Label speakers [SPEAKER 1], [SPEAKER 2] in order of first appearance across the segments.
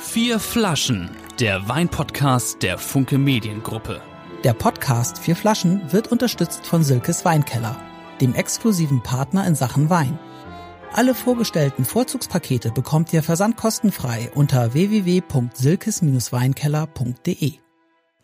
[SPEAKER 1] Vier Flaschen, der Weinpodcast der Funke Mediengruppe.
[SPEAKER 2] Der Podcast Vier Flaschen wird unterstützt von Silkes Weinkeller, dem exklusiven Partner in Sachen Wein. Alle vorgestellten Vorzugspakete bekommt ihr versandkostenfrei unter www.silkes-weinkeller.de.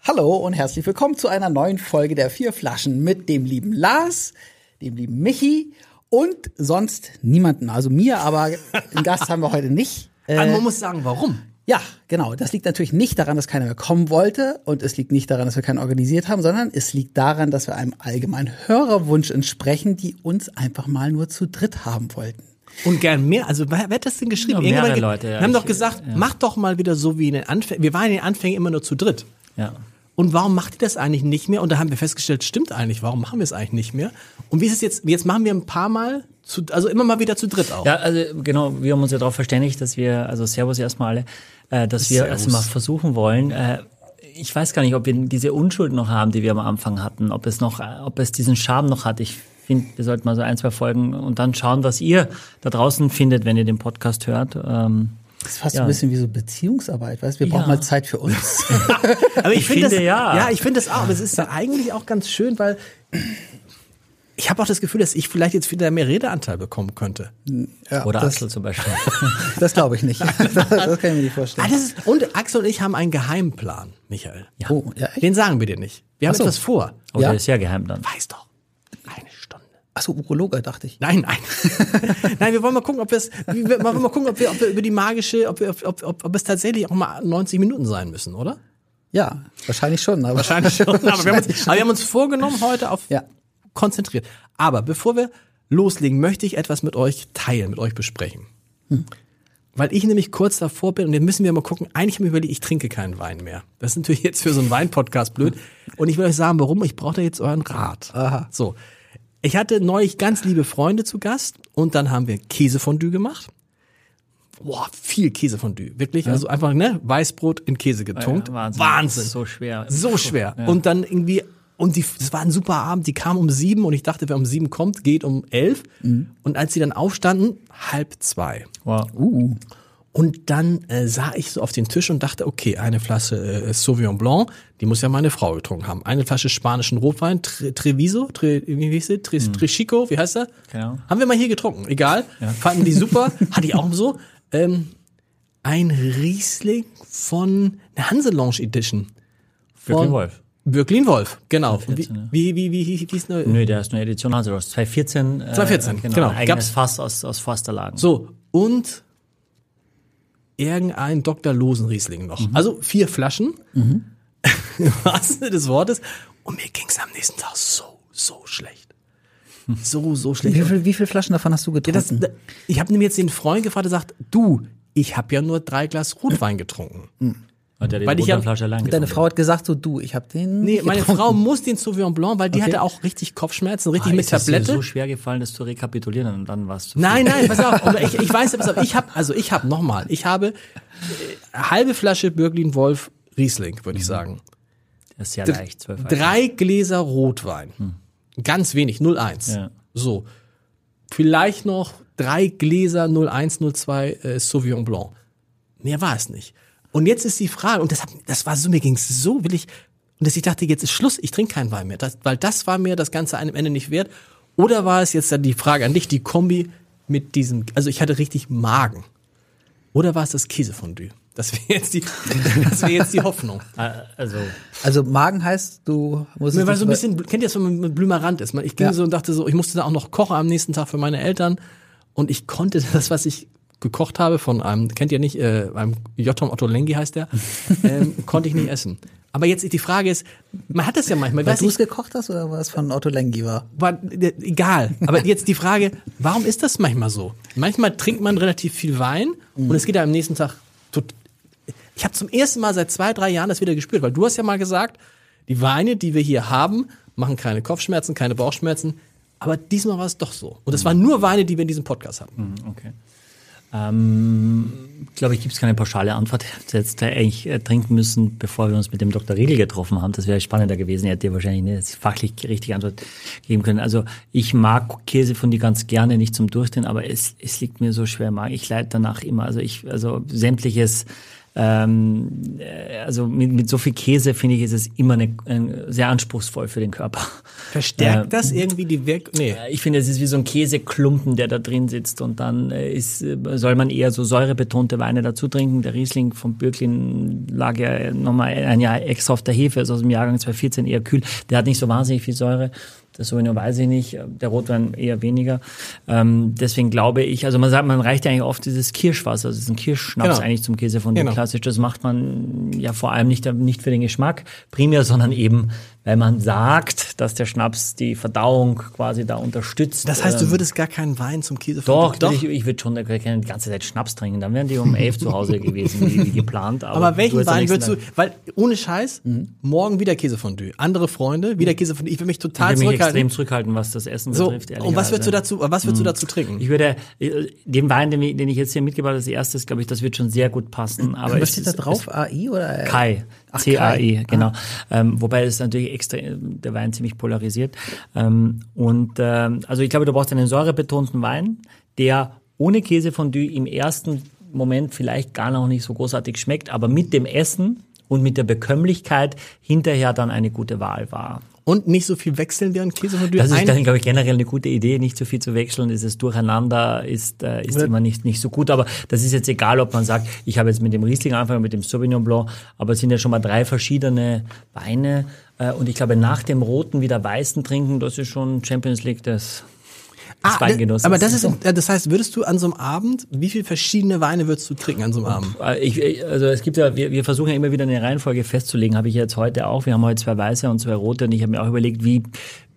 [SPEAKER 2] Hallo und herzlich willkommen zu einer neuen Folge der Vier Flaschen mit dem lieben Lars, dem lieben Michi und sonst niemanden. Also mir, aber einen Gast haben wir heute nicht.
[SPEAKER 3] Aber Also man muss sagen, warum?
[SPEAKER 2] Ja, genau. Das liegt natürlich nicht daran, dass keiner mehr kommen wollte und es liegt nicht daran, dass wir keinen organisiert haben, sondern es liegt daran, dass wir einem allgemeinen Hörerwunsch entsprechen, die uns einfach mal nur zu dritt haben wollten.
[SPEAKER 3] Und gern mehr. Also wer wer hat das denn geschrieben?
[SPEAKER 1] Ja, mehrere
[SPEAKER 3] Irgendjemand ge-
[SPEAKER 1] Leute, ja.
[SPEAKER 3] Wir haben doch
[SPEAKER 1] Ich-
[SPEAKER 3] gesagt, macht doch mal wieder so wie in den Anfängen. Wir waren in den Anfängen immer nur zu dritt.
[SPEAKER 1] Ja.
[SPEAKER 3] Und warum macht ihr das eigentlich nicht mehr? Und da haben wir festgestellt, stimmt eigentlich, warum machen wir es eigentlich nicht mehr? Und wie ist es jetzt? Jetzt machen wir ein paar Mal, zu, also immer mal wieder zu dritt auch.
[SPEAKER 4] Ja, also genau, wir haben uns ja darauf verständigt, dass wir, also Servus erstmal alle, äh, dass wir
[SPEAKER 3] Servus.
[SPEAKER 4] erstmal versuchen wollen. Äh, ich weiß gar nicht, ob wir diese Unschuld noch haben, die wir am Anfang hatten, ob es noch, äh, ob es diesen Charme noch hat. Ich finde, wir sollten mal so ein, zwei Folgen und dann schauen, was ihr da draußen findet, wenn ihr den Podcast hört. Ähm,
[SPEAKER 2] Das ist fast
[SPEAKER 4] Ja.
[SPEAKER 2] ein bisschen wie so Beziehungsarbeit, weißt? Wir brauchen
[SPEAKER 4] Ja.
[SPEAKER 2] mal Zeit für uns.
[SPEAKER 3] Aber
[SPEAKER 4] Ich finde,
[SPEAKER 3] das,
[SPEAKER 4] ja.
[SPEAKER 3] Ja, ich finde das auch. Aber es ist ja eigentlich auch ganz schön, weil ich habe auch das Gefühl, dass ich vielleicht jetzt wieder mehr Redeanteil bekommen könnte.
[SPEAKER 2] Ja,
[SPEAKER 4] oder
[SPEAKER 2] das,
[SPEAKER 4] Axel zum Beispiel.
[SPEAKER 2] das glaube ich nicht. das kann ich mir nicht
[SPEAKER 3] Ah,
[SPEAKER 2] vorstellen.
[SPEAKER 3] das ist, und Axel und ich haben einen Geheimplan, Michael. Ja.
[SPEAKER 2] Oh, ja, echt?
[SPEAKER 3] Den sagen wir dir nicht. Wir haben
[SPEAKER 2] Ach so.
[SPEAKER 3] etwas vor.
[SPEAKER 4] Oh,
[SPEAKER 2] Ja.
[SPEAKER 4] der ist ja geheim dann.
[SPEAKER 3] Weiß doch. Eine Stunde.
[SPEAKER 2] Achso, Urologe, dachte ich.
[SPEAKER 3] Nein, nein. nein, wir wollen mal gucken, ob wir's- wir wir wollen mal gucken, ob wir, ob wir über die magische, ob, wir, ob, ob, ob, ob es tatsächlich auch mal 90 Minuten sein müssen, oder?
[SPEAKER 2] Ja, wahrscheinlich schon. Aber
[SPEAKER 3] Wahrscheinlich schon. Aber wir haben uns, aber wir haben uns vorgenommen, heute auf
[SPEAKER 2] Ja.
[SPEAKER 3] konzentriert. Aber bevor wir loslegen, möchte ich etwas mit euch teilen, mit euch besprechen. Hm. Weil ich nämlich kurz davor bin und jetzt müssen wir mal gucken, eigentlich habe ich mir überlegt, ich trinke keinen Wein mehr. Das ist natürlich jetzt für so einen Wein-Podcast blöd. Und ich will euch sagen, warum, ich brauche da jetzt euren Rat. Hm. Aha. So. Ich hatte neulich ganz liebe Freunde zu Gast und dann haben wir Käsefondue gemacht. Boah, viel Käsefondue. Wirklich, also einfach, ne, Weißbrot in Käse getunkt.
[SPEAKER 4] Ja,
[SPEAKER 3] Wahnsinn.
[SPEAKER 4] Das ist So schwer.
[SPEAKER 3] So schwer. Und dann irgendwie, und die, das war ein super Abend, die kam um sieben und ich dachte, wer um sieben kommt, geht um elf.
[SPEAKER 4] Mhm.
[SPEAKER 3] Und als sie dann aufstanden, halb zwei.
[SPEAKER 4] Wow.
[SPEAKER 3] Uh. Und dann äh, sah ich so auf den Tisch und dachte, okay, eine Flasche äh, Sauvignon Blanc, die muss ja meine Frau getrunken haben. Eine Flasche spanischen Rotwein, Tre Treviso, Tre wie hieß sie? Tre Trechico, wie heißt er?
[SPEAKER 4] Hm. Keine Ahnung.
[SPEAKER 3] Haben wir mal hier getrunken, egal. Fanden die super, hatte ich auch so. Ähm, ein Riesling von eine Hanselange Edition.
[SPEAKER 4] Wirklich
[SPEAKER 3] Von-
[SPEAKER 4] Wolf. ne.
[SPEAKER 3] Birklin Wolf, genau. Und wie,
[SPEAKER 4] 14, ja.
[SPEAKER 3] wie, wie, wie, wie hieß der?
[SPEAKER 4] Nö, der ist eine Edition, also das ist 2014. äh,
[SPEAKER 3] 2014, genau.
[SPEAKER 4] Ein eigenes
[SPEAKER 3] Gab's-
[SPEAKER 4] Fass aus, aus Forsterlagen.
[SPEAKER 3] So, und irgendein Dr. Losenriesling noch.
[SPEAKER 4] Mhm.
[SPEAKER 3] Also vier Flaschen, im wahrsten Sinne des Wortes. Und mir ging's am nächsten Tag so, so schlecht. So, so schlecht.
[SPEAKER 2] Wie viel, wie viel Flaschen davon hast du
[SPEAKER 3] Ja, das,
[SPEAKER 2] getrunken?
[SPEAKER 3] da- ich habe nämlich jetzt den Freund gefragt, der sagt, du, ich habe ja nur drei Glas Rotwein getrunken.
[SPEAKER 4] Hat der die
[SPEAKER 3] Weil ich hab-
[SPEAKER 4] Flasche allein
[SPEAKER 2] Deine
[SPEAKER 4] getrunken.
[SPEAKER 2] Frau hat gesagt, so du, ich habe den.
[SPEAKER 3] Nee, meine
[SPEAKER 2] getrunken.
[SPEAKER 3] Frau muss den Sauvignon Blanc, weil die hatte auch richtig Kopfschmerzen, richtig
[SPEAKER 4] Ah,
[SPEAKER 3] mit
[SPEAKER 4] ist es dir
[SPEAKER 3] Tablette.
[SPEAKER 4] so schwer gefallen, das zu rekapitulieren und dann warst du.
[SPEAKER 3] Nein, nein, pass auf. Aber ich, ich weiß, pass auf. Ich habe, also ich habe nochmal, ich habe äh, eine halbe Flasche Birklin Wolf Riesling, würde ich sagen.
[SPEAKER 4] Das ist ja leicht, zwölf Hm.
[SPEAKER 3] Drei Gläser Rotwein. Ganz wenig, 0,1.
[SPEAKER 4] Ja.
[SPEAKER 3] So. Vielleicht noch drei Gläser 01, 02 äh, Sauvignon Blanc. Mehr war es nicht. Und jetzt ist die Frage, und das, hat, das war so, mir ging's so willig, und dass ich dachte, jetzt ist Schluss, ich trinke keinen Wein mehr, das, weil das war mir das Ganze am Ende nicht wert. Oder war es jetzt dann die Frage an dich, die Kombi mit diesem, also ich hatte richtig Magen. Oder war es das Käsefondue? Das wäre jetzt, die- das wär jetzt die Hoffnung.
[SPEAKER 4] Äh, Also,
[SPEAKER 2] Also Magen heißt, du musst.
[SPEAKER 3] Mir war so ein bisschen, kennt ihr das, wenn man mit Blümerand ist? Man- Ich ging
[SPEAKER 2] Ja.
[SPEAKER 3] so und dachte so, ich musste da auch noch kochen am nächsten Tag für meine Eltern. Und ich konnte das, was ich gekocht habe von einem, kennt ihr nicht, äh, einem Jotom Otto Lengi heißt der, ähm, konnte ich nicht essen. Aber jetzt die Frage ist, man hat das ja manchmal,
[SPEAKER 2] Weil
[SPEAKER 3] weiß
[SPEAKER 2] du es
[SPEAKER 3] ich,
[SPEAKER 2] gekocht hast oder was von Otto Lengi war?
[SPEAKER 3] war, äh, egal. Aber jetzt die Frage, warum ist das manchmal so? Manchmal trinkt man relativ viel Wein und es geht einem am nächsten Tag tot, ich habe zum ersten Mal seit zwei, drei Jahren das wieder gespürt, weil du hast ja mal gesagt, die Weine, die wir hier haben, machen keine Kopfschmerzen, keine Bauchschmerzen. Aber diesmal war es doch so. Und es waren nur Weine, die wir in diesem Podcast hatten.
[SPEAKER 4] hm, okay. Ähm, glaube ich, gibt es keine pauschale Antwort. Ich hätte jetzt eigentlich äh, trinken müssen, bevor wir uns mit dem Dr. Riedel getroffen haben. Das wäre spannender gewesen. Er hätte dir wahrscheinlich eine fachlich richtige Antwort geben können. Also, ich mag Käse von dir ganz gerne, nicht zum Durchdrehen, aber es, es liegt mir so schwer im Magen. Ich leide danach immer. Also, ich, also sämtliches ähm, äh, also mit, mit so viel Käse, finde ich, ist es immer eine, ein, sehr anspruchsvoll für den Körper.
[SPEAKER 3] Verstärkt das irgendwie die Wirkung? Nee.
[SPEAKER 4] Ich finde, es ist wie so ein Käseklumpen, der da drin sitzt. Und dann äh, ist, äh, soll man eher so säurebetonte Weine dazu trinken. Der Riesling von Bürklin lag ja nochmal ein Jahr extra auf der Hefe, also aus dem Jahrgang 2014 eher kühl. Der hat nicht so wahnsinnig viel Säure. Das Sauvignon weiß ich nicht, der Rotwein eher weniger. Ähm, deswegen glaube ich, also man sagt, man reicht ja eigentlich oft dieses Kirschwasser, also diesen Kirschschnaps
[SPEAKER 3] Genau.
[SPEAKER 4] eigentlich zum Käse von dem
[SPEAKER 3] Genau.
[SPEAKER 4] klassisch. Also Das macht man ja vor allem nicht, nicht für den Geschmack primär, sondern eben, weil man sagt, dass der Schnaps die Verdauung quasi da unterstützt.
[SPEAKER 3] Das heißt, du
[SPEAKER 4] Ähm,
[SPEAKER 3] würdest gar keinen Wein zum Käse
[SPEAKER 4] doch,
[SPEAKER 3] verbinden?
[SPEAKER 4] doch. Ich, ich würde schon da keine ganze Zeit Schnaps trinken. Dann wären die um elf zu Hause gewesen, wie, wie geplant. Aber,
[SPEAKER 3] Aber welchen
[SPEAKER 4] jetzt am
[SPEAKER 3] Wein
[SPEAKER 4] nächsten
[SPEAKER 3] würdest du,
[SPEAKER 4] Tag- Mhm.
[SPEAKER 3] weil ohne Scheiß, morgen wieder Käsefondue. Andere Freunde, wieder Käsefondue. Ich will mich total
[SPEAKER 4] Ich will mich extrem
[SPEAKER 3] zurückhalten.
[SPEAKER 4] zurückhalten, was das Essen
[SPEAKER 3] So,
[SPEAKER 4] betrifft.
[SPEAKER 3] und was würdest
[SPEAKER 4] ehrlicherweise.
[SPEAKER 3] du dazu, was
[SPEAKER 4] Mhm.
[SPEAKER 3] würdest du dazu trinken?
[SPEAKER 4] Ich würde, äh, den Wein, den, wir- den ich jetzt hier mitgebracht habe, als erstes, glaube ich, das wird schon sehr gut passen. Aber
[SPEAKER 5] Was
[SPEAKER 4] es
[SPEAKER 5] steht da
[SPEAKER 4] ist-
[SPEAKER 5] drauf? AI oder?
[SPEAKER 4] Kai.
[SPEAKER 5] Ach,
[SPEAKER 4] C-A-I, genau. Ähm, wobei es natürlich extra, der Wein ziemlich polarisiert. Ähm, und ähm, also ich glaube, du brauchst einen säurebetonten Wein, der ohne Käsefondue im ersten Moment vielleicht gar noch nicht so großartig schmeckt, aber mit dem Essen und mit der Bekömmlichkeit hinterher dann eine gute Wahl war.
[SPEAKER 3] Und nicht so viel wechseln, während Käsefondue
[SPEAKER 4] Das ist
[SPEAKER 3] ein-
[SPEAKER 4] dann, glaube ich, generell eine gute Idee, nicht zu viel zu wechseln. Dieses Durcheinander ist, äh, ist immer nicht, nicht so gut. Aber das ist jetzt egal, ob man sagt, ich habe jetzt mit dem Riesling angefangen, mit dem Sauvignon Blanc, aber es sind ja schon mal drei verschiedene Weine. Äh, und ich glaube, nach dem Roten wieder Weißen trinken, das ist schon Champions League des, des
[SPEAKER 3] Ah,
[SPEAKER 4] Weingenusses.
[SPEAKER 3] aber das ist, äh, das heißt, würdest du an so einem Abend, wie viel verschiedene Weine würdest du trinken an so einem Abend?
[SPEAKER 4] Äh, Ich, ich- also es gibt ja, wir, wir versuchen ja immer wieder eine Reihenfolge festzulegen, habe ich jetzt heute auch. Wir haben heute zwei weiße und zwei rote und ich habe mir auch überlegt, wie,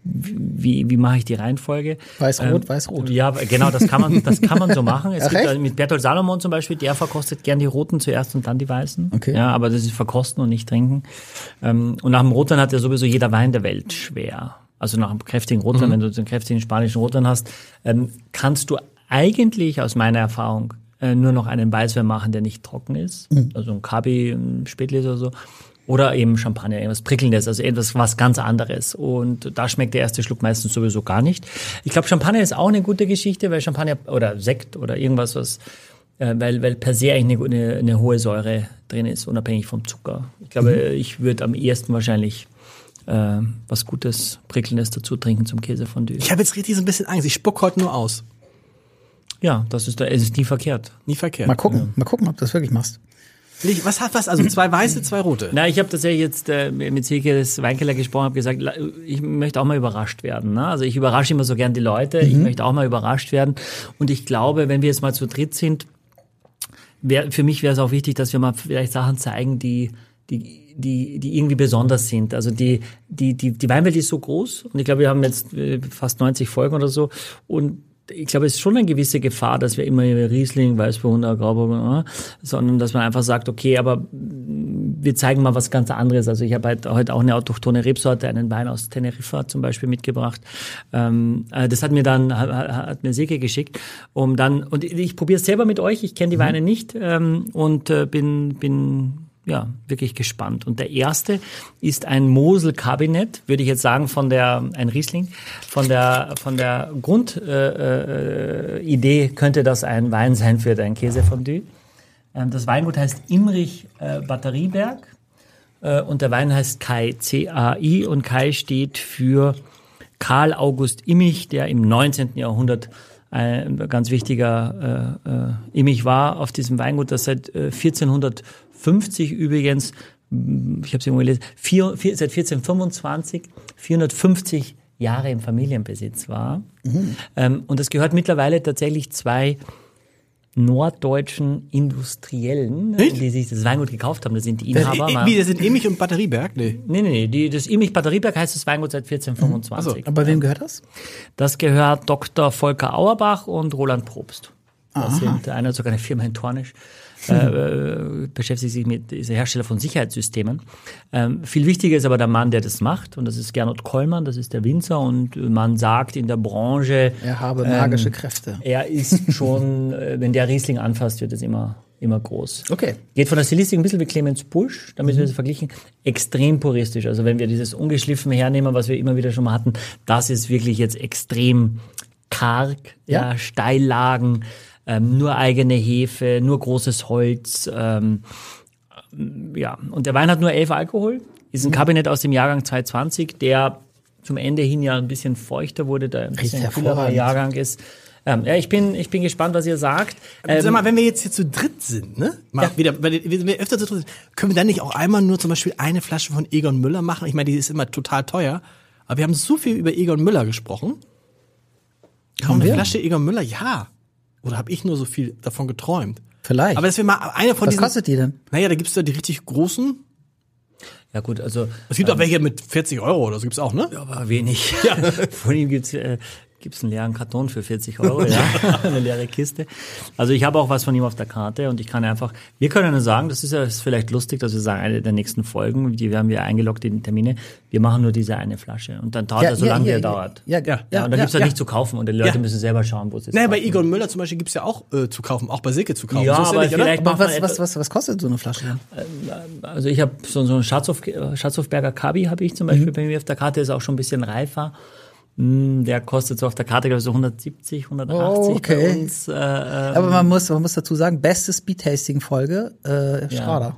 [SPEAKER 4] wie, wie mache ich die Reihenfolge? Ähm,
[SPEAKER 5] Weiß-rot, weiß-rot.
[SPEAKER 4] Ja, genau, das kann man, das kann man so machen. Es
[SPEAKER 5] Ach,
[SPEAKER 4] gibt
[SPEAKER 5] echt?
[SPEAKER 4] also mit Bertolt Salomon zum Beispiel, der verkostet gern die roten zuerst und dann die weißen.
[SPEAKER 5] Okay.
[SPEAKER 4] Ja, aber das ist verkosten und nicht trinken. Ähm, und nach dem Rotwein hat ja sowieso jeder Wein der Welt schwer. Also nach einem kräftigen Rotwein, wenn du so einen kräftigen spanischen Rotwein hast, ähm, kannst du eigentlich aus meiner Erfahrung äh, nur noch einen Weißwein machen, der nicht trocken ist. Also ein Kabi, ein Spätlese oder so. Oder eben Champagner, irgendwas Prickelndes, also etwas was ganz anderes. Und da schmeckt der erste Schluck meistens sowieso gar nicht. Ich glaube, Champagner ist auch eine gute Geschichte, weil Champagner oder Sekt oder irgendwas, was äh, weil, weil per se eigentlich eine, eine, eine hohe Säure drin ist, unabhängig vom Zucker. Ich glaube, äh, ich würde am ehesten wahrscheinlich äh, was Gutes, Prickelndes dazu trinken zum Käsefondue.
[SPEAKER 3] Ich habe jetzt richtig so ein bisschen Angst. Ich spuck heute nur aus.
[SPEAKER 4] Ja, das ist, da- es ist nie verkehrt.
[SPEAKER 3] Nie verkehrt.
[SPEAKER 5] Mal gucken, mal gucken, ob du das wirklich machst.
[SPEAKER 3] Nicht- Was hat was? Also zwei weiße, zwei rote.
[SPEAKER 4] Na, ich habe tatsächlich jetzt äh, mit Silke des Weinkeller gesprochen, habe gesagt, la- ich möchte auch mal überrascht werden. Ne? Also ich überrasche immer so gern die Leute, ich möchte auch mal überrascht werden. Und ich glaube, wenn wir jetzt mal zu dritt sind, wär, für mich wäre es auch wichtig, dass wir mal vielleicht Sachen zeigen, die die, die, die irgendwie besonders sind. Also die, die, die, die Weinwelt ist so groß und ich glaube, wir haben jetzt äh, fast 90 Folgen oder so und ich glaube, es ist schon eine gewisse Gefahr, dass wir immer Riesling, Weißburgunder, Grauburgunder, äh, sondern dass man einfach sagt, okay, aber wir zeigen mal was ganz anderes. Also ich habe halt heute auch eine autochtone Rebsorte, einen Wein aus Teneriffa zum Beispiel mitgebracht. Ähm, äh, das hat mir dann ha- ha- hat mir Silke geschickt, um dann und ich probiere es selber mit euch. Ich kenne die Weine nicht ähm, und äh, bin bin ja wirklich gespannt. Und der erste ist ein Mosel Kabinett, würde ich jetzt sagen von der ein Riesling von der von der Grundidee äh, äh, Idee könnte das ein Wein sein für dein Käsefondue. Ähm, Das Weingut heißt Imrich äh, Batterieberg äh, und der Wein heißt Kai, C-A-I und Kai steht für Karl August Immich, der im 19. Jahrhundert ein ganz wichtiger äh, äh, Immich war auf diesem Weingut, das seit äh, 1450 übrigens, m, ich habe es irgendwo gelesen, vier, vier, seit 1425 450 Jahre im Familienbesitz war. Ähm, und das gehört mittlerweile tatsächlich zwei norddeutschen Industriellen, die sich das Weingut gekauft haben. Das sind die Inhaber.
[SPEAKER 3] Äh,
[SPEAKER 4] mal-
[SPEAKER 3] Wie, das sind Emich und Batterieberg? Nee.
[SPEAKER 4] Nee, nee, nee. Die, das Imich Batterieberg heißt das Weingut seit
[SPEAKER 3] Also,
[SPEAKER 4] 1425.
[SPEAKER 5] Aber wem gehört das?
[SPEAKER 4] Das gehört Dr. Volker Auerbach und Roland Probst. Das sind, einer hat sogar eine Firma in Tornisch, äh, äh, beschäftigt sich mit, ist der Hersteller von Sicherheitssystemen. Ähm, viel wichtiger ist aber der Mann, der das macht, und das ist Gernot Kollmann, das ist der Winzer, und man sagt in der Branche,
[SPEAKER 5] Er habe
[SPEAKER 3] Ähm,
[SPEAKER 5] magische Kräfte.
[SPEAKER 4] er ist schon, äh, wenn der Riesling anfasst, wird es immer, immer groß.
[SPEAKER 5] Okay.
[SPEAKER 4] Geht von der Stilistik ein bisschen wie Clemens Busch, damit wir es verglichen, extrem puristisch. Also wenn wir dieses ungeschliffen hernehmen, was wir immer wieder schon mal hatten, das ist wirklich jetzt extrem karg, ja,
[SPEAKER 5] Ja.
[SPEAKER 4] Steillagen, ähm, nur eigene Hefe, nur großes Holz, ähm, ja, und der Wein hat nur 11 Alkohol, ist ein Kabinett aus dem Jahrgang 2020, der zum Ende hin ja ein bisschen feuchter wurde, der ein bisschen kühlerer
[SPEAKER 2] hervorragend.
[SPEAKER 4] Jahrgang ist. Ähm, ja, ich bin, ich bin gespannt, was ihr sagt. Ähm,
[SPEAKER 3] Sag mal, wenn wir jetzt hier zu dritt sind, ne? Mal
[SPEAKER 4] Ja.
[SPEAKER 3] wieder, wenn wir- wenn wir öfter zu dritt sind, können wir dann nicht auch einmal nur zum Beispiel eine Flasche von Egon Müller machen? Ich meine, die ist immer total teuer. Aber wir haben so viel über Egon Müller gesprochen. Haben eine
[SPEAKER 2] wir?
[SPEAKER 3] Flasche Egon Müller, ja. Oder habe ich nur so viel davon geträumt?
[SPEAKER 2] Vielleicht.
[SPEAKER 3] Aber dass wir mal eine von
[SPEAKER 2] Was
[SPEAKER 3] diesen.
[SPEAKER 2] kostet die denn?
[SPEAKER 3] Naja, da gibt's ja die richtig großen.
[SPEAKER 4] ja gut, also
[SPEAKER 3] Es gibt auch welche mit 40 Euro oder so gibt's auch, ne?
[SPEAKER 4] aber wenig. Von ihm gibt's äh, gibt's einen leeren Karton für 40 Euro, ja. eine leere Kiste. Also ich habe auch was von ihm auf der Karte und ich kann einfach, wir können nur sagen, das ist ja ist vielleicht lustig, dass wir sagen, eine der nächsten Folgen, die haben wir eingeloggt in die Termine, wir machen nur diese eine Flasche und dann dauert er so lange, wie er dauert.
[SPEAKER 2] Ja,
[SPEAKER 3] Ja,
[SPEAKER 2] ja,
[SPEAKER 4] Ja, und dann gibt's halt
[SPEAKER 2] ja.
[SPEAKER 4] nicht zu kaufen und die Leute
[SPEAKER 3] Ja.
[SPEAKER 4] müssen selber schauen, wo es ist.
[SPEAKER 3] Naja, bei Egon Müller zum Beispiel gibt's ja auch äh, zu kaufen, auch bei Silke zu kaufen.
[SPEAKER 4] Ja,
[SPEAKER 3] ist
[SPEAKER 4] aber
[SPEAKER 3] nicht, oder?
[SPEAKER 4] vielleicht-
[SPEAKER 2] Aber
[SPEAKER 4] Macht man
[SPEAKER 2] was, was, was, was kostet so eine Flasche? denn?
[SPEAKER 4] Also ich habe so, so einen Schatzhof, äh, Schatzhofberger Kabi habe ich
[SPEAKER 2] Mhm.
[SPEAKER 4] zum Beispiel bei mir auf der Karte, ist auch schon ein bisschen reifer. Mm, Der kostet so auf der Karte, glaube ich, so 170, 180
[SPEAKER 2] Oh, okay.
[SPEAKER 4] bei uns. Äh, äh,
[SPEAKER 3] Ähm,
[SPEAKER 2] Aber man muss, man muss dazu sagen, beste Speed-Tasting-Folge, äh, Strada.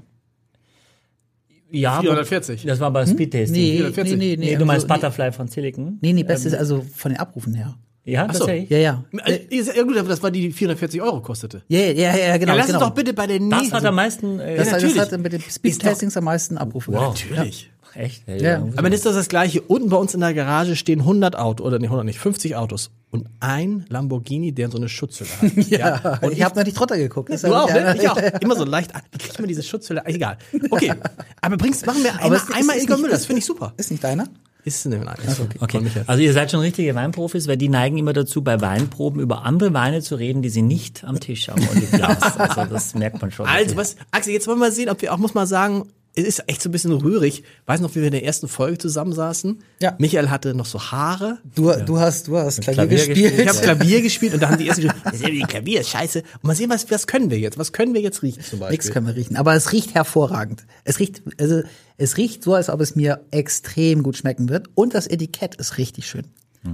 [SPEAKER 4] ja,
[SPEAKER 3] 440.
[SPEAKER 4] Das war bei Speedtasting.
[SPEAKER 2] Hm? Nee, nee,
[SPEAKER 3] 440.
[SPEAKER 2] nee, nee.
[SPEAKER 4] Nee, du meinst
[SPEAKER 2] also,
[SPEAKER 4] Butterfly von Silicon?
[SPEAKER 2] Nee, nee, beste ist
[SPEAKER 3] Ähm.
[SPEAKER 2] also von den Abrufen her.
[SPEAKER 4] Ja,
[SPEAKER 3] so.
[SPEAKER 4] tatsächlich.
[SPEAKER 2] Ja, ja.
[SPEAKER 3] Äh, ist Ja, gut, aber das war die, die 440 Euro kostete.
[SPEAKER 2] Ja, ja, ja, ja genau.
[SPEAKER 3] Ja, lass
[SPEAKER 2] genau.
[SPEAKER 3] uns doch bitte bei der
[SPEAKER 4] Das
[SPEAKER 3] nächsten.
[SPEAKER 4] hat am meisten. Äh,
[SPEAKER 2] also Das,
[SPEAKER 3] Ja,
[SPEAKER 2] hat- das
[SPEAKER 3] natürlich.
[SPEAKER 2] hat mit den Speed-Tastings am meisten Abrufe.
[SPEAKER 4] Wow.
[SPEAKER 2] gehabt.
[SPEAKER 3] Natürlich.
[SPEAKER 4] echt? Ey,
[SPEAKER 2] Ja.
[SPEAKER 4] ja.
[SPEAKER 3] Aber ist das das Gleiche? Unten bei uns in der Garage stehen 100 Autos, oder nicht 100, nicht 50 Autos. Und ein Lamborghini, der so eine Schutzhülle hat.
[SPEAKER 2] Ja. Und ich habe noch nicht runter geguckt.
[SPEAKER 3] Du auch, ne? Ich auch. Immer so leicht. Wie kriegt man diese Schutzhülle? Egal. Okay. Aber bringst, machen wir einmal,
[SPEAKER 2] es ist-
[SPEAKER 3] einmal
[SPEAKER 2] es ist
[SPEAKER 3] Egon
[SPEAKER 2] nicht-
[SPEAKER 3] Müller. Das finde ich super.
[SPEAKER 2] Ist nicht deiner?
[SPEAKER 3] Ist es denn okay.
[SPEAKER 4] Okay, also ihr seid schon richtige Weinprofis, weil die neigen immer dazu, bei Weinproben über andere Weine zu reden, die sie nicht am Tisch haben und im Glas. Also das merkt man schon.
[SPEAKER 3] Also, was, Axel, jetzt wollen wir mal sehen, ob wir auch, muss mal sagen, es ist echt so ein bisschen rührig. Weiß noch, wie wir in der ersten Folge zusammensaßen.
[SPEAKER 2] Ja.
[SPEAKER 3] Michael hatte noch so Haare.
[SPEAKER 2] Du, du hast, du hast Klavier,
[SPEAKER 4] Klavier
[SPEAKER 2] gespielt.
[SPEAKER 4] gespielt,
[SPEAKER 3] Ich habe Klavier gespielt und da haben die ersten gesagt, das ist irgendwie Klavier, ist scheiße. Und mal sehen, was, was können wir jetzt? Was können wir jetzt riechen zum Beispiel?
[SPEAKER 2] Nichts können wir riechen. Aber es riecht hervorragend. Es riecht, also, es riecht so, als ob es mir extrem gut schmecken wird. Und das Etikett ist richtig schön.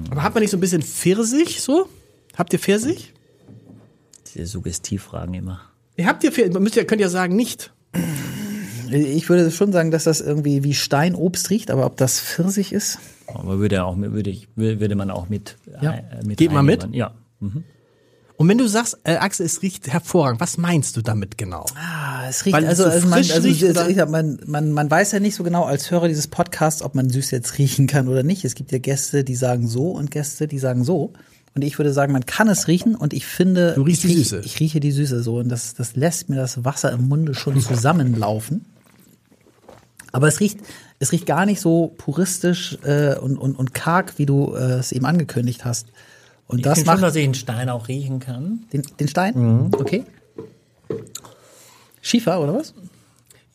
[SPEAKER 3] Aber hat man nicht so ein bisschen Pfirsich so? Habt ihr Pfirsich?
[SPEAKER 4] Diese Suggestivfragen immer.
[SPEAKER 3] Ihr habt ihr Pfirsich, müsst ihr, könnt ja sagen, nicht.
[SPEAKER 2] Ich würde schon sagen, dass das irgendwie wie Steinobst riecht, aber ob das Pfirsich ist?
[SPEAKER 4] Aber würde, auch, würde, ich, würde man auch mit,
[SPEAKER 2] Ja.
[SPEAKER 4] äh, mit
[SPEAKER 3] Geht mal mit?
[SPEAKER 4] einnehmen. Ja.
[SPEAKER 3] Und wenn du sagst, äh, Axel, es riecht hervorragend, was meinst du damit genau?
[SPEAKER 2] Ah, es riecht,
[SPEAKER 3] Weil es
[SPEAKER 2] also,
[SPEAKER 3] so
[SPEAKER 2] also, man,
[SPEAKER 3] frisch
[SPEAKER 2] also
[SPEAKER 3] riecht,
[SPEAKER 2] es,
[SPEAKER 3] oder?
[SPEAKER 2] ich, sag, man, man, man weiß ja nicht so genau als Hörer dieses Podcasts, ob man süß jetzt riechen kann oder nicht. Es gibt ja Gäste, die sagen so und Gäste, die sagen so. Und ich würde sagen, man kann es riechen und ich finde,
[SPEAKER 3] Du riechst
[SPEAKER 2] ich,
[SPEAKER 3] die
[SPEAKER 2] riech-
[SPEAKER 3] Süße.
[SPEAKER 2] ich rieche die Süße so und das, das lässt mir das Wasser im Munde schon zusammenlaufen. Aber es riecht, es riecht gar nicht so puristisch äh, und, und, und karg, wie du äh, es eben angekündigt hast. Und
[SPEAKER 4] Ich
[SPEAKER 2] das
[SPEAKER 4] finde schon,
[SPEAKER 2] macht
[SPEAKER 4] dass ich einen Stein auch riechen kann.
[SPEAKER 2] den, den Stein.
[SPEAKER 3] Mhm.
[SPEAKER 2] Okay. Schiefer oder was?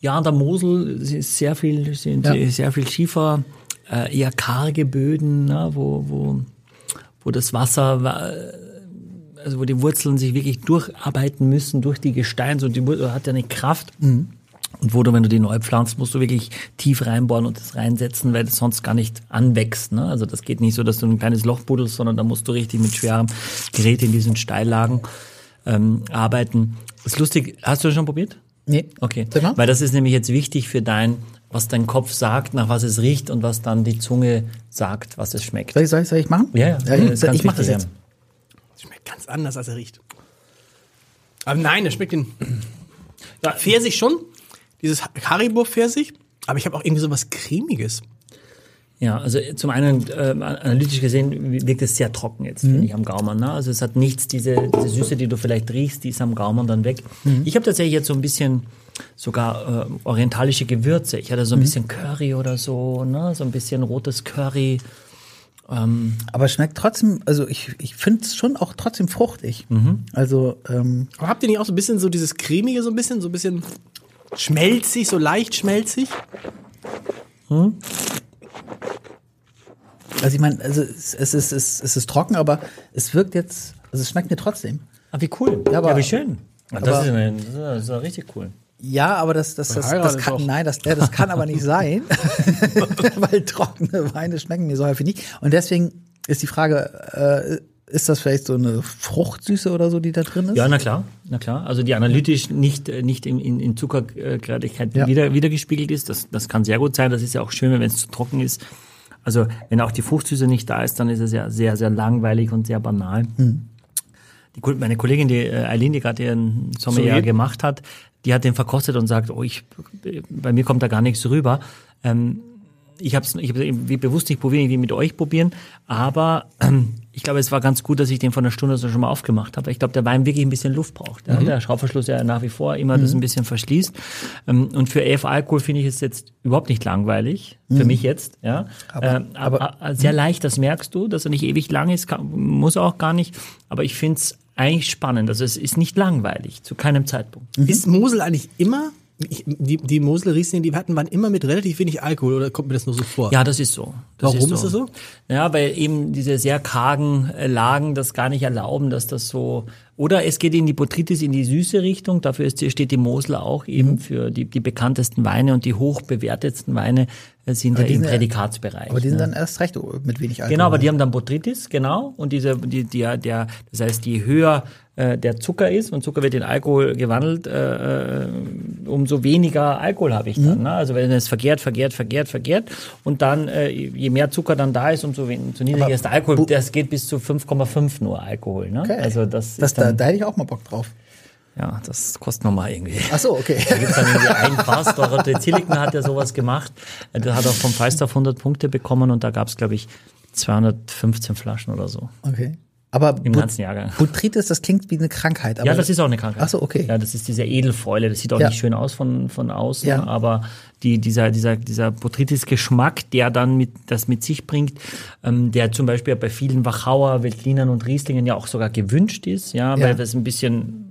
[SPEAKER 4] Ja, an der Mosel ist sehr viel, sind
[SPEAKER 2] Ja.
[SPEAKER 4] sehr viel Schiefer, äh, eher karge Böden, ne, wo, wo, wo das Wasser, wa- also wo die Wurzeln sich wirklich durcharbeiten müssen durch die Gesteins und die Wurzel hat ja eine Kraft. Und wo du, wenn du die neu pflanzt, musst du wirklich tief reinbohren und das reinsetzen, weil das sonst gar nicht anwächst. Ne? Also das geht nicht so, dass du ein kleines Loch buddelst, sondern da musst du richtig mit schwerem Gerät in diesen Steillagen ähm, arbeiten. Ist lustig. Hast du das schon probiert?
[SPEAKER 2] Nee.
[SPEAKER 4] Okay,
[SPEAKER 2] Sag mal.
[SPEAKER 4] weil das ist nämlich jetzt wichtig für dein, was dein Kopf sagt, nach was es riecht und was dann die Zunge sagt, was es schmeckt.
[SPEAKER 2] Soll ich, soll ich, soll ich machen? ich,
[SPEAKER 4] ist ganz
[SPEAKER 2] ich mach das
[SPEAKER 4] wichtig,
[SPEAKER 2] jetzt.
[SPEAKER 3] Das schmeckt ganz anders, als er riecht. Aber nein, das schmeckt den ja, Pfirsich schon, dieses Haribo-Pfirsich, aber ich habe auch irgendwie so was Cremiges.
[SPEAKER 4] Ja, also zum einen äh, analytisch gesehen wirkt es sehr trocken jetzt,
[SPEAKER 2] Mhm.
[SPEAKER 4] finde ich, am Gaumen. Ne? Also es hat nichts, diese, diese Süße, die du vielleicht riechst, die ist am Gaumen dann weg.
[SPEAKER 2] Mhm.
[SPEAKER 4] Ich habe tatsächlich jetzt so ein bisschen sogar äh, orientalische Gewürze. Ich hatte so
[SPEAKER 2] Mhm.
[SPEAKER 4] ein bisschen Curry oder so, ne? so ein bisschen rotes Curry.
[SPEAKER 2] Aber es schmeckt trotzdem, also ich, ich finde es schon auch trotzdem fruchtig.
[SPEAKER 4] Mhm.
[SPEAKER 2] Also, ähm,
[SPEAKER 3] Aber habt ihr nicht auch so ein bisschen so dieses Cremige, so ein bisschen, so ein bisschen schmelzig, so leicht schmelzig?
[SPEAKER 2] also ich meine, also es, es, ist, es, es ist trocken, aber es wirkt jetzt, also es schmeckt mir trotzdem.
[SPEAKER 4] Ah, wie cool. Ja,
[SPEAKER 2] aber-
[SPEAKER 4] wie schön. Ja, das,
[SPEAKER 2] aber-
[SPEAKER 4] ist eine, das ist eine- das ist eine richtig cool.
[SPEAKER 2] Ja, aber das, das, das, das
[SPEAKER 3] heiratet
[SPEAKER 2] kann,
[SPEAKER 3] doch.
[SPEAKER 2] nein, das, ja, das kann aber nicht sein, weil trockene Weine schmecken mir so häufig nicht. Und deswegen ist die Frage, äh, ist das vielleicht so eine Fruchtsüße oder so, die da drin ist?
[SPEAKER 4] Ja, na klar. Na klar, also die analytisch nicht, äh, nicht in, in, in Zuckergradigkeit
[SPEAKER 5] Ja.
[SPEAKER 4] wieder, wiedergespiegelt ist. Das, das kann sehr gut sein. Das ist ja auch schön, wenn es zu trocken ist. Also wenn auch die Fruchtsüße nicht da ist, dann ist es ja sehr, sehr langweilig und sehr banal. Die, Kol- meine Kollegin, die äh, Eileen, die gerade ihren Sommelier
[SPEAKER 3] Sommelier.
[SPEAKER 4] gemacht hat, die hat den verkostet und sagt, oh, ich, bei mir kommt da gar nichts rüber. Ähm, ich habe es ich hab's eben wie bewusst nicht probiert, irgendwie mit euch probieren, aber ähm, ich glaube, es war ganz gut, dass ich den vor einer Stunde so schon mal aufgemacht habe. Ich glaube, der Wein wirklich ein bisschen Luft braucht. Ja? Der Schraubverschluss ja nach wie vor immer das ein bisschen verschließt. Ähm, und für EF-Alkohol finde ich es jetzt überhaupt nicht langweilig, für mich jetzt. Ja? Mhm. Aber, ähm, aber, sehr leicht, das merkst du, dass er nicht ewig lang ist, kann, muss er auch gar nicht. Aber ich finde es eigentlich spannend. Also es ist nicht langweilig, zu keinem Zeitpunkt.
[SPEAKER 3] Ist Mosel eigentlich immer, ich, die, die Mosel-Riesling, die wir hatten, waren immer mit relativ wenig Alkohol oder kommt mir das nur so vor?
[SPEAKER 4] Ja, das ist so. Das
[SPEAKER 3] Warum ist es so?
[SPEAKER 4] Ja, weil eben diese sehr kargen äh, Lagen das gar nicht erlauben, dass das so. Oder es geht in die Botrytis, in die süße Richtung. Dafür ist, steht die Mosel auch eben für die, die bekanntesten Weine und die hochbewertetsten Weine äh, sind ja
[SPEAKER 5] die
[SPEAKER 4] im
[SPEAKER 5] sind ja-
[SPEAKER 4] Prädikatsbereich.
[SPEAKER 5] Aber die sind
[SPEAKER 4] ne?
[SPEAKER 5] dann erst recht mit wenig Alkohol.
[SPEAKER 4] Genau, aber die haben dann Botrytis, genau. Und diese, die, der, der, das heißt, je höher äh, der Zucker ist, und Zucker wird in Alkohol gewandelt, äh, äh, umso weniger Alkohol habe ich
[SPEAKER 5] Mhm.
[SPEAKER 4] dann. Ne? Also wenn es vergärt, vergärt, vergärt, vergärt. Und dann, äh, je mehr Zucker dann da ist, umso wen- umso niedriger ist der Alkohol. Das geht bis zu 5,5 nur Alkohol. Ne?
[SPEAKER 5] Okay.
[SPEAKER 4] Also das,
[SPEAKER 5] das,
[SPEAKER 4] ist dann,
[SPEAKER 5] da, da hätte ich auch mal Bock drauf.
[SPEAKER 4] ja, das kostet nochmal irgendwie.
[SPEAKER 5] Ach so, okay.
[SPEAKER 4] Da gibt's dann irgendwie einen Pastor. Der Zilliken hat ja sowas gemacht. Der hat auch vom Falstaff 100 Punkte bekommen und da gab's glaub glaube ich, 215 Flaschen oder so
[SPEAKER 5] okay. Aber
[SPEAKER 4] im
[SPEAKER 5] Bot-
[SPEAKER 4] ganzen Jahrgang.
[SPEAKER 5] Botrytis, das klingt wie eine Krankheit. Aber
[SPEAKER 4] Ja, das ist auch eine Krankheit.
[SPEAKER 5] Also Ach so, okay.
[SPEAKER 4] Ja, das ist diese Edelfäule. Das sieht auch
[SPEAKER 5] Ja.
[SPEAKER 4] nicht schön aus von, von außen,
[SPEAKER 5] Ja.
[SPEAKER 4] aber die, dieser, dieser, dieser Botrytis-Geschmack, der dann mit, das mit sich bringt, ähm, der zum Beispiel bei vielen Wachauer, Veltlinern und Rieslingen ja auch sogar gewünscht ist, ja,
[SPEAKER 5] Ja.
[SPEAKER 4] weil das ein bisschen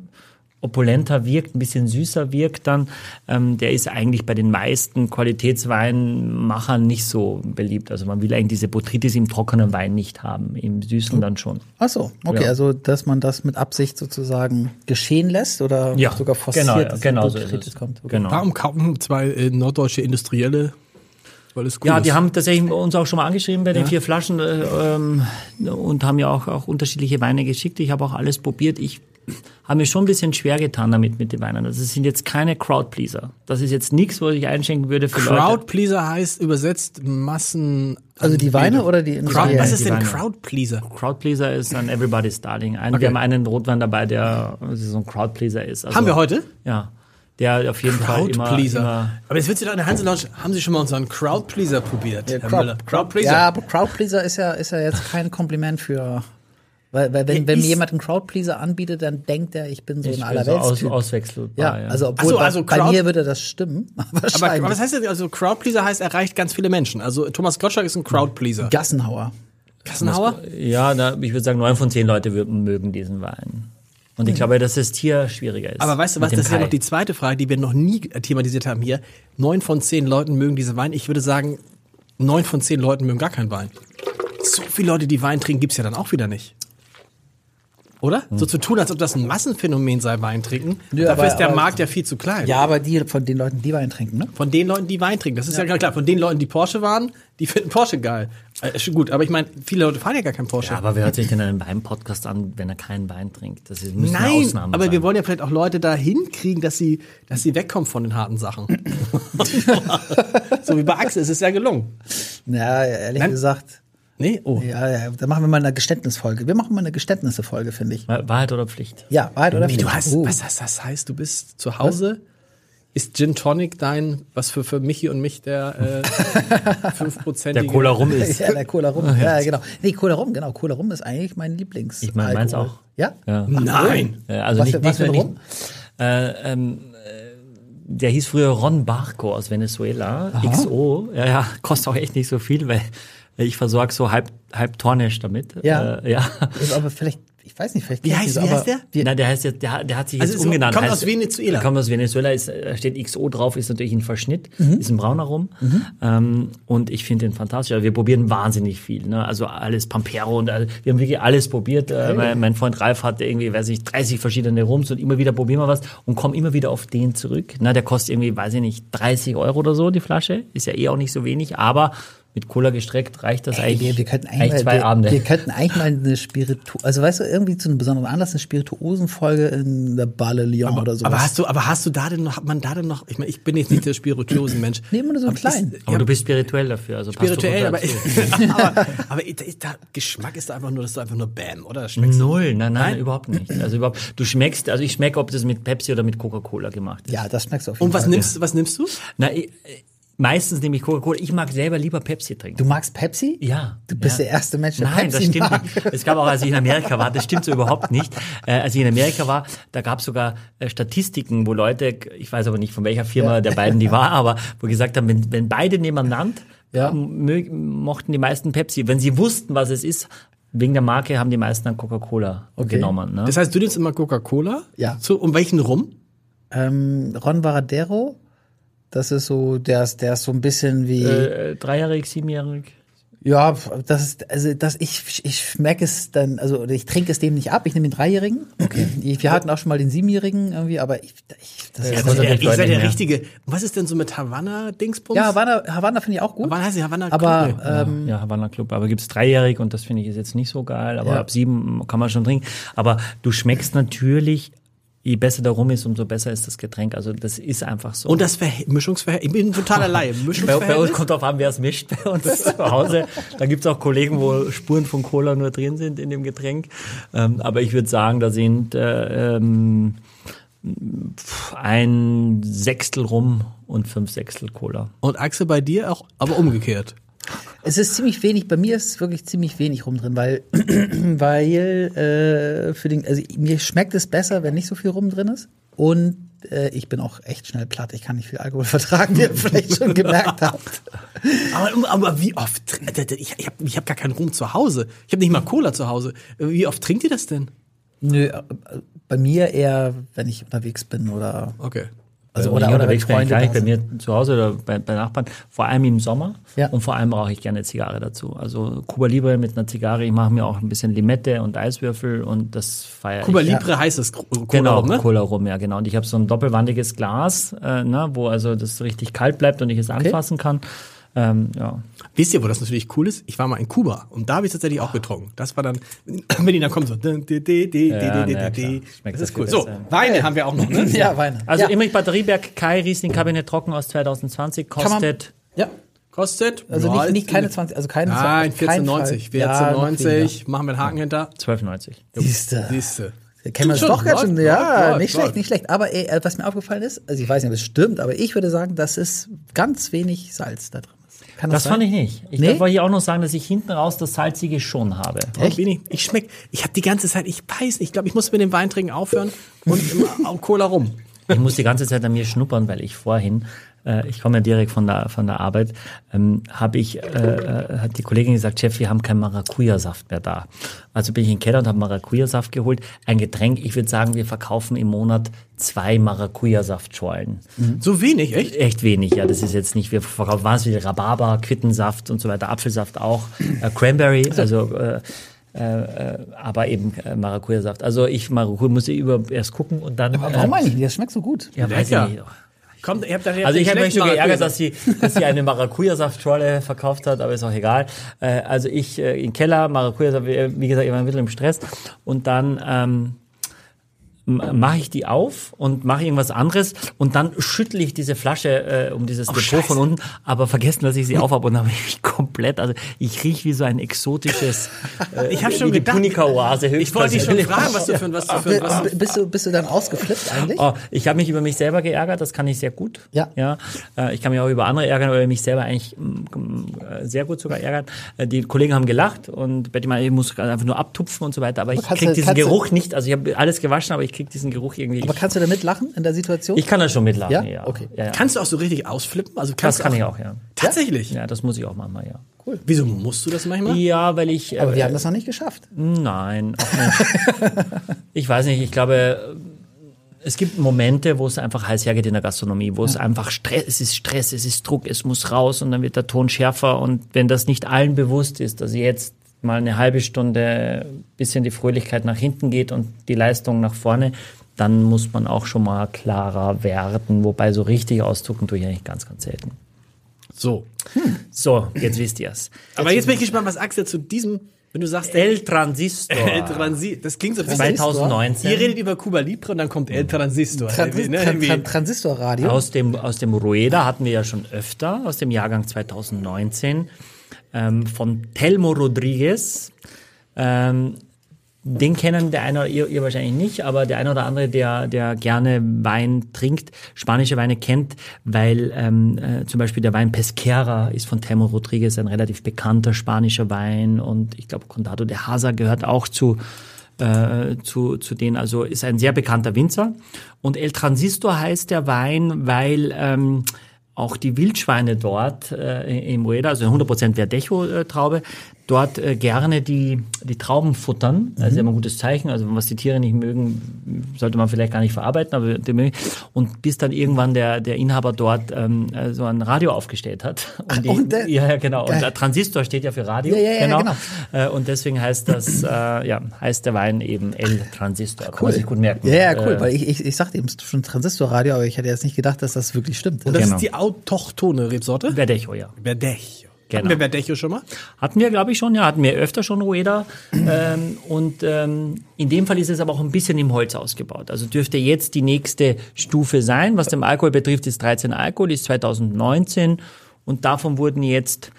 [SPEAKER 4] opulenter wirkt, ein bisschen süßer wirkt dann, ähm, der ist eigentlich bei den meisten Qualitätsweinmachern nicht so beliebt. Also man will eigentlich diese Botrytis im trockenen Wein nicht haben, im
[SPEAKER 5] Hm.
[SPEAKER 4] süßen dann schon.
[SPEAKER 5] Ach so, okay,
[SPEAKER 4] Ja.
[SPEAKER 5] also dass man das mit Absicht sozusagen geschehen lässt oder sogar forciert,
[SPEAKER 4] genau, ja,
[SPEAKER 5] dass
[SPEAKER 4] genau
[SPEAKER 5] die
[SPEAKER 4] so ist
[SPEAKER 5] Botrytis
[SPEAKER 4] es.
[SPEAKER 5] kommt. Okay.
[SPEAKER 4] Genau.
[SPEAKER 3] Warum kaufen zwei äh, norddeutsche Industrielle? Weil es cool
[SPEAKER 4] Ja,
[SPEAKER 3] ist.
[SPEAKER 4] die haben tatsächlich uns auch schon mal angeschrieben bei den vier Flaschen äh, ähm, und haben ja auch, auch unterschiedliche Weine geschickt. Ich habe auch alles probiert. Ich habe mir schon ein bisschen schwer getan damit mit den Weinen. Also es sind jetzt keine Crowdpleaser. Das ist jetzt nichts, was ich einschenken würde für Leute.
[SPEAKER 3] Crowdpleaser heißt übersetzt Massen.
[SPEAKER 5] Also die Weine oder die
[SPEAKER 3] Crowd,
[SPEAKER 5] Industriellen?
[SPEAKER 3] was ist
[SPEAKER 4] die
[SPEAKER 3] denn
[SPEAKER 4] Weine. Also
[SPEAKER 3] Crowdpleaser?
[SPEAKER 4] Crowdpleaser ist ein Everybody's Darling. Ein, Wir haben einen Rotwein dabei, der so ein Crowdpleaser ist. Also,
[SPEAKER 3] Haben wir heute?
[SPEAKER 4] Ja. Der auf jeden Fall immer, immer
[SPEAKER 3] Crowdpleaser. Aber jetzt wird sie doch in der Hanse Lounge. Haben Sie schon mal unseren Crowdpleaser probiert?
[SPEAKER 4] Genau.
[SPEAKER 3] Herr
[SPEAKER 5] Crowd-
[SPEAKER 3] Müller? Crowdpleaser.
[SPEAKER 5] Ja, aber Crowdpleaser ist ja, ist ja jetzt kein Kompliment für. Weil, weil wenn, wenn mir
[SPEAKER 3] ist-
[SPEAKER 5] jemand einen Crowdpleaser anbietet, dann denkt er, ich bin so ein
[SPEAKER 4] ich bin so aus, Ah,
[SPEAKER 5] Allerweltstyp. ja,
[SPEAKER 4] auswechselbar.
[SPEAKER 5] also obwohl
[SPEAKER 3] so,
[SPEAKER 5] bei-
[SPEAKER 3] also
[SPEAKER 5] bei
[SPEAKER 3] Crowd-
[SPEAKER 5] mir würde das stimmen.
[SPEAKER 3] aber,
[SPEAKER 5] Wahrscheinlich.
[SPEAKER 3] aber was heißt denn, also Crowdpleaser heißt, er erreicht ganz viele Menschen. Also Thomas Gottschalk ist ein Crowdpleaser.
[SPEAKER 5] Gassenhauer.
[SPEAKER 3] Gassenhauer?
[SPEAKER 4] Ja, na, ich würde sagen, neun von zehn Leute würden- mögen diesen Wein. Und ich glaube, dass es hier schwieriger ist.
[SPEAKER 3] Mhm. Aber weißt du
[SPEAKER 4] mit
[SPEAKER 3] was,
[SPEAKER 4] dem
[SPEAKER 3] das ist ja
[SPEAKER 4] Kai.
[SPEAKER 3] noch die zweite Frage, die wir noch nie thematisiert haben hier. Neun von zehn Leuten mögen diese Wein. Ich würde sagen, neun von zehn Leuten mögen gar keinen Wein. So viele Leute, die Wein trinken, gibt's ja dann auch wieder nicht. Oder? So
[SPEAKER 4] Hm.
[SPEAKER 3] zu tun, als ob das ein Massenphänomen sei, Wein trinken.
[SPEAKER 5] Nö,
[SPEAKER 3] Dafür
[SPEAKER 5] aber-
[SPEAKER 3] ist der
[SPEAKER 5] aber-
[SPEAKER 3] Markt ja viel zu klein.
[SPEAKER 5] Ja, aber die von den Leuten, die Wein trinken, ne?
[SPEAKER 3] Von den Leuten, die Wein trinken. Das ist ja, ganz klar. Von den Leuten, die Porsche waren, die finden Porsche geil. Äh, ist schon gut, aber ich meine, viele Leute fahren ja gar keinen Porsche.
[SPEAKER 4] Ja, aber wer hört sich denn einen Wein-Podcast an, wenn er keinen Wein trinkt? Das ist müssen
[SPEAKER 3] Nein,
[SPEAKER 4] Ausnahmen
[SPEAKER 3] aber
[SPEAKER 4] sein.
[SPEAKER 3] wir wollen ja vielleicht auch Leute da hinkriegen, dass sie, dass sie wegkommen von den harten Sachen. so wie bei Axel, es ist ja gelungen.
[SPEAKER 5] Ja, ehrlich
[SPEAKER 3] Nein.
[SPEAKER 5] gesagt.
[SPEAKER 3] Nee, oh.
[SPEAKER 5] Ja, ja, da machen wir mal eine Geständnisfolge. Wir machen mal eine Geständnisfolge, finde ich.
[SPEAKER 4] Wa- Wahrheit oder Pflicht?
[SPEAKER 5] Ja, Wahrheit oder
[SPEAKER 3] Wie,
[SPEAKER 5] Pflicht?
[SPEAKER 3] du hast,
[SPEAKER 2] Oh.
[SPEAKER 5] Uh.
[SPEAKER 3] was das, das heißt, du bist zu Hause, ist Gin Tonic dein, was für, für Michi und mich der äh, 5%ige...
[SPEAKER 4] Der Cola rum ist.
[SPEAKER 5] Ja, der Cola Rum. Ja, genau. Nee, Cola Rum, genau. Cola Rum ist eigentlich mein Lieblings.
[SPEAKER 4] Ich meine, meins
[SPEAKER 5] Alkohol.
[SPEAKER 4] auch.
[SPEAKER 5] Ja?
[SPEAKER 3] Nein!
[SPEAKER 4] Äh, Also
[SPEAKER 5] Was
[SPEAKER 4] nicht,
[SPEAKER 5] für- was
[SPEAKER 4] nicht,
[SPEAKER 5] für
[SPEAKER 4] nur-
[SPEAKER 5] ein
[SPEAKER 4] nicht
[SPEAKER 5] Rum?
[SPEAKER 4] Äh, ähm, äh, der hieß früher Ron Barco aus Venezuela, XO. Ja, ja, kostet auch echt nicht so viel, weil ich versorge so halb, halb tornisch damit.
[SPEAKER 5] Ja.
[SPEAKER 4] Äh, ja.
[SPEAKER 5] Ist aber vielleicht, ich weiß nicht, vielleicht
[SPEAKER 3] Wie
[SPEAKER 5] kennt
[SPEAKER 3] heißt-
[SPEAKER 5] ihr es,
[SPEAKER 3] wie
[SPEAKER 5] aber
[SPEAKER 3] heißt der?
[SPEAKER 5] Wir,
[SPEAKER 4] Nein, der, heißt jetzt, der, hat- der hat sich
[SPEAKER 3] Also
[SPEAKER 4] jetzt
[SPEAKER 3] so-
[SPEAKER 4] umgenannt.
[SPEAKER 3] kommt
[SPEAKER 4] heißt,
[SPEAKER 3] aus Venezuela.
[SPEAKER 4] Kommt aus Venezuela, ist, äh, steht XO drauf, ist natürlich ein Verschnitt, ist ein brauner Rum. Ähm, und ich finde den fantastisch. Also Wir probieren wahnsinnig viel. Ne? Also alles Pampero und all- wir haben wirklich alles probiert. Äh, mein, mein Freund Ralf hat irgendwie, weiß ich, 30 verschiedene Rums und immer wieder probieren wir was und kommen immer wieder auf den zurück. Na, der kostet irgendwie, weiß ich nicht, 30 Euro oder so, die Flasche. Ist ja eh auch nicht so wenig, aber mit Cola gestreckt reicht das
[SPEAKER 2] Ey,
[SPEAKER 4] eigentlich,
[SPEAKER 2] wir, wir könnten eigentlich,
[SPEAKER 4] eigentlich
[SPEAKER 2] mal,
[SPEAKER 4] zwei
[SPEAKER 2] wir,
[SPEAKER 4] Abende.
[SPEAKER 2] wir könnten eigentlich mal eine Spiritu, also weißt du, irgendwie zu einem besonderen Anlass eine Spirituosenfolge in der Balle Lyon oder sowas.
[SPEAKER 3] Aber hast du, aber hast du da denn noch, hat man da denn noch, ich meine, ich bin jetzt nicht der spirituosen Mensch.
[SPEAKER 2] Nee, immer nur so einen
[SPEAKER 3] Aber ist-
[SPEAKER 2] kleinen.
[SPEAKER 4] aber du bist spirituell dafür. Also passt doch
[SPEAKER 3] Spirituell,
[SPEAKER 4] unter
[SPEAKER 3] aber,
[SPEAKER 4] dazu.
[SPEAKER 3] aber, aber ich- ich- da, Geschmack ist da einfach nur, dass du einfach nur Bam, oder? Das schmeckt
[SPEAKER 4] Null, nein, nein, überhaupt nicht. Also überhaupt, du schmeckst, also ich schmecke, ob das mit Pepsi oder mit Coca-Cola gemacht ist.
[SPEAKER 2] ja, das schmeckst du auf jeden
[SPEAKER 3] Und was
[SPEAKER 2] Fall.
[SPEAKER 3] nimmst, du- was nimmst du?
[SPEAKER 4] Na, ich, äh, meistens nehme ich Coca-Cola. Ich mag selber lieber Pepsi trinken.
[SPEAKER 2] Du magst Pepsi?
[SPEAKER 4] ja.
[SPEAKER 2] Du bist
[SPEAKER 4] ja.
[SPEAKER 2] der erste Mensch, der
[SPEAKER 4] Nein, das
[SPEAKER 2] Pepsi
[SPEAKER 4] stimmt
[SPEAKER 2] mag.
[SPEAKER 4] nicht. Es gab auch, als ich in Amerika war, das stimmt so überhaupt nicht. Äh, als ich in Amerika war, da gab es sogar äh, Statistiken, wo Leute, ich weiß aber nicht von welcher Firma der beiden die war, aber wo gesagt haben, wenn, wenn beide nebeneinander
[SPEAKER 2] Ja.
[SPEAKER 4] mö- mochten die meisten Pepsi. Wenn sie wussten, was es ist, wegen der Marke haben die meisten dann Coca-Cola genommen. Ne?
[SPEAKER 3] Das heißt, du nimmst immer Coca-Cola?
[SPEAKER 2] Ja.
[SPEAKER 3] So, um welchen rum?
[SPEAKER 2] Ähm, Ron Varadero, das ist so, der ist, der ist so ein bisschen wie,
[SPEAKER 4] äh, dreijährig, siebenjährig.
[SPEAKER 2] ja, das ist, also das, ich, ich schmecke es dann, also oder ich trinke es dem nicht ab, ich nehme den Dreijährigen. Okay. Wir hatten auch schon mal den Siebenjährigen irgendwie, aber ich, ich das ist
[SPEAKER 4] das ist
[SPEAKER 2] also,
[SPEAKER 4] der-
[SPEAKER 3] ich
[SPEAKER 4] Leute
[SPEAKER 3] sei der
[SPEAKER 4] mehr.
[SPEAKER 3] Richtige. Was ist denn so mit Havanna-Dingsbums?
[SPEAKER 2] ja, Havanna, Havanna finde ich auch gut.
[SPEAKER 3] Havanna heißt die
[SPEAKER 4] halt
[SPEAKER 3] Havanna
[SPEAKER 2] aber
[SPEAKER 3] Club,
[SPEAKER 2] ähm,
[SPEAKER 4] ja, Havanna Club. Aber gibt's dreijährig und das finde ich ist jetzt nicht so geil. Aber
[SPEAKER 2] Ja.
[SPEAKER 4] ab sieben kann man schon trinken. Aber du schmeckst natürlich, je besser der Rum ist, umso besser ist das Getränk. Also das ist einfach so.
[SPEAKER 3] Und das Verhä- Mischungsverhältnis? Ich bin totaler Laie.
[SPEAKER 4] bei, bei uns
[SPEAKER 3] Mischungsverhältnis?
[SPEAKER 4] kommt drauf an, wer es mischt bei uns zu Hause. Da gibt's auch Kollegen, wo Spuren von Cola nur drin sind in dem Getränk. Ähm, aber ich würde sagen, da sind äh, ähm, pf, ein Sechstel Rum und fünf Sechstel Cola.
[SPEAKER 3] Und Axel bei dir auch, aber umgekehrt.
[SPEAKER 2] Es ist ziemlich wenig, bei mir ist wirklich ziemlich wenig rum drin, weil, weil äh, für den, also mir schmeckt es besser, wenn nicht so viel rum drin ist. Und äh, ich bin auch echt schnell platt. Ich kann nicht viel Alkohol vertragen, wie ihr vielleicht schon gemerkt habt.
[SPEAKER 3] Aber, aber wie oft? tr- Ich, ich habe ich hab gar keinen Rum zu Hause. Ich habe nicht mal Cola zu Hause. Wie oft trinkt ihr das denn?
[SPEAKER 2] Nö, äh, bei mir eher, wenn ich unterwegs bin oder
[SPEAKER 3] Okay.
[SPEAKER 2] also
[SPEAKER 4] Wenn
[SPEAKER 2] oder, oder
[SPEAKER 4] ich
[SPEAKER 2] wenn
[SPEAKER 4] unterwegs bin,
[SPEAKER 2] Freunde
[SPEAKER 4] gar
[SPEAKER 2] da
[SPEAKER 4] nicht bei
[SPEAKER 2] sind.
[SPEAKER 4] mir zu Hause oder bei, bei Nachbarn, vor allem im Sommer.
[SPEAKER 2] Ja.
[SPEAKER 4] Und vor allem rauche ich gerne Zigarre dazu. Also Cuba Libre mit einer Zigarre, ich mache mir auch ein bisschen Limette und Eiswürfel und das feiere
[SPEAKER 3] Cuba
[SPEAKER 4] ich.
[SPEAKER 3] Libre heißt es. Cola,
[SPEAKER 4] Genau,
[SPEAKER 3] ne?
[SPEAKER 4] Cola rum, ja genau. Und ich habe so ein doppelwandiges Glas, äh, ne, wo also das richtig kalt bleibt und ich es anfassen kann. Ähm, ja.
[SPEAKER 3] Wisst ihr, wo das natürlich cool ist? Ich war mal in Kuba und da habe ich tatsächlich auch getrunken. Das war dann, wenn die dann kommen so. dun, di, di, di, di,
[SPEAKER 4] Ja,
[SPEAKER 3] di,
[SPEAKER 4] na ja,
[SPEAKER 3] di, di.
[SPEAKER 4] klar. Schmeckt
[SPEAKER 3] Das ist
[SPEAKER 4] ja
[SPEAKER 3] cool.
[SPEAKER 4] viel
[SPEAKER 3] So,
[SPEAKER 4] besser.
[SPEAKER 3] Weine haben wir auch noch, ne?
[SPEAKER 2] Ja, Weihnachten.
[SPEAKER 4] Also
[SPEAKER 2] ja.
[SPEAKER 4] übrigens Batterieberg Kai Riesling Kabinett Trocken aus 2020
[SPEAKER 2] Kann man-
[SPEAKER 4] kostet
[SPEAKER 2] Ja,
[SPEAKER 3] Kostet?
[SPEAKER 2] also
[SPEAKER 3] Ja,
[SPEAKER 2] nicht, nicht keine 20, also keine
[SPEAKER 3] Nein,
[SPEAKER 2] auf keinen
[SPEAKER 3] 14,90.
[SPEAKER 2] Fall. Ja, noch
[SPEAKER 3] 14,90. machen wir einen Haken hinter.
[SPEAKER 4] 12,90.
[SPEAKER 2] Siehste.
[SPEAKER 3] Siehste.
[SPEAKER 2] Kennen wir das
[SPEAKER 3] Schon,
[SPEAKER 2] doch ganz
[SPEAKER 3] läuft,
[SPEAKER 2] schön. Ja,
[SPEAKER 3] läuft,
[SPEAKER 2] nicht
[SPEAKER 3] läuft.
[SPEAKER 2] schlecht, nicht schlecht. Aber ey, äh, was mir aufgefallen ist, also ich weiß nicht, ob es stimmt, aber ich würde sagen, dass es ganz wenig Salz da drin ist. Kann
[SPEAKER 4] Das
[SPEAKER 2] sein?
[SPEAKER 4] fand ich nicht. Ich
[SPEAKER 2] Nee?
[SPEAKER 4] wollte hier auch noch sagen, dass ich hinten raus das Salzige schon habe.
[SPEAKER 3] Echt? Wenig. Ich schmeck, ich habe die ganze Zeit, ich weiß nicht, ich glaube, ich muss mit dem Weintrinken aufhören und immer auf Cola rum.
[SPEAKER 4] Ich muss die ganze Zeit an mir schnuppern, weil ich vorhin, äh, ich komme ja direkt von der, von der Arbeit, ähm, habe ich, äh, äh, hat die Kollegin gesagt, Chef, wir haben keinen Maracuja-Saft mehr da. Also bin ich in den Keller und habe Maracuja-Saft geholt. Ein Getränk, ich würde sagen, wir verkaufen im Monat zwei Maracuja-Saftschollen.
[SPEAKER 3] So wenig, echt?
[SPEAKER 4] Echt wenig, ja, das ist jetzt nicht, wir verkaufen wahnsinnig viel Rhabarber, Quittensaft und so weiter, Apfelsaft auch, äh, Cranberry, also... Äh, äh, äh, aber eben äh, Maracuja-Saft. Also ich Maracuja muss ich über erst gucken und dann.
[SPEAKER 2] Aber
[SPEAKER 4] äh,
[SPEAKER 2] Warum eigentlich? Das schmeckt so gut.
[SPEAKER 4] ja, weiß ich
[SPEAKER 3] Lecker.
[SPEAKER 4] nicht.
[SPEAKER 3] Kommt, ihr habt
[SPEAKER 4] Also ich habe mich schon geärgert, dass sie, dass sie eine Maracuja-Saft-Trolle verkauft hat, aber ist auch egal. Äh, also ich äh, im Keller, Maracuja-Saft, äh, wie wie gesagt, ich war ein bisschen im Stress. Und dann ähm, mache ich die auf und mache irgendwas anderes und dann schüttle ich diese Flasche äh, um dieses Depot
[SPEAKER 3] Oh, Scheiße.
[SPEAKER 4] von unten, aber vergessen, dass ich sie aufhabe und dann bin ich komplett, also ich riech wie so ein exotisches, äh,
[SPEAKER 3] Ich hab schon
[SPEAKER 4] wie die
[SPEAKER 3] gedacht.
[SPEAKER 4] Punika-Oase
[SPEAKER 3] Ich wollte dich schon
[SPEAKER 4] höchstpersönlich.
[SPEAKER 3] fragen, was du für ein, was du für
[SPEAKER 2] B
[SPEAKER 3] ein, was du
[SPEAKER 2] Äh, b- bist, du, bist du dann ausgeflippt eigentlich?
[SPEAKER 4] Oh, ich habe mich über mich selber geärgert, das kann ich sehr gut.
[SPEAKER 2] Ja.
[SPEAKER 4] ja äh, ich kann mich auch über andere ärgern, aber über mich selber eigentlich mm, mm, äh, sehr gut sogar ärgern. Äh, die Kollegen haben gelacht und Betty meinte, ich muss einfach nur abtupfen und so weiter, aber ich
[SPEAKER 2] kannst
[SPEAKER 4] krieg
[SPEAKER 2] du-
[SPEAKER 4] diesen
[SPEAKER 2] kannst du-
[SPEAKER 4] Geruch nicht. Also ich habe alles gewaschen, aber ich krieg diesen Geruch irgendwie.
[SPEAKER 2] Aber kannst du da mitlachen in der Situation?
[SPEAKER 4] ich kann da schon mitlachen, ja.
[SPEAKER 2] Ja? Okay.
[SPEAKER 4] Ja, ja.
[SPEAKER 3] Kannst du auch so richtig ausflippen? Also kannst
[SPEAKER 4] das
[SPEAKER 3] du
[SPEAKER 4] kann ich auch, ja.
[SPEAKER 3] Tatsächlich?
[SPEAKER 4] Ja, das muss ich auch manchmal, ja.
[SPEAKER 3] Wieso musst du das manchmal?
[SPEAKER 4] Ja, weil ich.
[SPEAKER 2] aber
[SPEAKER 4] äh,
[SPEAKER 2] wir haben das noch nicht geschafft.
[SPEAKER 4] Nein, auch nicht. ich weiß nicht, ich glaube, es gibt Momente, wo es einfach heiß hergeht in der Gastronomie, wo es einfach Stress, es ist Stress, es ist Druck, es muss raus und dann wird der Ton schärfer und wenn das nicht allen bewusst ist, dass jetzt mal eine halbe Stunde bisschen die Fröhlichkeit nach hinten geht und die Leistung nach vorne, dann muss man auch schon mal klarer werden, wobei so richtig ausdrucken tue ich eigentlich ganz, ganz selten. Hm.
[SPEAKER 3] So.
[SPEAKER 4] So, jetzt wisst ihr's.
[SPEAKER 3] Aber jetzt bin ich gespannt, was Axel zu diesem, wenn du sagst,
[SPEAKER 4] El Transistor.
[SPEAKER 3] El Transistor, das klingt so ein bisschen.
[SPEAKER 4] 2019.
[SPEAKER 3] Ihr redet über Cuba Libre und dann kommt El Transistor.
[SPEAKER 2] Transi
[SPEAKER 3] Irgendwie, ne?
[SPEAKER 2] Tran
[SPEAKER 3] Irgendwie.
[SPEAKER 2] Tran Transistorradio.
[SPEAKER 4] Aus dem, aus dem Rueda hatten wir ja schon öfter, aus dem Jahrgang 2019, ähm, von Telmo Rodriguez. Ähm, den kennen der eine oder ihr, ihr wahrscheinlich nicht, aber der eine oder andere, der, der gerne Wein trinkt, spanische Weine kennt, weil ähm, äh, zum Beispiel der Wein Pesquera ist von Telmo Rodriguez ein relativ bekannter spanischer Wein und ich glaube Condado de Hasa gehört auch zu äh, zu, zu denen, also ist ein sehr bekannter Winzer. Und El Transistor heißt der Wein, weil ähm, auch die Wildschweine dort äh, im Rueda, also 100% Verdejo-Traube, dort äh, gerne die, die Trauben futtern. Das ist
[SPEAKER 2] Mhm.
[SPEAKER 4] ja immer ein gutes Zeichen. Also was die Tiere nicht mögen, sollte man vielleicht gar nicht verarbeiten. aber die mögen- Und bis dann irgendwann der, der Inhaber dort ähm, äh, so ein Radio aufgestellt hat. Und die,
[SPEAKER 2] und der-
[SPEAKER 4] ja, ja, genau. Und
[SPEAKER 2] Geil.
[SPEAKER 4] der Transistor steht ja für Radio.
[SPEAKER 2] Ja, ja, ja, genau.
[SPEAKER 4] Äh, Und deswegen heißt das, äh, ja, heißt der Wein eben L-Transistor. Cool. Kann man sich gut merken.
[SPEAKER 2] Ja, ja, cool,
[SPEAKER 4] Äh,
[SPEAKER 2] weil ich, ich, ich sagte eben schon Transistorradio, aber ich hätte jetzt nicht gedacht, dass das wirklich stimmt.
[SPEAKER 3] Und das
[SPEAKER 4] Genau.
[SPEAKER 3] ist die autochtone Rebsorte?
[SPEAKER 4] Verdejo, ja.
[SPEAKER 3] Verdejo. Hatten
[SPEAKER 4] Genau.
[SPEAKER 3] wir Verdejo schon mal?
[SPEAKER 4] Hatten wir, glaube ich, schon, ja, hatten wir öfter schon Rueda. Ähm, und ähm, in dem Fall ist es aber auch ein bisschen im Holz ausgebaut. Also dürfte jetzt die nächste Stufe sein. Was den Alkohol betrifft, ist 13 Alkohol, ist 2019. Und davon wurden jetzt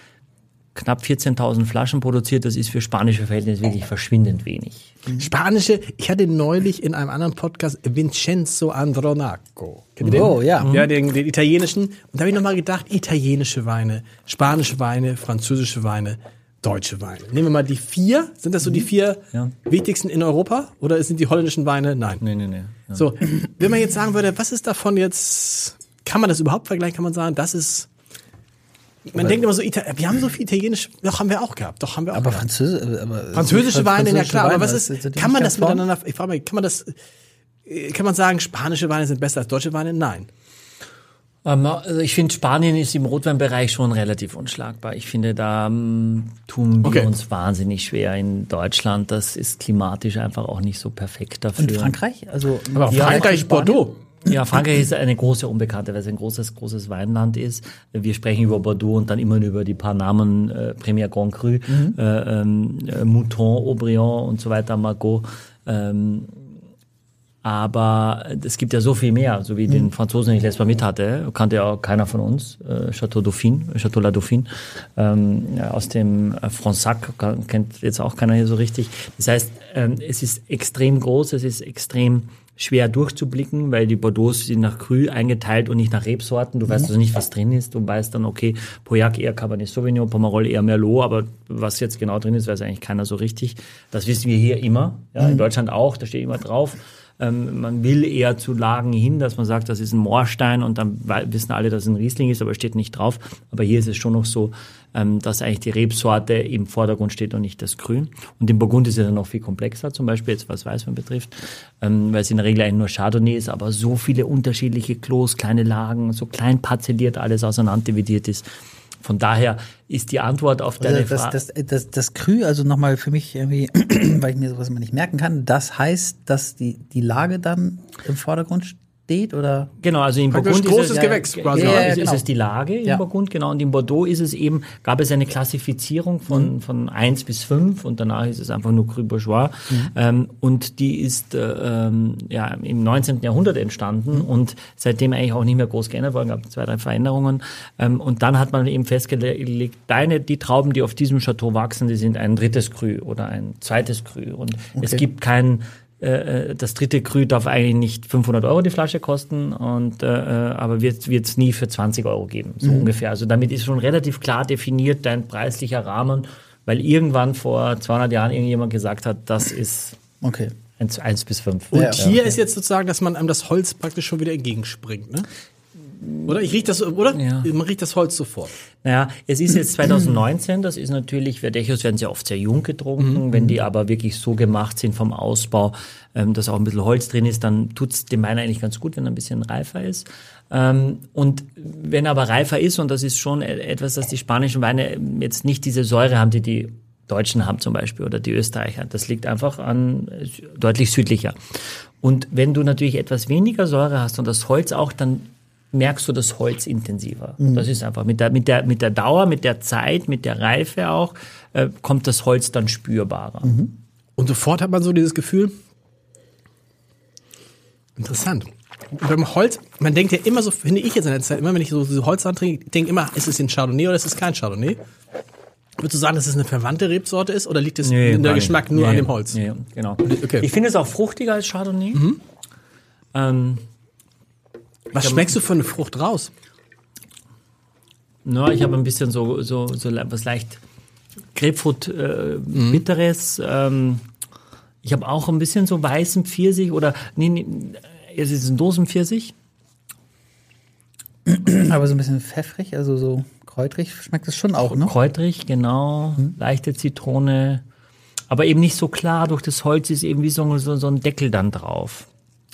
[SPEAKER 4] knapp 14.000 Flaschen produziert. Das ist für spanische Verhältnisse wirklich verschwindend wenig.
[SPEAKER 3] Spanische, ich hatte neulich in einem anderen Podcast Vincenzo Andronaco. Kennt ihr den?
[SPEAKER 2] Oh, ja.
[SPEAKER 4] Mhm.
[SPEAKER 3] Ja, den, den italienischen. Und da habe ich nochmal gedacht, italienische Weine, spanische Weine, französische Weine, deutsche Weine. Nehmen wir mal die vier. Sind das so die vier
[SPEAKER 4] Mhm. Ja.
[SPEAKER 3] wichtigsten in Europa? Oder sind die holländischen Weine? Nein.
[SPEAKER 4] nee, nee.
[SPEAKER 3] So, wenn man jetzt sagen würde, was ist davon jetzt, kann man das überhaupt vergleichen? Kann man sagen, das ist, man denkt immer so, Ita wir haben so viel italienisch, doch haben wir auch gehabt, doch haben wir auch
[SPEAKER 2] Aber
[SPEAKER 3] gehabt.
[SPEAKER 2] Französ äh, aber
[SPEAKER 3] Französische Also Weine, also ja klar, aber was
[SPEAKER 2] das- das-
[SPEAKER 3] ist,
[SPEAKER 2] das-
[SPEAKER 3] kann man
[SPEAKER 2] ganz
[SPEAKER 3] das
[SPEAKER 2] vorn?
[SPEAKER 3] miteinander, ich frage mal, kann man das, äh, kann man sagen, spanische Weine sind besser als deutsche Weine? Nein.
[SPEAKER 4] Ähm, Also ich finde, Spanien ist im Rotweinbereich schon relativ unschlagbar. Ich finde, da ähm, tun wir
[SPEAKER 3] Okay.
[SPEAKER 4] uns wahnsinnig schwer in Deutschland. Das ist klimatisch einfach auch nicht so perfekt dafür.
[SPEAKER 2] Und Frankreich? Also,
[SPEAKER 3] Aber
[SPEAKER 2] Ja,
[SPEAKER 3] Frankreich,
[SPEAKER 2] Spanien?
[SPEAKER 3] Bordeaux.
[SPEAKER 4] Ja, Frankreich ist eine große Unbekannte, weil es ein großes, großes Weinland ist. Wir sprechen über Bordeaux und dann immer über die paar Namen, äh, Premier Grand Cru, äh, ähm, äh, Mouton, Aubryon und so weiter, Margot. Ähm, aber es gibt ja so viel mehr, so wie den Franzosen, den ich letztes Mal mit hatte, kannte ja auch keiner von uns, äh, Chateau Dauphine, Chateau La Dauphine, ähm, ja, aus dem äh, Fronsac, kan- kennt jetzt auch keiner hier so richtig. Das heißt, ähm, es ist extrem groß, es ist extrem schwer durchzublicken, weil die Bordeaux sind nach Cru eingeteilt und nicht nach Rebsorten. Du weißt also nicht, was drin ist. Du weißt dann, okay, Pauillac eher Cabernet Sauvignon, Pomerol eher Merlot, aber was jetzt genau drin ist, weiß eigentlich keiner so richtig. Das wissen wir hier immer, ja, in Deutschland auch, da steht immer drauf. Ähm, man will eher zu Lagen hin, dass man sagt, das ist ein Moorstein und dann wei- wissen alle, dass es ein Riesling ist, aber steht nicht drauf. Aber hier ist es schon noch so, ähm, dass eigentlich die Rebsorte im Vordergrund steht und nicht das Grün. Und im Burgund ist es ja noch viel komplexer, zum Beispiel jetzt was Weißwein betrifft, ähm, weil es in der Regel eigentlich nur Chardonnay ist, aber so viele unterschiedliche Klos, kleine Lagen, so klein parzelliert alles auseinanderdividiert ist. Von daher ist die Antwort auf deine
[SPEAKER 2] Also das,
[SPEAKER 4] Frage.
[SPEAKER 2] das, das, das Krü, also nochmal für mich irgendwie, weil ich mir sowas immer nicht merken kann, das heißt, dass die, die Lage dann im Vordergrund steht oder?
[SPEAKER 4] Genau, also in
[SPEAKER 3] Praktisch
[SPEAKER 4] Burgund
[SPEAKER 3] großes
[SPEAKER 4] ist es,
[SPEAKER 3] Gewächs
[SPEAKER 4] ja,
[SPEAKER 3] quasi.
[SPEAKER 4] Genau,
[SPEAKER 2] Ja, ja,
[SPEAKER 4] ist,
[SPEAKER 2] genau.
[SPEAKER 4] ist es die Lage in
[SPEAKER 2] Ja.
[SPEAKER 4] Burgund, genau. Und in Bordeaux ist es eben, gab es eine Klassifizierung von,
[SPEAKER 3] Mhm.
[SPEAKER 4] von 1 bis 5 und danach ist es einfach nur Cru Bourgeois.
[SPEAKER 3] Mhm.
[SPEAKER 4] Ähm, und die ist äh, ähm, ja, im 19. Jahrhundert entstanden
[SPEAKER 3] Mhm.
[SPEAKER 4] und seitdem eigentlich auch nicht mehr groß geändert worden, gab zwei, drei Veränderungen. Ähm, und dann hat man eben festgelegt, deine, die Trauben, die auf diesem Chateau wachsen, die sind ein drittes Cru oder ein zweites Cru. Und es gibt keinen äh, das dritte Grü darf eigentlich nicht 500 Euro die Flasche kosten, und, äh, äh, aber wird es nie für 20 Euro geben, so ungefähr. Also damit ist schon relativ klar definiert dein preislicher Rahmen, weil irgendwann vor 200 Jahren irgendjemand gesagt hat, das ist
[SPEAKER 2] Okay.
[SPEAKER 4] 1, bis 5.
[SPEAKER 2] Ja.
[SPEAKER 3] Hier ist jetzt sozusagen, dass man einem das Holz praktisch schon wieder entgegenspringt, ne? Oder? Ich riech das, oder?
[SPEAKER 4] Ja.
[SPEAKER 3] Man riecht das Holz sofort.
[SPEAKER 4] Naja, es ist jetzt 2019, das ist natürlich, Verdechos werden sehr oft sehr jung getrunken, wenn die aber wirklich so gemacht sind vom Ausbau, ähm, dass auch ein bisschen Holz drin ist, dann tut's dem Wein eigentlich ganz gut, wenn er ein bisschen reifer ist. Ähm, und wenn er aber reifer ist, und das ist schon e- etwas, dass die spanischen Weine ähm, jetzt nicht diese Säure haben, die die Deutschen haben zum Beispiel oder die Österreicher. Das liegt einfach an äh, sü- deutlich südlicher. Und wenn du natürlich etwas weniger Säure hast und das Holz auch, dann merkst du das Holz intensiver.
[SPEAKER 3] Mhm.
[SPEAKER 4] Das ist einfach mit der, mit, der, mit der Dauer, mit der Zeit, mit der Reife auch, äh, kommt das Holz dann spürbarer.
[SPEAKER 3] Mhm. Und sofort hat man so dieses Gefühl. Interessant. Und Beim Holz, man denkt ja immer so, finde ich jetzt in der Zeit, immer wenn ich so diese Holz antrinke, denke immer, ist es ein Chardonnay oder ist es kein Chardonnay? Würdest du sagen, dass es eine verwandte Rebsorte ist oder liegt es
[SPEAKER 4] Nee,
[SPEAKER 3] in der
[SPEAKER 4] gar nicht.
[SPEAKER 3] Geschmack nur
[SPEAKER 4] Nee,
[SPEAKER 3] an dem Holz?
[SPEAKER 4] Nee, genau.
[SPEAKER 3] Okay. Mhm.
[SPEAKER 4] Ich finde es auch fruchtiger als Chardonnay. Ähm,
[SPEAKER 3] Was schmeckst du von der Frucht raus?
[SPEAKER 4] na, ich habe ein bisschen so, so, so le- was leicht Grapefruit äh,
[SPEAKER 3] Mhm.
[SPEAKER 4] Bitteres. Ähm, ich habe auch ein bisschen so weißen Pfirsich oder nee, nee, es ist ein Dosenpfirsich.
[SPEAKER 2] Aber so ein bisschen pfeffrig, also so kräutrig schmeckt es schon auch, ne?
[SPEAKER 4] Kräutrig, genau, leichte Zitrone, aber eben nicht so klar. Durch das Holz ist eben wie so, so, so ein Deckel dann drauf.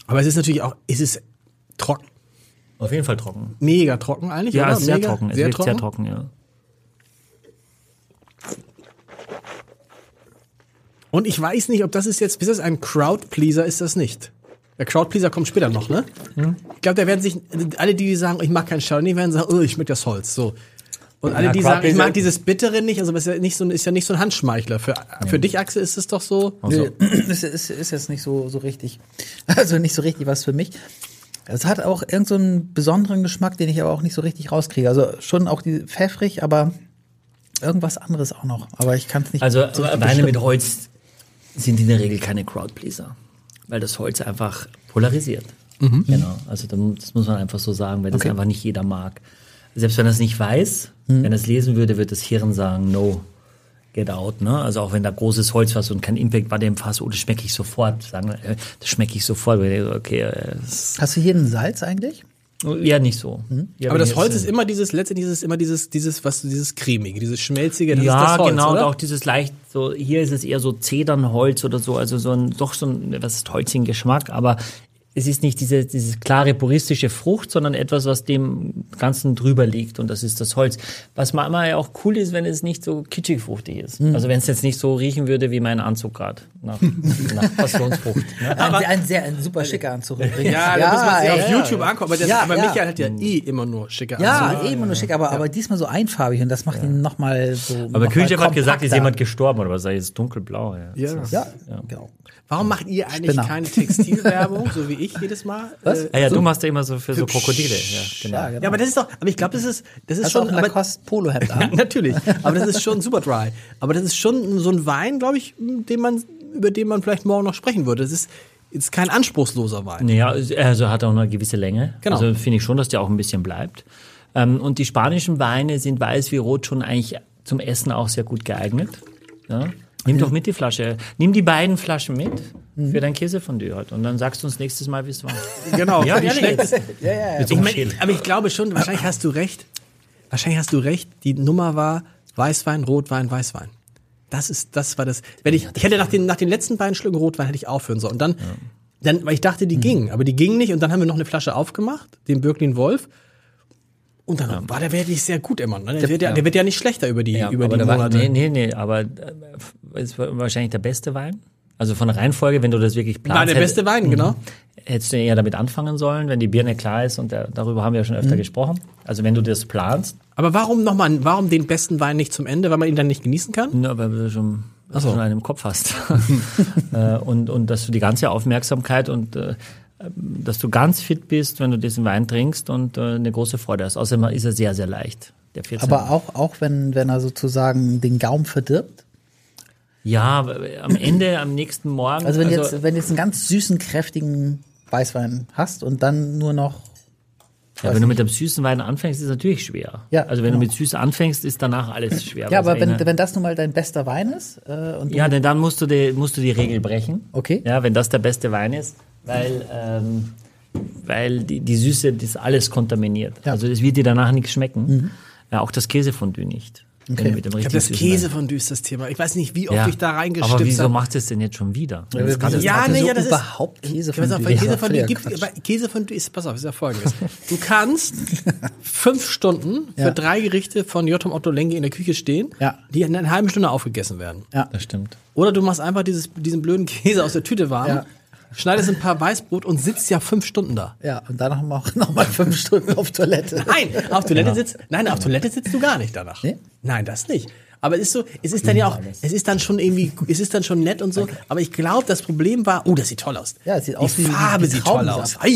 [SPEAKER 3] Aber es ist natürlich auch, es ist trocken,
[SPEAKER 4] Auf jeden Fall trocken.
[SPEAKER 3] mega trocken eigentlich.
[SPEAKER 4] Ja,
[SPEAKER 3] oder?
[SPEAKER 4] es ist sehr
[SPEAKER 3] mega,
[SPEAKER 4] trocken. Es
[SPEAKER 3] Sehr
[SPEAKER 4] wirkt
[SPEAKER 3] trocken.
[SPEAKER 4] sehr trocken, ja.
[SPEAKER 3] Und ich weiß nicht, ob das ist jetzt, ist das ein Crowdpleaser, ist das nicht. Der Crowdpleaser kommt später noch, ne?
[SPEAKER 4] Hm.
[SPEAKER 3] Ich glaube, da werden sich, alle, die sagen, ich mag keinen Chardonnay, werden sagen, oh, ich schmeck das Holz, so. Und alle,
[SPEAKER 4] Ja,
[SPEAKER 3] die sagen, ich
[SPEAKER 4] Crowdpleaser-
[SPEAKER 3] mag dieses Bittere nicht, also was ist ja nicht so, ein- ist ja nicht so ein Handschmeichler. Für, für dich, Axel, ist es doch so.
[SPEAKER 2] Nö, ist, ist, ist jetzt nicht so, so richtig. Also nicht so richtig was für mich. Es hat auch irgendeinen so einen besonderen Geschmack, den ich aber auch nicht so richtig rauskriege. Also schon auch die pfeffrig, aber irgendwas anderes auch noch. Aber ich kann es nicht.
[SPEAKER 4] Also
[SPEAKER 2] so richtig
[SPEAKER 4] Weine
[SPEAKER 2] bestimmen.
[SPEAKER 4] mit Holz sind in der Regel keine Crowdpleaser, weil das Holz einfach polarisiert.
[SPEAKER 3] Mhm.
[SPEAKER 4] Genau, also da mu- das muss man einfach so sagen, weil das
[SPEAKER 2] Okay.
[SPEAKER 4] einfach nicht jeder mag. Selbst wenn er es nicht weiß,
[SPEAKER 3] Mhm.
[SPEAKER 4] wenn er es lesen würde, wird das Hirn sagen, no, get out. Ne? Also auch wenn da großes Holz was und kein Impact war dem Fass, oh, das schmecke ich sofort. Sagen, wir, äh, das schmecke ich sofort. Weil, äh, Okay, äh, das-
[SPEAKER 2] Hast du hier einen Salz eigentlich?
[SPEAKER 4] eher nicht so. Eher
[SPEAKER 3] Mhm. Aber das
[SPEAKER 4] weniger
[SPEAKER 3] Holz
[SPEAKER 4] so.
[SPEAKER 3] ist immer dieses, letztendlich ist es immer dieses, dieses, was, dieses cremige, dieses schmelzige, das
[SPEAKER 4] ja,
[SPEAKER 3] ist das Holz,
[SPEAKER 4] genau,
[SPEAKER 3] oder?
[SPEAKER 4] und auch dieses leicht, so hier ist es eher so Zedernholz oder so, also so ein, doch so ein, was ist holzigen Geschmack, aber es ist nicht diese, dieses klare puristische Frucht, sondern etwas, was dem Ganzen drüber liegt und das ist das Holz. Was manchmal ja auch cool ist, wenn es nicht so kitschig fruchtig ist. Also wenn es jetzt nicht so riechen würde wie mein Anzug gerade nach, nach Passionsfrucht. Ne?
[SPEAKER 2] Ein, ein sehr ein super schicker Anzug. übrigens.
[SPEAKER 3] Ja, da muss man sich
[SPEAKER 2] ey.
[SPEAKER 3] auf YouTube angucken. Aber, das,
[SPEAKER 2] Ja,
[SPEAKER 3] aber
[SPEAKER 2] ja.
[SPEAKER 3] Michael hat ja Also, eh immer nur schicke
[SPEAKER 2] Ja,
[SPEAKER 3] Anzüge.
[SPEAKER 2] eben nur schick, aber, aber diesmal so einfarbig und das macht ihn nochmal so. noch mal
[SPEAKER 4] Aber Kühlchef hat gesagt, ist
[SPEAKER 2] kompakter.
[SPEAKER 4] jemand gestorben oder was? Sei es dunkelblau. Ja.
[SPEAKER 3] eh. Ja.
[SPEAKER 2] Ja, genau.
[SPEAKER 3] Warum macht ihr eigentlich
[SPEAKER 2] Spinner.
[SPEAKER 3] keine Textilwerbung, so wie ich jedes Mal? Was?
[SPEAKER 4] Ah ja, du machst ja immer so für so Krokodile. Ja, genau.
[SPEAKER 2] Ja, genau.
[SPEAKER 3] Ja, aber das ist doch, aber ich glaube, das ist, das ist
[SPEAKER 2] Hast du
[SPEAKER 3] schon,
[SPEAKER 2] auch ein
[SPEAKER 3] aber,
[SPEAKER 2] Lacoste-Polohemd an?
[SPEAKER 3] natürlich, aber das ist schon super dry. Aber das ist schon so ein Wein, glaube ich, den man, über den man vielleicht morgen noch sprechen würde. Das ist jetzt kein anspruchsloser Wein.
[SPEAKER 4] Naja, also hat auch eine gewisse Länge.
[SPEAKER 3] Genau.
[SPEAKER 4] Also finde ich schon, dass der auch ein bisschen bleibt. Ähm, und die spanischen Weine sind weiß wie rot schon eigentlich zum Essen auch sehr gut geeignet. Ja? Nimm doch mit die Flasche. Nimm die beiden Flaschen mit für dein Käsefondue heute. Und dann sagst du uns nächstes Mal, wie es war.
[SPEAKER 3] Genau, ja, wie
[SPEAKER 4] ehrlich.
[SPEAKER 3] schlecht ist.
[SPEAKER 4] Mit so
[SPEAKER 3] Ich
[SPEAKER 4] einem
[SPEAKER 3] mein,
[SPEAKER 4] Schädel.
[SPEAKER 3] aber ich glaube schon, wahrscheinlich hast du recht. Wahrscheinlich hast du recht. Die Nummer war Weißwein, Rotwein, Weißwein. Das ist, das war das. Wenn ich, ich hätte nach den, nach den letzten beiden Schlücken Rotwein hätte ich aufhören sollen. Und dann, dann, weil ich dachte,
[SPEAKER 4] Hm.
[SPEAKER 3] die gingen, aber die gingen nicht. Und dann haben wir noch eine Flasche aufgemacht, den Birklin Wolf. Und dann war der wirklich sehr gut immer. Ne? Der, wird ja, der wird ja nicht schlechter über die,
[SPEAKER 4] Ja,
[SPEAKER 3] über
[SPEAKER 4] aber
[SPEAKER 3] die
[SPEAKER 4] der Wein-
[SPEAKER 3] Monate.
[SPEAKER 4] Nee, nee, nee, aber äh, es war wahrscheinlich der beste Wein. Also von der Reihenfolge, wenn du das wirklich planst.
[SPEAKER 3] war der
[SPEAKER 4] hätte-
[SPEAKER 3] beste Wein, genau.
[SPEAKER 4] hättest du eher damit anfangen sollen, wenn die Birne klar ist und der, darüber haben wir ja schon öfter gesprochen. Also wenn du das planst,
[SPEAKER 3] Aber warum nochmal, warum den besten Wein nicht zum Ende, weil man ihn dann nicht genießen kann?
[SPEAKER 4] na, weil du schon, weil du schon einen im Kopf hast. äh, und, und dass du die ganze Aufmerksamkeit und äh, dass du ganz fit bist, wenn du diesen Wein trinkst und äh, eine große Freude hast. Außerdem ist er sehr, sehr leicht. Der 14.
[SPEAKER 2] Aber auch, auch wenn, wenn er sozusagen den Gaumen verdirbt.
[SPEAKER 4] ja, aber am Ende, am nächsten Morgen.
[SPEAKER 2] Also wenn du jetzt, wenn du jetzt einen ganz süßen, kräftigen Weißwein hast und dann nur noch.
[SPEAKER 4] ja, wenn du mit dem süßen Wein anfängst, ist es natürlich schwer.
[SPEAKER 2] Ja,
[SPEAKER 4] also wenn
[SPEAKER 2] genau.
[SPEAKER 4] du mit süß anfängst, ist danach alles schwer.
[SPEAKER 2] Ja,
[SPEAKER 4] weil
[SPEAKER 2] aber
[SPEAKER 4] es
[SPEAKER 2] wenn,
[SPEAKER 4] eine-
[SPEAKER 2] wenn das nun mal dein bester Wein ist äh, und du,
[SPEAKER 4] Ja, denn dann musst du die, musst du die Regel brechen.
[SPEAKER 2] Okay.
[SPEAKER 4] Ja, wenn das der beste Wein ist, weil, ähm, weil die, die Süße das alles kontaminiert.
[SPEAKER 2] Ja. Mhm.
[SPEAKER 4] Also es wird dir danach nichts schmecken. Ja, auch das Käsefondue nicht. Okay. Wenn du mit dem
[SPEAKER 3] Ich
[SPEAKER 4] richtig
[SPEAKER 3] habe das
[SPEAKER 4] süßen Wein-
[SPEAKER 3] Käse von das Thema. Ich weiß nicht, wie oft
[SPEAKER 4] ja.
[SPEAKER 3] ich da reingestimmt
[SPEAKER 4] Aber wieso
[SPEAKER 3] hab.
[SPEAKER 4] macht es denn jetzt schon wieder?
[SPEAKER 2] Ja, wieso-
[SPEAKER 4] Das kann das-
[SPEAKER 2] Also hat
[SPEAKER 3] Ja,
[SPEAKER 2] er
[SPEAKER 3] nee,
[SPEAKER 2] so
[SPEAKER 3] ja, das
[SPEAKER 2] überhaupt
[SPEAKER 3] ist,
[SPEAKER 2] Käse
[SPEAKER 3] Pass auf,
[SPEAKER 2] Fondue?
[SPEAKER 3] weil Käse
[SPEAKER 2] Ja,
[SPEAKER 3] Fondue
[SPEAKER 2] völliger
[SPEAKER 3] gibt,
[SPEAKER 2] Quatsch.
[SPEAKER 3] aber Käse Fondue ist, pass auf, ist ja folgendes. Du kannst fünf Stunden für
[SPEAKER 2] Ja.
[SPEAKER 3] drei Gerichte von Jotam Otto Lengi in der Küche stehen,
[SPEAKER 2] Ja.
[SPEAKER 3] die in einer halben Stunde aufgegessen werden.
[SPEAKER 2] Ja.
[SPEAKER 4] Das stimmt.
[SPEAKER 3] Oder du machst einfach dieses, diesen blöden Käse aus der Tüte warm.
[SPEAKER 2] Ja.
[SPEAKER 3] schneidest ein paar Weißbrot und sitzt ja fünf Stunden da.
[SPEAKER 2] Ja, und danach noch, noch mal fünf Stunden auf Toilette.
[SPEAKER 3] Nein, auf Toilette sitzt, nein, auf Toilette sitzt du gar nicht danach.
[SPEAKER 2] Nee? Hm,
[SPEAKER 3] Nein, das nicht. Aber es ist so, es ist dann ja auch, es ist dann schon irgendwie, es ist dann schon nett und so. Aber ich glaube, das Problem war, oh, das sieht toll aus.
[SPEAKER 2] Ja, es sieht
[SPEAKER 3] die
[SPEAKER 2] aus wie- wie-
[SPEAKER 3] Farbe
[SPEAKER 2] wie
[SPEAKER 3] sieht
[SPEAKER 2] Trauben
[SPEAKER 3] toll
[SPEAKER 2] sieht
[SPEAKER 3] aus. Ei,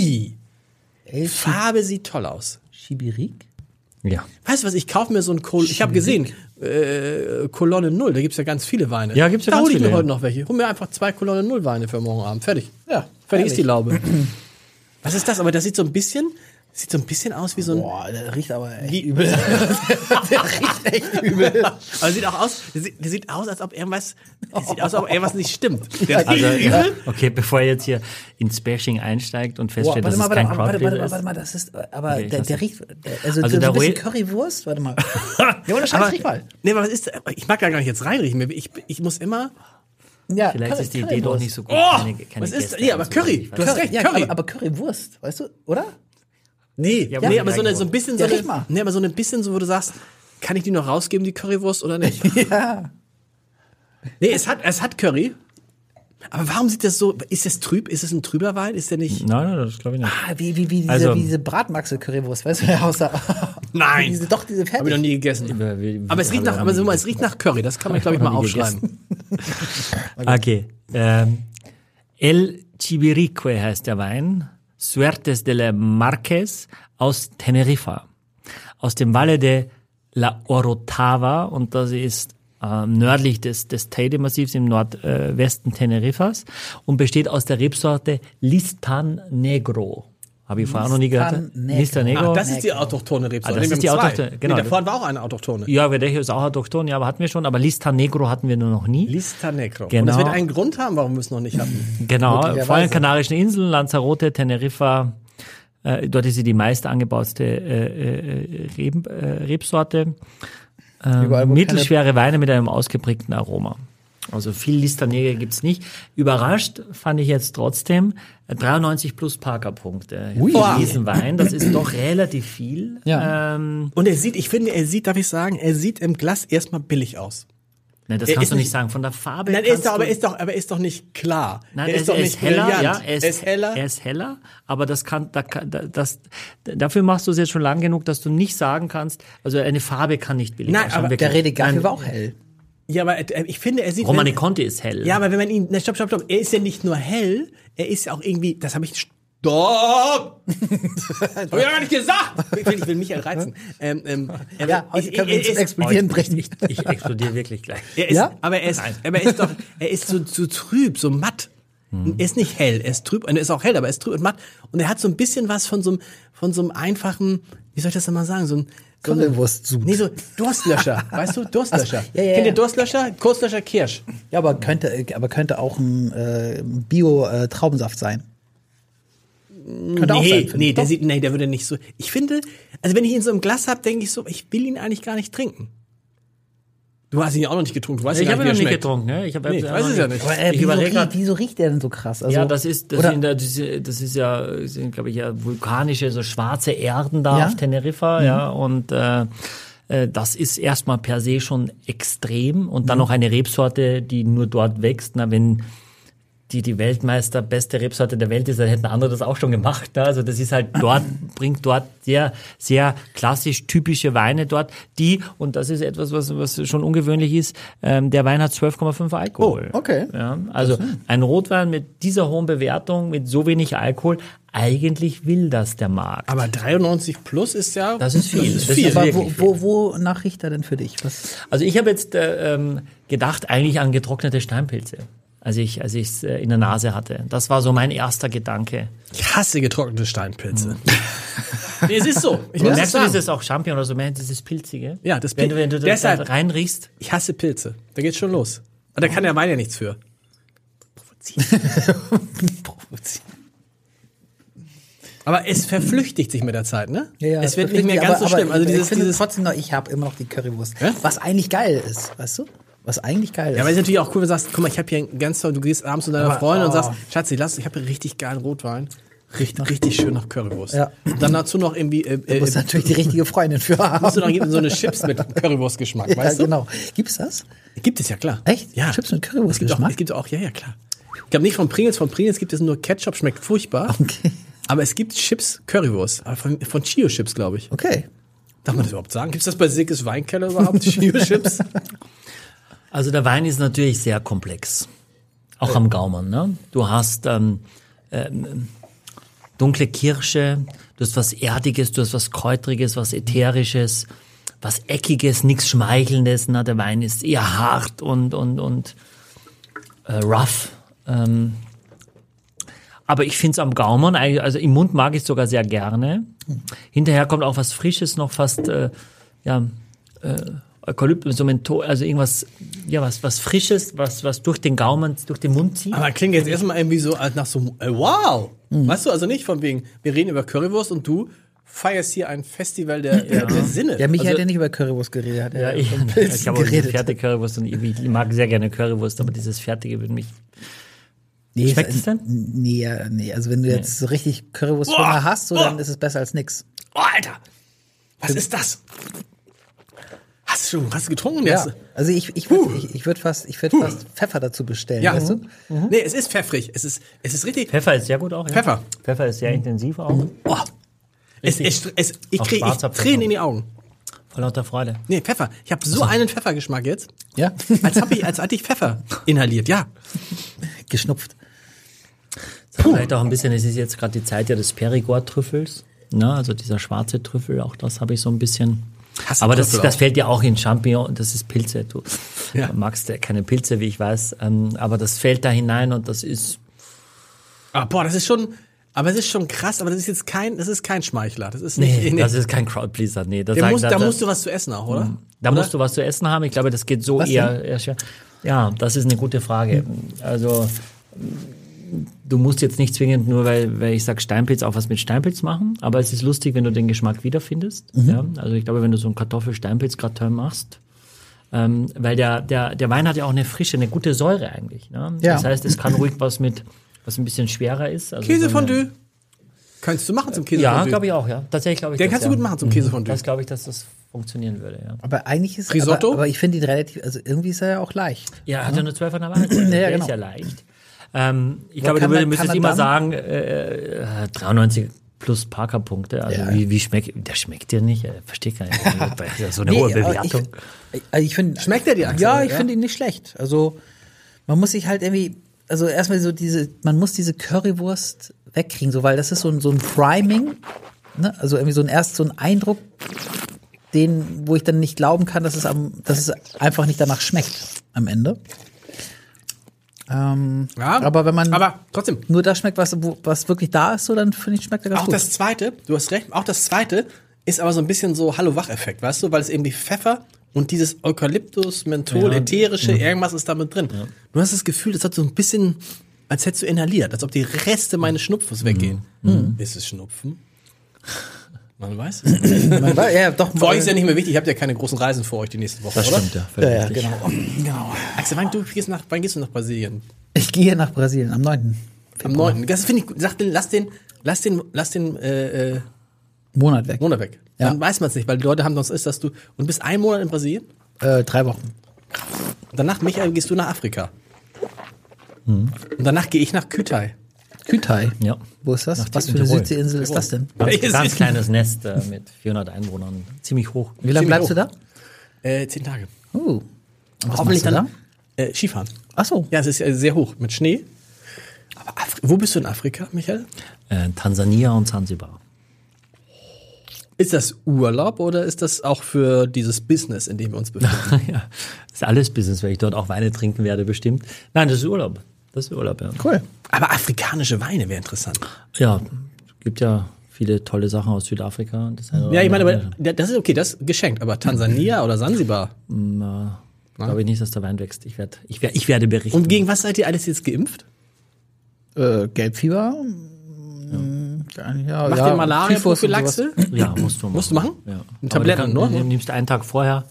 [SPEAKER 2] Ey,
[SPEAKER 3] die Farbe sieht toll aus.
[SPEAKER 2] Schibirik?
[SPEAKER 4] Ja.
[SPEAKER 3] Weißt du was, ich kaufe mir so ein Kol ich habe gesehen, äh, Kolonne Null, da gibt's ja ganz viele Weine.
[SPEAKER 4] Ja, gibt's ja
[SPEAKER 3] da
[SPEAKER 4] ganz
[SPEAKER 3] hol ich mir
[SPEAKER 4] viele,
[SPEAKER 3] heute noch welche. Hol mir einfach zwei Kolonne Null Weine für morgen Abend. Fertig.
[SPEAKER 2] Ja,
[SPEAKER 3] Fertig ist
[SPEAKER 2] herrlich.
[SPEAKER 3] die Laube. Was ist das? Aber das sieht so ein bisschen, sieht so ein bisschen aus wie so ein,
[SPEAKER 2] Boah, der riecht aber echt
[SPEAKER 3] Wie-
[SPEAKER 2] übel. der riecht echt übel.
[SPEAKER 3] Aber sieht auch aus, der sieht, der sieht aus, als ob irgendwas, der sieht aus, als ob irgendwas nicht stimmt. Der
[SPEAKER 4] Also,
[SPEAKER 3] ist
[SPEAKER 4] ja.
[SPEAKER 3] übel.
[SPEAKER 4] okay, bevor ihr jetzt hier ins Bashing einsteigt und
[SPEAKER 2] Boah,
[SPEAKER 4] feststellt,
[SPEAKER 2] warte
[SPEAKER 4] dass
[SPEAKER 2] mal,
[SPEAKER 4] es
[SPEAKER 2] warte
[SPEAKER 4] kein
[SPEAKER 2] mal, warte, warte,
[SPEAKER 4] Crowdfilter
[SPEAKER 2] mal,
[SPEAKER 4] ist.
[SPEAKER 2] warte mal, das ist, äh, aber
[SPEAKER 4] Okay, ich
[SPEAKER 2] der,
[SPEAKER 4] lass
[SPEAKER 2] der
[SPEAKER 4] es.
[SPEAKER 2] riecht, also,
[SPEAKER 4] Also
[SPEAKER 2] so
[SPEAKER 4] der
[SPEAKER 2] ein bisschen
[SPEAKER 4] Roe-
[SPEAKER 2] Currywurst, warte mal. ja, ohne Scheiß,
[SPEAKER 3] Aber-
[SPEAKER 2] riech mal.
[SPEAKER 3] Nee, aber was ist, ich mag da gar nicht jetzt reinriechen. Ich, ich muss immer,
[SPEAKER 2] Ja,
[SPEAKER 4] Vielleicht
[SPEAKER 2] Curry-
[SPEAKER 4] ist die Idee
[SPEAKER 2] Currywurst.
[SPEAKER 4] doch nicht so gut.
[SPEAKER 3] oh,
[SPEAKER 4] keine- keine
[SPEAKER 3] was ist,
[SPEAKER 4] Gäste
[SPEAKER 3] nee, aber
[SPEAKER 4] einzuladen.
[SPEAKER 3] Curry,
[SPEAKER 4] Ich weiß
[SPEAKER 3] du hast
[SPEAKER 2] Curry,
[SPEAKER 3] recht,
[SPEAKER 2] ja,
[SPEAKER 3] Curry.
[SPEAKER 2] Aber, aber Currywurst, weißt du, oder?
[SPEAKER 3] nee,
[SPEAKER 4] Ja,
[SPEAKER 3] nee,
[SPEAKER 4] ja,
[SPEAKER 3] aber so, eine, so ein
[SPEAKER 4] Currywurst.
[SPEAKER 3] bisschen, so
[SPEAKER 2] Ja, riech mal.
[SPEAKER 3] eine, nee, aber so ein bisschen so, wo du sagst, kann ich die noch rausgeben, die Currywurst oder nicht?
[SPEAKER 2] Ja.
[SPEAKER 3] Nee, es hat, es hat Curry. Aber warum sieht das so, ist das trüb, ist das ein trüber Wein? Ist der nicht,
[SPEAKER 4] Nein, nein, das glaube ich nicht.
[SPEAKER 2] Ah, wie, wie, wie diese,
[SPEAKER 4] Also-
[SPEAKER 2] wie diese Bratmaxe-Currywurst, weißt du, außer.
[SPEAKER 3] Nein.
[SPEAKER 2] Diese, doch, diese
[SPEAKER 3] habe ich noch
[SPEAKER 2] fertig.
[SPEAKER 3] nie gegessen.
[SPEAKER 4] Wie- wie-
[SPEAKER 3] Aber es riecht nach, aber so mal, es riecht nach Curry, das kann man, glaube ich, mal
[SPEAKER 4] Hab ich
[SPEAKER 3] aufschreiben.
[SPEAKER 4] Okay. Ähm, El Chibirique heißt der Wein. Suertes de la Marques aus Teneriffa. Aus dem Valle de la Orotava und das ist ähm, nördlich des, des Teide-Massivs im Nordwesten äh, Westen Teneriffas und besteht aus der Rebsorte Listan Negro. Habe ich vorher auch noch nie gehört.
[SPEAKER 2] Listan Negro.
[SPEAKER 4] Listan Negro.
[SPEAKER 3] Ah, das ist die autochtone Rebsorte.
[SPEAKER 4] Ah, das
[SPEAKER 3] Nee, wir
[SPEAKER 4] ist die
[SPEAKER 3] haben zwei.
[SPEAKER 4] autochtone, genau.
[SPEAKER 3] Nee, davor war auch eine autochtone.
[SPEAKER 4] ja, wir denken, ist auch Autochton, ja, aber hatten wir schon, aber Listan Negro hatten wir nur noch nie.
[SPEAKER 3] Lista Negro. Und
[SPEAKER 4] Genau.
[SPEAKER 3] das wird einen Grund haben, warum wir es noch nicht hatten.
[SPEAKER 4] Genau, vor allem
[SPEAKER 2] Möglicherweise.
[SPEAKER 4] Kanarischen Inseln, Lanzarote, Teneriffa. Äh, dort ist sie die meist angebaute äh, äh, Reben, äh, Rebsorte.
[SPEAKER 2] Überall, wo
[SPEAKER 4] Mittelschwere Weine mit einem ausgeprägten Aroma. Also viel Listerneger gibt's nicht. Überrascht fand ich jetzt trotzdem äh, 93 plus Parker-Punkte für diesen Wein. Das ist doch relativ viel.
[SPEAKER 2] Ja.
[SPEAKER 4] Ähm,
[SPEAKER 3] Und er sieht, ich finde, er sieht, darf ich sagen, er sieht im Glas erstmal billig aus.
[SPEAKER 4] ne, das
[SPEAKER 3] Er
[SPEAKER 4] kannst
[SPEAKER 3] ist
[SPEAKER 4] du nicht
[SPEAKER 3] nicht-
[SPEAKER 4] sagen. Von der Farbe
[SPEAKER 3] Nein, er ist
[SPEAKER 4] kannst
[SPEAKER 3] doch, aber
[SPEAKER 4] du-
[SPEAKER 3] er ist doch, aber er ist doch nicht klar.
[SPEAKER 4] Nein,
[SPEAKER 3] er ist
[SPEAKER 4] er,
[SPEAKER 3] doch
[SPEAKER 4] er
[SPEAKER 3] nicht
[SPEAKER 4] ist heller,
[SPEAKER 3] brillant.
[SPEAKER 4] ja, er ist,
[SPEAKER 3] er ist heller.
[SPEAKER 4] Er ist heller, aber das kann, da, kann- da- das, dafür machst du es jetzt schon lang genug, dass du nicht sagen kannst, also eine Farbe kann nicht billig
[SPEAKER 3] Nein,
[SPEAKER 4] ausschauen,
[SPEAKER 3] aber
[SPEAKER 4] wirklich.
[SPEAKER 2] Der Redegaffel
[SPEAKER 4] Nein,
[SPEAKER 2] war auch hell.
[SPEAKER 3] ja, aber äh, ich finde, er sieht.
[SPEAKER 4] Romane Conti ist hell.
[SPEAKER 3] ja, aber wenn man ihn, ne, stopp, stopp, stopp. Er ist ja nicht nur hell, er ist ja auch irgendwie, das habe ich, stopp! hab ich ja gar nicht gesagt! Ich will, ich will Michael reizen. Ähm, ähm, er-
[SPEAKER 2] Ja,
[SPEAKER 3] ich-
[SPEAKER 2] heute können
[SPEAKER 3] er-
[SPEAKER 2] wir
[SPEAKER 3] er
[SPEAKER 2] zum
[SPEAKER 3] ist-
[SPEAKER 2] Explodieren
[SPEAKER 4] ich,
[SPEAKER 2] brechen.
[SPEAKER 4] ich, ich explodiere wirklich gleich.
[SPEAKER 3] Er ist,
[SPEAKER 2] Ja?
[SPEAKER 3] aber er ist, aber er ist doch, er ist so, so trüb, so matt.
[SPEAKER 4] Hm.
[SPEAKER 3] Er ist nicht hell, er ist trüb, und er ist auch hell, aber er ist trüb und matt. Und er hat so ein bisschen was von so einem, von so einem einfachen, wie soll ich das denn mal sagen, so ein, so ein
[SPEAKER 2] Currywurstsud.
[SPEAKER 3] Nee, so Durstlöscher, weißt du, Durstlöscher.
[SPEAKER 2] ja, ja,
[SPEAKER 3] Kennt
[SPEAKER 2] ja.
[SPEAKER 3] ihr Durstlöscher? Kurstlöscher Kirsch.
[SPEAKER 2] Ja, aber könnte, aber könnte auch ein äh, Bio-Traubensaft sein. Könnte auch sein.
[SPEAKER 3] Nee,
[SPEAKER 2] finde
[SPEAKER 3] nee,
[SPEAKER 2] ich.
[SPEAKER 3] der
[SPEAKER 2] Doch.
[SPEAKER 3] sieht, nee, der würde nicht so, ich finde, also wenn ich ihn so im Glas hab, denke ich so, ich will ihn eigentlich gar nicht trinken. Du hast ihn ja auch noch nicht getrunken, du weißt
[SPEAKER 4] Ich
[SPEAKER 3] ja gar
[SPEAKER 4] habe ihn
[SPEAKER 3] nicht, wie er schmeckt.
[SPEAKER 4] noch nicht getrunken. Ne? Ich, hab,
[SPEAKER 3] Nee, ich weiß es ja nicht.
[SPEAKER 2] Aber äh,
[SPEAKER 4] ich
[SPEAKER 2] wieso,
[SPEAKER 4] überlege
[SPEAKER 2] rie-
[SPEAKER 4] gerade.
[SPEAKER 2] wieso riecht der denn so krass? Also,
[SPEAKER 4] Ja, das ist, das,
[SPEAKER 2] oder,
[SPEAKER 4] sind, ja- das ist- das ist ja, sind, glaube ich, ja vulkanische, so schwarze Erden
[SPEAKER 2] Ja.
[SPEAKER 4] da
[SPEAKER 2] Mhm.
[SPEAKER 4] auf Teneriffa, ja, und äh, äh, das ist erstmal per se schon extrem und
[SPEAKER 2] Mhm.
[SPEAKER 4] dann noch eine Rebsorte, die nur dort wächst. Na, wenn die die Weltmeister beste Rebsorte der Welt ist, dann hätten andere das auch schon gemacht. Ne? Also das ist halt dort, bringt dort sehr, sehr klassisch typische Weine dort, die, und das ist etwas, was, was schon ungewöhnlich ist, ähm, der Wein hat 12,5 Alkohol.
[SPEAKER 2] Oh, okay.
[SPEAKER 4] Ja, also ein Rotwein mit dieser hohen Bewertung, mit so wenig Alkohol, eigentlich will das der Markt.
[SPEAKER 3] Aber 93 plus ist ja,
[SPEAKER 4] das ist viel. Das ist
[SPEAKER 3] viel.
[SPEAKER 2] aber
[SPEAKER 4] wirklich
[SPEAKER 2] wo,
[SPEAKER 4] viel.
[SPEAKER 2] wo, wo nachriecht er denn für dich? Was,
[SPEAKER 4] Also ich habe jetzt äh, ähm, gedacht eigentlich an getrocknete Steinpilze, als ich als ich es äh, in der Nase hatte. Das war so mein erster Gedanke.
[SPEAKER 3] Ich hasse getrocknete Steinpilze.
[SPEAKER 2] Mhm.
[SPEAKER 3] nee, es ist so. Ich muss es
[SPEAKER 4] merkst du
[SPEAKER 3] sagen.
[SPEAKER 4] dieses auch Champion oder so, mehr dieses Pilzige?
[SPEAKER 3] Ja, das
[SPEAKER 4] wenn
[SPEAKER 3] Pil-
[SPEAKER 4] du, wenn du das
[SPEAKER 3] Deshalb-
[SPEAKER 4] da reinriechst.
[SPEAKER 3] Ich hasse Pilze. Da geht's schon los. Und da kann der Wein ja nichts für. Aber es verflüchtigt sich mit der Zeit, ne? es wird nicht mehr ganz so schlimm. Also
[SPEAKER 2] ich
[SPEAKER 3] dieses,
[SPEAKER 2] finde
[SPEAKER 3] dieses
[SPEAKER 2] trotzdem noch, ich habe immer noch die Currywurst.
[SPEAKER 3] Ja?
[SPEAKER 2] Was eigentlich geil ist, weißt du? Was eigentlich geil
[SPEAKER 3] ja, aber es
[SPEAKER 2] ist.
[SPEAKER 3] ist natürlich auch cool, wenn du sagst, guck mal, ich habe hier einen ganz toll, du gehst abends zu deiner
[SPEAKER 2] Aber,
[SPEAKER 3] Freundin und
[SPEAKER 2] oh.
[SPEAKER 3] sagst, Schatzi, lass, ich habe hier richtig geilen Rotwein. Richtig, richtig schön nach Currywurst.
[SPEAKER 2] Ja.
[SPEAKER 3] Und dann dazu noch irgendwie äh,
[SPEAKER 2] Du
[SPEAKER 3] äh,
[SPEAKER 2] musst natürlich die richtige Freundin für haben.
[SPEAKER 3] musst du noch so eine Chips mit Currywurstgeschmack,
[SPEAKER 2] ja,
[SPEAKER 3] weißt du?
[SPEAKER 2] genau. Gibt's das?
[SPEAKER 3] Gibt es ja klar.
[SPEAKER 2] Echt?
[SPEAKER 3] Ja.
[SPEAKER 2] Chips mit
[SPEAKER 3] Es gibt auch,
[SPEAKER 2] Currywurstgeschmack?
[SPEAKER 3] es gibt auch, ja, ja, klar. Ich glaube nicht von Pringles, von Pringles gibt es nur Ketchup, schmeckt furchtbar.
[SPEAKER 2] Okay.
[SPEAKER 3] Aber es gibt Chips Currywurst, aber von, von Chio-Chips, glaube ich.
[SPEAKER 2] Okay.
[SPEAKER 3] Darf man das überhaupt sagen? Gibt es das bei Sickes Weinkeller überhaupt, Chio-Chips?
[SPEAKER 4] Also der Wein ist natürlich sehr komplex. Auch am Gaumen. Ne? Du hast ähm, ähm, dunkle Kirsche, du hast was Erdiges, du hast was Kräutriges, was Ätherisches, was Eckiges, nichts Schmeichelndes. Na, der Wein ist eher hart und, und, und äh, rough. Ähm, aber ich finde es am Gaumen, eigentlich- also im Mund mag ich es sogar sehr gerne. Hinterher kommt auch was Frisches noch, fast äh, ja, äh, Eukalyptus, so Menthol, also irgendwas, ja, was, was Frisches, was, was durch den Gaumen, durch den Mund zieht.
[SPEAKER 3] aber klingt jetzt erstmal irgendwie so als nach so, äh, wow.
[SPEAKER 2] Mhm.
[SPEAKER 3] Weißt du, also nicht von wegen, wir reden über Currywurst und du feierst hier ein Festival der, der Sinne.
[SPEAKER 2] Ja, mich
[SPEAKER 3] also,
[SPEAKER 2] hat ja nicht über Currywurst geredet. Hat
[SPEAKER 4] Ja,
[SPEAKER 2] er
[SPEAKER 4] ich,
[SPEAKER 2] von
[SPEAKER 4] ich
[SPEAKER 2] Pilzen
[SPEAKER 4] habe auch diese
[SPEAKER 2] geredet.
[SPEAKER 4] fertige Currywurst und ich, ich mag sehr gerne Currywurst, aber dieses Fertige würde mich.
[SPEAKER 2] Nee,
[SPEAKER 4] Schmeckt
[SPEAKER 2] ist-
[SPEAKER 4] es denn?
[SPEAKER 2] Nee, nee. Also wenn du jetzt so richtig Currywursthunger hast, so, dann ist es besser als nix.
[SPEAKER 3] oh, Alter, was ist das? Hast du schon, hast du getrunken
[SPEAKER 2] Ja.
[SPEAKER 3] jetzt?
[SPEAKER 2] Also ich, ich würde ich, ich würd fast, ich würd fast Pfeffer dazu bestellen,
[SPEAKER 3] Ja, Mhm.
[SPEAKER 2] weißt du?
[SPEAKER 3] nee, es ist pfeffrig. Es ist, es ist richtig.
[SPEAKER 4] Pfeffer ist sehr gut auch. Ja.
[SPEAKER 3] Pfeffer. Mhm.
[SPEAKER 4] Peffer ist sehr intensiv auch.
[SPEAKER 3] Oh. Es, es, es, ich
[SPEAKER 4] Auch
[SPEAKER 3] kriege ich
[SPEAKER 4] schwarzer Pfeffer.
[SPEAKER 3] Tränen in die Augen.
[SPEAKER 4] Vor lauter Freude.
[SPEAKER 3] Nee, Pfeffer. Ich habe so einen Pfeffergeschmack jetzt.
[SPEAKER 2] Ja.
[SPEAKER 3] Als, hab ich, als hatte ich Pfeffer inhaliert, ja.
[SPEAKER 2] Geschnupft.
[SPEAKER 4] Vielleicht auch ein bisschen, es ist jetzt gerade die Zeit ja des Perigord-Trüffels. Ne? Also dieser schwarze Trüffel, auch das habe ich so ein bisschen.
[SPEAKER 3] Hast du
[SPEAKER 4] Aber das,
[SPEAKER 3] Trüffel
[SPEAKER 4] das
[SPEAKER 3] auch?
[SPEAKER 4] fällt ja auch in Champignon und das ist Pilze. Du
[SPEAKER 3] Ja.
[SPEAKER 4] magst ja keine Pilze, wie ich weiß. Ähm, aber das fällt da hinein und das ist
[SPEAKER 3] Ah, boah, das ist schon. Aber es ist schon krass, aber das ist jetzt kein, das ist kein Schmeichler. Das ist nicht.
[SPEAKER 4] Nee,
[SPEAKER 3] nee.
[SPEAKER 4] das ist kein Crowdpleaser. Nee, da,
[SPEAKER 3] da,
[SPEAKER 4] sag-
[SPEAKER 3] musst,
[SPEAKER 4] da,
[SPEAKER 3] da musst du was zu essen auch, oder?
[SPEAKER 4] Hm, da musst du was zu essen haben. Ich glaube, das geht so eher, eher schwer. Ja, das ist eine gute Frage. Also du musst jetzt nicht zwingend nur, weil, weil ich sage Steinpilz, auch was mit Steinpilz machen. Aber es ist lustig, wenn du den Geschmack wiederfindest.
[SPEAKER 3] Mhm.
[SPEAKER 4] Ja, also ich glaube, wenn du so einen Kartoffel-Steinpilz-Gratin machst, ähm, weil der, der, der Wein hat ja auch eine frische, eine gute Säure eigentlich. Ne?
[SPEAKER 2] Ja.
[SPEAKER 4] Das heißt, es kann ruhig was mit, was ein bisschen schwerer ist. Also so eine-
[SPEAKER 3] Käsefondue. Könntest du machen zum Käsefondue?
[SPEAKER 4] Ja, glaube ich auch, ja. Tatsächlich glaube ich
[SPEAKER 3] Den
[SPEAKER 4] das,
[SPEAKER 3] kannst du
[SPEAKER 4] ja. Mhm.
[SPEAKER 3] gut machen zum Käsefondue.
[SPEAKER 4] Das glaube ich, dass das funktionieren würde, ja.
[SPEAKER 2] Aber eigentlich ist
[SPEAKER 3] Risotto?
[SPEAKER 2] Aber, aber ich finde ihn relativ, also irgendwie ist er ja auch leicht.
[SPEAKER 4] Ja, er hat ja nur 12 an der Wahl. ja,
[SPEAKER 2] genau.
[SPEAKER 4] ist ja leicht. Ähm, ich glaube, du
[SPEAKER 2] kann man-
[SPEAKER 4] würde,
[SPEAKER 2] kann
[SPEAKER 4] müsstest
[SPEAKER 2] man
[SPEAKER 4] immer
[SPEAKER 2] dann-
[SPEAKER 4] sagen, äh, äh, 93 plus Parker-Punkte. Also
[SPEAKER 2] Ja.
[SPEAKER 4] wie, wie schmeckt, der schmeckt dir nicht, äh, verstehe gar nicht. Das ist ja so eine
[SPEAKER 2] Nee,
[SPEAKER 4] hohe
[SPEAKER 2] aber
[SPEAKER 4] Bewertung.
[SPEAKER 2] Ich, also ich find,
[SPEAKER 3] Schmeckt er dir, Axel?
[SPEAKER 2] Ja, ich
[SPEAKER 3] Ja.
[SPEAKER 2] finde ihn nicht schlecht. Also man muss sich halt irgendwie, also erstmal so diese, man muss diese Currywurst wegkriegen, so weil das ist so ein, so ein Priming, ne? also irgendwie so ein erst so ein Eindruck, den, wo ich dann nicht glauben kann, dass es am, dass es einfach nicht danach schmeckt am Ende. Ähm,
[SPEAKER 3] Ja,
[SPEAKER 2] aber wenn man
[SPEAKER 3] Aber trotzdem,
[SPEAKER 2] nur das schmeckt, was, wo- was wirklich da ist, so dann finde ich schmeckt er ganz
[SPEAKER 3] auch
[SPEAKER 2] gut.
[SPEAKER 3] das zweite, du hast recht, auch das zweite ist aber so ein bisschen so Hallo-Wach-Effekt, weißt du? Weil es eben die Pfeffer und dieses Eukalyptus, Menthol, ätherische, irgendwas ist damit drin. Du hast das Gefühl, das hat so ein bisschen, als hättest du inhaliert, als ob die Reste meines Schnupfens weggehen. Hm. Ist es Schnupfen? Man weiß. es nicht.
[SPEAKER 2] ja, doch,
[SPEAKER 3] Für euch ist ja nicht mehr wichtig, ihr habt ja keine großen Reisen vor euch die nächsten Wochen, oder?
[SPEAKER 4] ja.
[SPEAKER 2] ja, ja, genau. genau.
[SPEAKER 3] Axel, wann, du gehst nach, wann gehst du nach Brasilien?
[SPEAKER 2] Ich gehe nach Brasilien am 9.
[SPEAKER 3] Am 9. Das finde ich gut. Sag den, lass den, lass den, lass den äh, äh,
[SPEAKER 2] Monat weg.
[SPEAKER 3] Monat weg.
[SPEAKER 2] Ja.
[SPEAKER 3] Dann weiß man es nicht, weil die Leute haben sonst ist, dass du und bist einen Monat in Brasilien.
[SPEAKER 2] Äh, drei Wochen.
[SPEAKER 3] Und danach, Michael, gehst du nach Afrika.
[SPEAKER 2] Hm.
[SPEAKER 3] Und danach gehe ich nach Kütai.
[SPEAKER 2] Kütai.
[SPEAKER 4] Ja.
[SPEAKER 2] Wo ist das? Was für eine
[SPEAKER 4] Südtirol.
[SPEAKER 2] Südseeinsel ist das denn?
[SPEAKER 4] Ganz,
[SPEAKER 3] Welches
[SPEAKER 4] ganz
[SPEAKER 3] ist-
[SPEAKER 4] kleines Nest äh, mit 400 Einwohnern, ziemlich hoch.
[SPEAKER 2] Wie lange bleibst du da?
[SPEAKER 3] Äh, zehn Tage.
[SPEAKER 2] Uh. Und was
[SPEAKER 3] Hoffentlich
[SPEAKER 2] machst du
[SPEAKER 3] dann äh, Skifahren.
[SPEAKER 2] Ach so.
[SPEAKER 3] Ja, es ist äh, sehr hoch mit Schnee. Aber Afri wo bist du in Afrika, Michael?
[SPEAKER 4] Äh, Tansania und Zanzibar.
[SPEAKER 3] Ist das Urlaub oder ist das auch für dieses Business, in dem wir uns befinden?
[SPEAKER 4] ja, ist alles Business, weil ich dort auch Weine trinken werde bestimmt. Nein, das ist Urlaub. Das ist Urlaub, ja.
[SPEAKER 2] Cool. Oh,
[SPEAKER 3] Aber afrikanische Weine wäre interessant.
[SPEAKER 4] Ja, gibt ja viele tolle Sachen aus Südafrika. Das eine oder
[SPEAKER 3] Ja, ich meine,
[SPEAKER 4] andere.
[SPEAKER 3] aber das ist okay, das ist geschenkt. Aber Tansania oder Sansibar?
[SPEAKER 4] Na, glaube ich nicht, dass der Wein wächst. Ich werde, ich werde, ich werde berichten.
[SPEAKER 3] Ne? Und gegen was seid ihr alles jetzt geimpft?
[SPEAKER 2] Äh, Gelbfieber. Mm, Ja. Ja,
[SPEAKER 3] Macht ihr Malaria,
[SPEAKER 2] Typhus und
[SPEAKER 3] Prophylaxe?
[SPEAKER 4] ja, musst du machen.
[SPEAKER 3] Musst du machen?
[SPEAKER 4] Ja.
[SPEAKER 3] Ein Tabletten,
[SPEAKER 4] Aber du kannst-
[SPEAKER 3] ne?
[SPEAKER 4] Du nimmst einen Tag vorher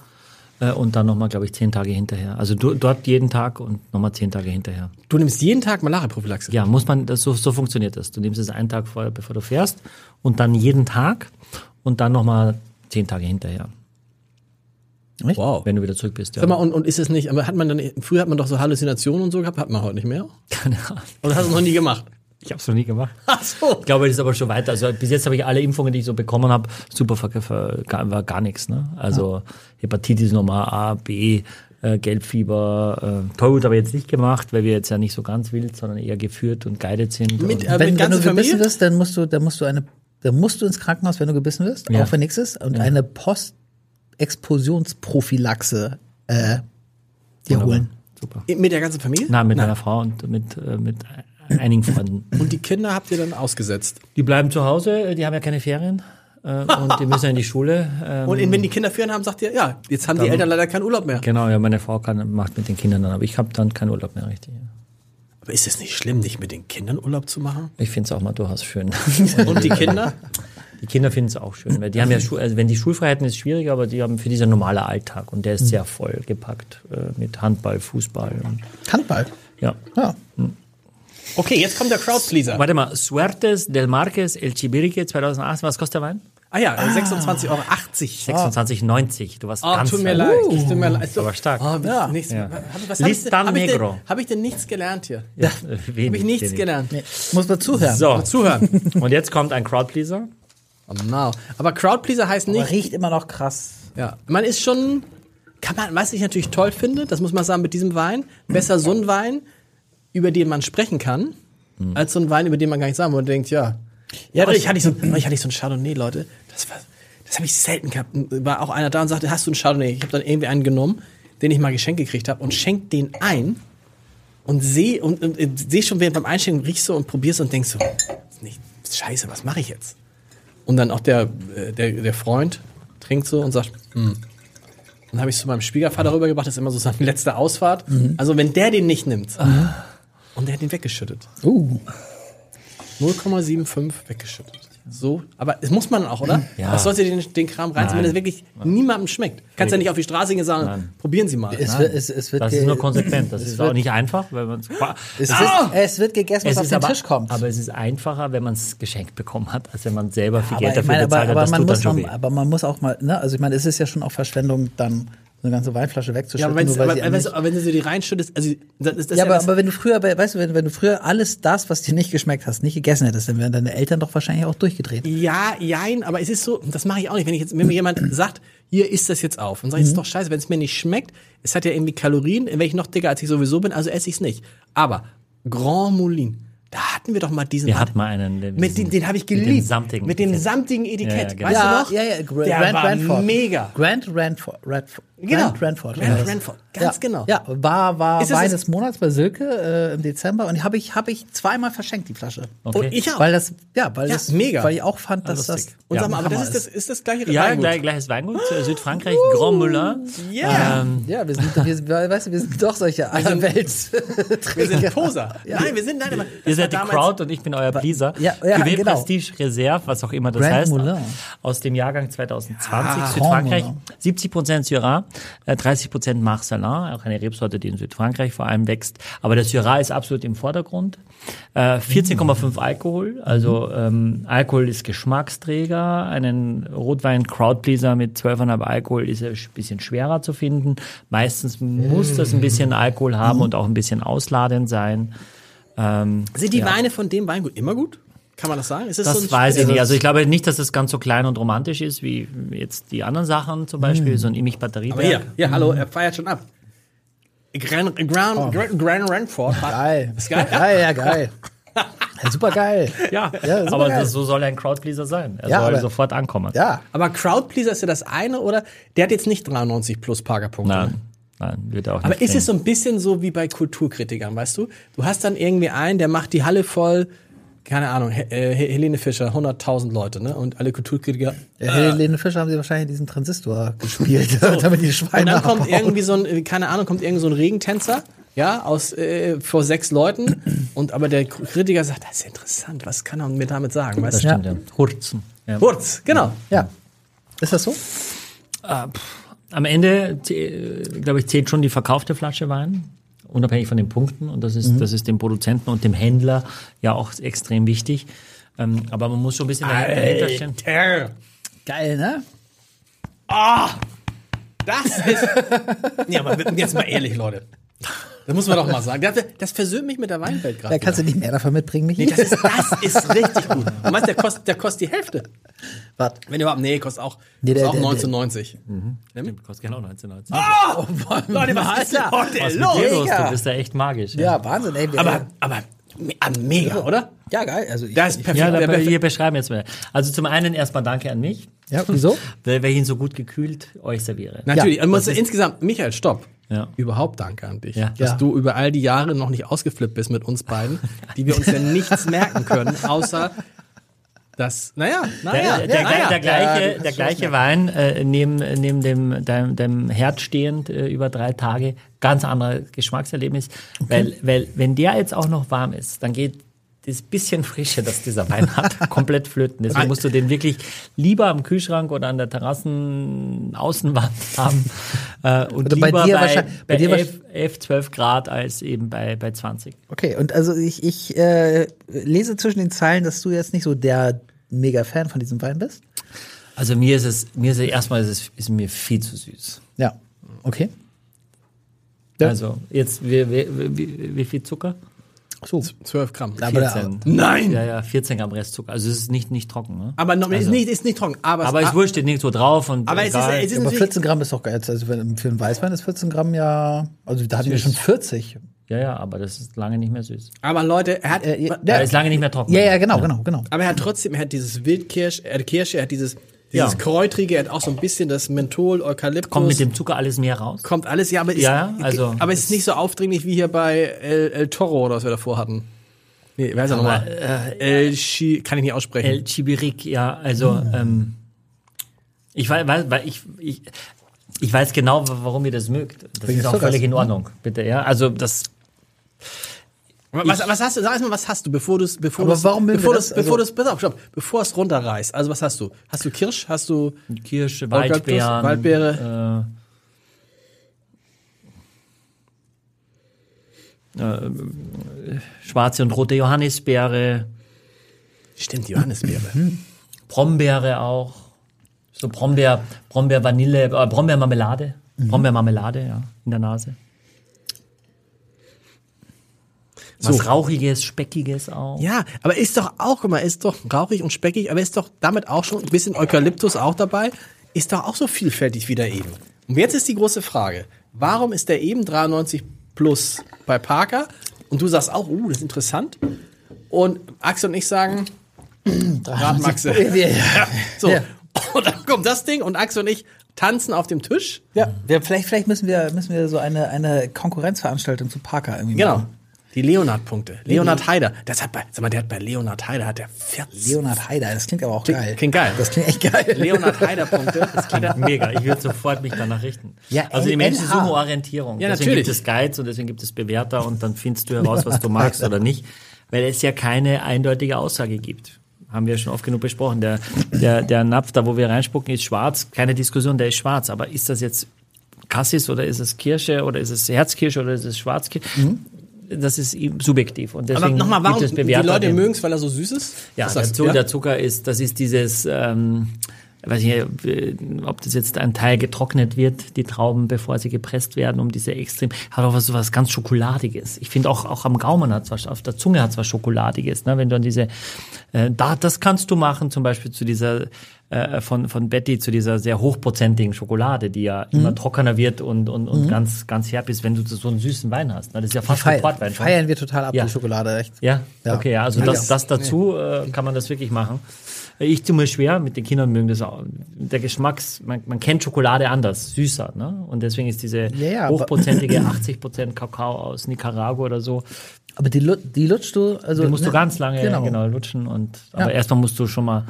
[SPEAKER 4] äh, und dann nochmal, glaube ich, zehn Tage hinterher. Also du, dort jeden Tag und nochmal zehn Tage hinterher.
[SPEAKER 3] Du nimmst jeden Tag Malaria-Prophylaxe.
[SPEAKER 4] Ja, muss man, das, so, so funktioniert das. Du nimmst es einen Tag vorher, bevor du fährst und dann jeden Tag und dann nochmal zehn Tage hinterher.
[SPEAKER 2] Echt?
[SPEAKER 3] Wow.
[SPEAKER 4] wenn du wieder zurück bist. Ja.
[SPEAKER 3] Sag mal, und, und ist es nicht, aber hat man dann, früher hat man doch so Halluzinationen und so gehabt, hat man heute nicht mehr?
[SPEAKER 4] Keine Ahnung.
[SPEAKER 3] Oder hast du es noch nie gemacht?
[SPEAKER 4] Ich habe es noch nie gemacht.
[SPEAKER 3] Ach so.
[SPEAKER 4] Ich glaube, das ist aber schon weiter. Also bis jetzt habe ich alle Impfungen, die ich so bekommen habe, super ver- ver- gar- war gar nichts. Ne? Also Hepatitis Nummer A, B, äh, Gelbfieber, äh, Tollwut habe ich jetzt nicht gemacht, weil wir jetzt ja nicht so ganz wild, sondern eher geführt und guided
[SPEAKER 3] Mit,
[SPEAKER 4] sind. und,
[SPEAKER 3] äh,
[SPEAKER 2] Wenn,
[SPEAKER 3] mit
[SPEAKER 2] wenn du
[SPEAKER 3] ganzer
[SPEAKER 2] gebissen
[SPEAKER 3] Familie?
[SPEAKER 2] wirst, dann musst du, dann musst du eine, dann musst du ins Krankenhaus, wenn du gebissen wirst, auch wenn nichts ist, und eine Post-Expositionsprophylaxe äh, dir holen.
[SPEAKER 4] super.
[SPEAKER 3] Mit der ganzen Familie?
[SPEAKER 4] Nein, mit meiner Frau und mit, äh, mit einigen Freunden.
[SPEAKER 3] Und die Kinder habt ihr dann ausgesetzt.
[SPEAKER 4] Die bleiben zu Hause, die haben ja keine Ferien äh, und die müssen ja in die Schule. ähm,
[SPEAKER 3] Und wenn die Kinder Ferien haben, sagt ihr, ja, jetzt haben die Eltern leider keinen Urlaub mehr.
[SPEAKER 4] Genau, ja, meine Frau kann, macht mit den Kindern dann, aber ich habe dann keinen Urlaub mehr richtig.
[SPEAKER 3] Aber ist es nicht schlimm, nicht mit den Kindern Urlaub zu machen?
[SPEAKER 4] Ich finde es auch mal durchaus schön.
[SPEAKER 3] Und die Kinder?
[SPEAKER 4] Die Kinder finden es auch schön, weil die haben ja, Schu- also wenn die Schulfreiheiten ist schwierig, aber die haben für dieser normale Alltag und der
[SPEAKER 2] Hm.
[SPEAKER 4] ist sehr vollgepackt äh, mit Handball, Fußball und
[SPEAKER 2] Handball.
[SPEAKER 4] ja.
[SPEAKER 2] Ja.
[SPEAKER 3] Okay, jetzt kommt der Crowdpleaser.
[SPEAKER 4] Warte mal, Suertes del Marques El Chibirique 2018, was kostet der Wein?
[SPEAKER 3] Ah ja, 26,80 Euro.
[SPEAKER 4] 26,90. Du warst
[SPEAKER 3] Ah,
[SPEAKER 4] ganz
[SPEAKER 3] tut mir
[SPEAKER 4] weit.
[SPEAKER 3] leid. Ich tut mir leid.
[SPEAKER 4] Aber stark.
[SPEAKER 3] Oh,
[SPEAKER 2] Ja.
[SPEAKER 3] ja. nichts,
[SPEAKER 4] Ja.
[SPEAKER 3] Hab ich, was
[SPEAKER 4] Listan
[SPEAKER 3] hab ich, denn, hab ich
[SPEAKER 4] Negro.
[SPEAKER 3] denn, hab ich denn nichts gelernt hier?
[SPEAKER 4] Ja,
[SPEAKER 3] Hab
[SPEAKER 4] wenig,
[SPEAKER 3] ich nichts
[SPEAKER 4] wenig.
[SPEAKER 3] gelernt.
[SPEAKER 2] Nee, muss man zuhören.
[SPEAKER 4] So,
[SPEAKER 3] Zuhören.
[SPEAKER 4] und jetzt kommt ein Crowdpleaser.
[SPEAKER 3] Oh, no. Aber Crowdpleaser heißt nicht,
[SPEAKER 2] Aber riecht immer noch krass.
[SPEAKER 3] Ja, man ist schon, kann man, was ich natürlich toll finde, das muss man sagen, mit diesem Wein, besser so ein Wein, über den man sprechen kann, als so ein Wein, über den man gar nicht sagen will und denkt, ja. Ja, neulich hatte ich so, neulich hatte ich so ein Chardonnay, Leute. Das war, das habe ich selten gehabt. War auch einer da und sagte, hast du einen Chardonnay? Ich habe dann irgendwie einen genommen, den ich mal geschenkt gekriegt habe und schenkt den ein und sehe und, und, und seh schon während beim Einschenken riechst so und probierst und denkst so, ist nicht, scheiße, was mache ich jetzt? Und dann auch der, äh, der, der Freund trinkt so und sagt, hm. Dann habe ich es zu meinem Schwiegervater rübergebracht, das ist immer so seine letzte Ausfahrt.
[SPEAKER 2] Mhm.
[SPEAKER 3] Also wenn der den nicht nimmt, und der hat den weggeschüttet.
[SPEAKER 2] Uh.
[SPEAKER 3] 0,75 weggeschüttet. So, aber das muss man auch,
[SPEAKER 2] Mhm.
[SPEAKER 3] oder?
[SPEAKER 4] Ja.
[SPEAKER 3] Was sollst du den, den Kram reinziehen, wenn das wirklich niemandem schmeckt? Kannst ja nicht auf die Straße gehen und sagen, probieren Sie mal.
[SPEAKER 2] Es, wird, es, es wird
[SPEAKER 4] Das ist nur
[SPEAKER 2] ge-
[SPEAKER 4] konsequent. Das ist auch nicht einfach, weil man
[SPEAKER 2] es,
[SPEAKER 3] Ah!
[SPEAKER 2] wird, es wird gegessen, was
[SPEAKER 4] Ah! Es
[SPEAKER 2] auf
[SPEAKER 4] ist
[SPEAKER 2] den
[SPEAKER 4] aber,
[SPEAKER 2] Tisch kommt.
[SPEAKER 4] aber es ist einfacher, wenn man es geschenkt bekommen hat, als wenn man selber viel Geld
[SPEAKER 2] ich
[SPEAKER 4] dafür
[SPEAKER 2] meine,
[SPEAKER 4] bezahlt hat. Das
[SPEAKER 2] man
[SPEAKER 4] tut dann
[SPEAKER 2] muss
[SPEAKER 4] schon
[SPEAKER 2] man,
[SPEAKER 4] weh.
[SPEAKER 2] aber man muss auch mal, ne, also ich meine, es ist ja schon auch Verschwendung, dann so eine ganze Weinflasche
[SPEAKER 3] ja,
[SPEAKER 2] wegzuschütten,
[SPEAKER 3] aber, wenn's-
[SPEAKER 2] nur weil
[SPEAKER 3] aber,
[SPEAKER 2] sie
[SPEAKER 3] aber,
[SPEAKER 2] einem
[SPEAKER 3] weißt
[SPEAKER 2] nicht-
[SPEAKER 3] du, aber wenn du so die reinschüttest, also das, das, das
[SPEAKER 2] ja,
[SPEAKER 3] ist
[SPEAKER 2] aber,
[SPEAKER 3] das-
[SPEAKER 2] aber wenn du früher, bei- weißt du, wenn, wenn du früher alles das, was dir nicht geschmeckt hast, nicht gegessen hättest, dann wären deine Eltern doch wahrscheinlich auch durchgedreht.
[SPEAKER 3] Ja, jein, aber es ist so, das mache ich auch nicht. Wenn ich jetzt, wenn mir jemand sagt, hier isst das jetzt auf, und sage ich, es
[SPEAKER 4] Mhm.
[SPEAKER 3] ist doch scheiße, wenn es mir nicht schmeckt, es hat ja irgendwie Kalorien, wäre ich noch dicker, als ich sowieso bin, also esse ich es nicht. Aber Grand Moulin, da hatten wir doch mal diesen.
[SPEAKER 4] Wir hatten mal einen. den-
[SPEAKER 3] mit den, den habe ich geliebt.
[SPEAKER 4] Mit dem samtigen.
[SPEAKER 3] Mit dem
[SPEAKER 4] Etikett.
[SPEAKER 3] samtigen Etikett.
[SPEAKER 4] Ja, ja, genau.
[SPEAKER 3] weißt
[SPEAKER 2] ja,
[SPEAKER 3] du noch?
[SPEAKER 2] ja, ja, Gra-
[SPEAKER 3] Der
[SPEAKER 2] Grant
[SPEAKER 3] war
[SPEAKER 2] Ranford.
[SPEAKER 3] mega.
[SPEAKER 2] Grant Ranford. Radford,
[SPEAKER 3] Genau.
[SPEAKER 2] Grant Ranford.
[SPEAKER 3] Grant
[SPEAKER 2] oder was?
[SPEAKER 3] Ranford, ganz
[SPEAKER 2] ja.
[SPEAKER 3] genau.
[SPEAKER 2] Ja, war, war
[SPEAKER 3] Ist es-
[SPEAKER 2] Wein
[SPEAKER 3] ist-
[SPEAKER 2] des Monats bei Silke äh, im Dezember und habe ich, hab ich zweimal verschenkt, die Flasche.
[SPEAKER 4] Okay. Ah,
[SPEAKER 3] Und ich auch.
[SPEAKER 2] Weil das, ja, weil
[SPEAKER 3] Ja,
[SPEAKER 2] das,
[SPEAKER 3] mega.
[SPEAKER 2] weil ich auch fand, dass das,
[SPEAKER 4] lustig.
[SPEAKER 3] und
[SPEAKER 2] ja,
[SPEAKER 3] sag mal, aber
[SPEAKER 2] Hammer
[SPEAKER 3] das ist das, ist das gleiche
[SPEAKER 4] ja,
[SPEAKER 3] Weingut.
[SPEAKER 4] gleich, gleiches Weingut, äh, Südfrankreich, Grand Moulin.
[SPEAKER 3] Yeah.
[SPEAKER 2] Ja, wir sind, wir, sind- weißt du, wir sind doch solche aller Welt.
[SPEAKER 3] wir sind Poser. Nein, wir sind, nein, aber das
[SPEAKER 4] Ihr
[SPEAKER 3] war
[SPEAKER 4] seid die
[SPEAKER 3] damals-
[SPEAKER 4] Crowd und ich bin euer Pleaser.
[SPEAKER 2] Ja, ja,
[SPEAKER 4] Cuvée
[SPEAKER 2] genau.
[SPEAKER 4] Prestige Reserve, was auch immer das
[SPEAKER 2] Grand
[SPEAKER 4] heißt.
[SPEAKER 2] Moulin.
[SPEAKER 4] Aus dem Jahrgang 2020,
[SPEAKER 2] Ah,
[SPEAKER 4] Südfrankreich.
[SPEAKER 2] Grand
[SPEAKER 4] 70% Syrah, äh, 30% Marcelin, auch eine Rebsorte, die in Südfrankreich vor allem wächst. Aber der Syrah ist absolut im Vordergrund. Äh, 14,5 Alkohol, also ähm, Alkohol ist Geschmacksträger. Einen Rotwein Crowdpleaser mit 12,5 Alkohol ist ein sch- bisschen schwerer zu finden. Meistens muss das ein bisschen Alkohol
[SPEAKER 2] Mhm.
[SPEAKER 4] haben und auch ein bisschen ausladend sein.
[SPEAKER 3] Sind die Weine von dem Weingut immer gut? Kann man das sagen? Ist
[SPEAKER 4] Das
[SPEAKER 3] so ein-
[SPEAKER 4] weiß ich
[SPEAKER 3] also-
[SPEAKER 4] nicht. Also ich glaube nicht, dass das ganz so klein und romantisch ist, wie jetzt die anderen Sachen, zum Beispiel so ein Imich
[SPEAKER 3] Hm. Aber hier,
[SPEAKER 4] Batterieberg.
[SPEAKER 3] hier, hallo,
[SPEAKER 2] Mhm.
[SPEAKER 3] er feiert schon ab. Gran, Gran, Gran, Gran Ranford. war-
[SPEAKER 2] Oh. Geil.
[SPEAKER 3] Ist geil.
[SPEAKER 2] Geil, ja, geil. Ja, super geil.
[SPEAKER 4] Ja,
[SPEAKER 2] Ja, super
[SPEAKER 4] aber
[SPEAKER 2] geil.
[SPEAKER 4] das, so soll ein Crowdpleaser sein. Er
[SPEAKER 2] Ja,
[SPEAKER 4] soll
[SPEAKER 2] aber-
[SPEAKER 4] sofort ankommen.
[SPEAKER 2] Ja.
[SPEAKER 3] Aber Crowdpleaser ist ja das eine, oder? Der hat jetzt nicht 93 plus Parkerpunkte.
[SPEAKER 4] Nein, nein, wird er auch nicht.
[SPEAKER 3] Aber ist
[SPEAKER 4] kriegen.
[SPEAKER 3] es so ein bisschen so wie bei Kulturkritikern, weißt du? Du hast dann irgendwie einen, der macht die Halle voll, keine Ahnung, He äh, He- Helene Fischer, 100.000 Leute, ne? Und alle Kulturkritiker.
[SPEAKER 2] Ja, Helene Fischer haben sie wahrscheinlich diesen Transistor gespielt, damit die Schweine
[SPEAKER 3] Und dann kommt
[SPEAKER 2] abhauen.
[SPEAKER 3] irgendwie so ein, äh, keine Ahnung, kommt irgend so ein Regentänzer, ja, aus äh, vor sechs Leuten. Und aber der Kritiker sagt, das ist interessant, was kann er mir damit sagen? Weißt
[SPEAKER 4] Das
[SPEAKER 3] du?
[SPEAKER 4] stimmt, ja. Hurzen. Ja.
[SPEAKER 3] Kurz, genau.
[SPEAKER 2] Ja. Ist das so?
[SPEAKER 4] Am Ende, äh, glaube ich, zählt schon die verkaufte Flasche Wein, unabhängig von den Punkten. Und das ist,
[SPEAKER 3] Mhm.
[SPEAKER 4] das ist dem Produzenten und dem Händler ja auch extrem wichtig. Ähm, aber man muss schon ein
[SPEAKER 2] ne?
[SPEAKER 4] bisschen dahinter stehen.
[SPEAKER 3] Alter.
[SPEAKER 2] Geil, ne?
[SPEAKER 3] Das ist. Ja, aber jetzt mal ehrlich, Leute. Das muss man doch mal sagen. Das, das versöhnt mich mit der Weinwelt gerade.
[SPEAKER 2] Da kannst du nicht mehr davon mitbringen, Michi.
[SPEAKER 3] Nee, das ist, das ist richtig gut. Du meinst, der kostet, der kostet die Hälfte.
[SPEAKER 2] Warte.
[SPEAKER 3] Wenn überhaupt, nee, kostet auch,
[SPEAKER 2] Nee,
[SPEAKER 3] kostet
[SPEAKER 2] der-
[SPEAKER 3] auch
[SPEAKER 2] der- der-
[SPEAKER 3] 19,90.
[SPEAKER 4] Stimmt, kostet genau 1990.
[SPEAKER 3] Oh, Leute, was ist denn
[SPEAKER 4] Was
[SPEAKER 3] heute
[SPEAKER 4] ist mit dir
[SPEAKER 3] los?
[SPEAKER 4] los?
[SPEAKER 2] Mega.
[SPEAKER 4] Du bist da echt magisch.
[SPEAKER 2] Ja, Wahnsinn, ey. wir-
[SPEAKER 3] Aber, aber, me- ah, mega, oder?
[SPEAKER 2] ja, geil. Also ich,
[SPEAKER 3] Das ist perfekt.
[SPEAKER 4] Ja,
[SPEAKER 3] der,
[SPEAKER 4] da,
[SPEAKER 3] perfekt-
[SPEAKER 4] wir beschreiben jetzt mal. Also zum einen erstmal danke an mich,
[SPEAKER 2] ja, wieso?
[SPEAKER 4] weil weil ich ihn so gut gekühlt euch serviere.
[SPEAKER 3] Natürlich, ja, muss insgesamt, Michael, stopp.
[SPEAKER 4] Ja.
[SPEAKER 3] Überhaupt danke an dich,
[SPEAKER 4] Ja.
[SPEAKER 3] dass
[SPEAKER 2] Ja.
[SPEAKER 3] du über all die Jahre noch nicht ausgeflippt bist mit uns beiden, die wir uns ja nichts merken können, außer dass, naja, naja,
[SPEAKER 4] Der, der,
[SPEAKER 3] naja.
[SPEAKER 4] der gleiche, der gleiche Wein äh, neben, neben dem, deinem, deinem Herd stehend äh, über drei Tage, ganz anderes Geschmackserlebnis. Weil, weil wenn der jetzt auch noch warm ist, dann geht das bisschen Frische, das dieser Wein hat, komplett flöten. Deswegen musst du den wirklich lieber am Kühlschrank oder an der Terrassenaußenwand haben. Äh, und
[SPEAKER 2] Oder bei
[SPEAKER 4] lieber bei,
[SPEAKER 2] dir
[SPEAKER 4] bei,
[SPEAKER 2] wahrscheinlich- bei dir
[SPEAKER 4] 11, 11, 12 Grad als eben bei, bei 20.
[SPEAKER 2] Okay, und also ich, ich äh, lese zwischen den Zeilen, dass du jetzt nicht so der Mega-Fan von diesem Wein bist.
[SPEAKER 4] Also mir ist es, mir ist es erstmal ist es ist mir viel zu süß.
[SPEAKER 2] Ja. Okay. Ja.
[SPEAKER 4] Also jetzt wie, wie, wie, wie viel Zucker?
[SPEAKER 2] So.
[SPEAKER 3] 12 Gramm.
[SPEAKER 2] Aber da-
[SPEAKER 4] 14.
[SPEAKER 3] Nein!
[SPEAKER 4] Ja, ja, 14 Gramm Restzucker. Also es ist nicht, nicht trocken, ne?
[SPEAKER 3] Aber noch, ist,
[SPEAKER 4] Also-
[SPEAKER 3] nicht, ist nicht trocken. Aber,
[SPEAKER 4] Aber es
[SPEAKER 3] ah,
[SPEAKER 4] wurscht, steht nirgendwo drauf und
[SPEAKER 3] aber es ist,
[SPEAKER 4] egal.
[SPEAKER 3] es ist
[SPEAKER 2] Aber
[SPEAKER 3] natürlich,
[SPEAKER 2] 14 Gramm ist doch geil. Also für, für einen Weißwein ist 14 Gramm ja. Also da hatten wir schon 40.
[SPEAKER 4] Ja, ja, aber das ist lange nicht mehr süß.
[SPEAKER 3] aber Leute, er hat,
[SPEAKER 2] Äh, ja,
[SPEAKER 4] Ja, ist lange nicht mehr trocken.
[SPEAKER 2] Ja, ja, genau, genau, genau.
[SPEAKER 3] aber er hat trotzdem, er hat dieses Wildkirsch, er hat Kirsche, er hat dieses, dieses
[SPEAKER 4] Ja.
[SPEAKER 3] Kräutrige, er hat auch so ein bisschen das Menthol, Eukalyptus.
[SPEAKER 4] Kommt mit dem Zucker alles mehr raus?
[SPEAKER 3] Kommt alles, ja, aber ist,
[SPEAKER 4] Ja, also-
[SPEAKER 3] aber es ist nicht so aufdringlich wie hier bei El, El Toro oder was wir davor hatten. Nee, wer ist er nochmal? El Chi, kann ich nicht aussprechen.
[SPEAKER 4] äh, El Chibirik, ja, also ähm, ich weiß, weiß weil ich, ich, ich weiß genau, wa- warum ihr das mögt. Das
[SPEAKER 2] Wegen
[SPEAKER 4] ist auch
[SPEAKER 2] Zuckers.
[SPEAKER 4] völlig in Ordnung, bitte, ja. Also das
[SPEAKER 3] was, was hast du, sag erstmal, was hast du, bevor du es, bevor
[SPEAKER 2] Aber
[SPEAKER 3] du es,
[SPEAKER 2] warum will
[SPEAKER 3] bevor
[SPEAKER 2] wir
[SPEAKER 3] du
[SPEAKER 2] das? Also
[SPEAKER 3] es, bevor du es, pass auf, stopp, bevor es runterreißt, also was hast du? Hast du Kirsch, hast du,
[SPEAKER 4] Kirsche,
[SPEAKER 3] Eukalyptus,
[SPEAKER 4] Waldbeeren,
[SPEAKER 3] Waldbeere.
[SPEAKER 4] Äh, äh, schwarze und rote Johannisbeere,
[SPEAKER 3] stimmt, Johannisbeere.
[SPEAKER 2] Mhm.
[SPEAKER 4] Brombeere auch. So Brombeer, Brombeer Vanille, äh, Brombeer Marmelade. Brombeer Marmelade, ja, in der Nase. Was
[SPEAKER 3] So.
[SPEAKER 4] Rauchiges, Speckiges auch.
[SPEAKER 3] ja, aber ist doch auch, guck mal, ist doch rauchig und speckig, aber ist doch damit auch schon ein bisschen Eukalyptus auch dabei, ist doch auch so vielfältig wie der eben. Und jetzt ist die große Frage, warum ist der eben 93 plus bei Parker und du sagst auch, uh, das ist interessant und Axel und ich sagen, Rat Maxe.
[SPEAKER 2] Wir,
[SPEAKER 3] So.
[SPEAKER 2] Ja.
[SPEAKER 3] Und dann kommt das Ding und Axel und ich tanzen auf dem Tisch.
[SPEAKER 2] ja, wir, vielleicht, vielleicht müssen wir, müssen wir so eine, eine Konkurrenzveranstaltung zu Parker irgendwie
[SPEAKER 3] Genau.
[SPEAKER 2] machen.
[SPEAKER 3] Die Leonard-Punkte. Leonard
[SPEAKER 2] Mhm.
[SPEAKER 3] Haider. Das hat bei, sag mal, der hat bei Leonard Haider hat der 14.
[SPEAKER 2] Leonhard Haider, das klingt aber auch geil.
[SPEAKER 3] klingt geil.
[SPEAKER 2] Das klingt echt geil.
[SPEAKER 3] Leonard Haider-Punkte.
[SPEAKER 4] Das klingt mega. Ich würde sofort mich danach richten.
[SPEAKER 2] Ja,
[SPEAKER 4] also die Menschen
[SPEAKER 2] LNH.
[SPEAKER 4] suchen Orientierung.
[SPEAKER 3] Ja,
[SPEAKER 4] deswegen
[SPEAKER 3] natürlich.
[SPEAKER 4] gibt es Guides und deswegen gibt es Bewerter und dann findest du heraus, was du magst oder nicht, weil es ja keine eindeutige Aussage gibt. Haben wir schon oft genug besprochen. Der, der, der Napf, da wo wir reinspucken, ist schwarz. Keine Diskussion, der ist schwarz. Aber ist das jetzt Cassis oder ist es Kirsche oder ist es Herzkirsche oder ist es Schwarzkirsche? Das ist ihm subjektiv. Und deswegen
[SPEAKER 3] Mhm. Aber nochmal, warum?
[SPEAKER 4] gibt es
[SPEAKER 3] Die
[SPEAKER 4] Bewerter.
[SPEAKER 3] Leute
[SPEAKER 4] die-
[SPEAKER 3] mögen es, weil er so süß ist?
[SPEAKER 4] ja,
[SPEAKER 3] Was
[SPEAKER 4] der,
[SPEAKER 3] sagst du?
[SPEAKER 4] Zu der Zucker ist, das ist dieses, ähm, weiß ich nicht, äh, ob das jetzt ein Teil getrocknet wird, die Trauben, bevor sie gepresst werden, um diese extrem, hat auch was, so was ganz Schokoladiges. Ich finde auch, auch am Gaumen hat was, auf der Zunge hat was Schokoladiges, ne? wenn du an diese, äh, da, das kannst du machen, zum Beispiel zu dieser, äh, von, von Betty zu dieser sehr hochprozentigen Schokolade, die ja
[SPEAKER 3] Mhm.
[SPEAKER 4] immer trockener wird und, und, und ganz, ganz herb ist, wenn du so einen süßen Wein hast. Ne? Das ist ja fast ein
[SPEAKER 2] Feiern,
[SPEAKER 4] Portwein. schon.
[SPEAKER 2] feiern wir total ab,
[SPEAKER 4] Ja.
[SPEAKER 2] die Schokolade, echt.
[SPEAKER 4] Ja,
[SPEAKER 2] Ja.
[SPEAKER 4] okay, ja, also
[SPEAKER 2] Ja,
[SPEAKER 4] das,
[SPEAKER 2] ja.
[SPEAKER 4] das dazu äh, kann man das wirklich machen. Äh, Ich tue mir schwer, mit den Kindern mögen das auch. Der Geschmacks, man, man kennt Schokolade anders, süßer, ne? Und deswegen ist diese
[SPEAKER 2] Ja, ja, aber-
[SPEAKER 4] hochprozentige 80% Kakao aus Nicaragua oder so,
[SPEAKER 2] Aber die, lut- die lutschst du, also.
[SPEAKER 4] die musst du
[SPEAKER 2] ne?
[SPEAKER 4] ganz lange
[SPEAKER 2] Genau.
[SPEAKER 4] genau. lutschen und aber erstmal musst du schon mal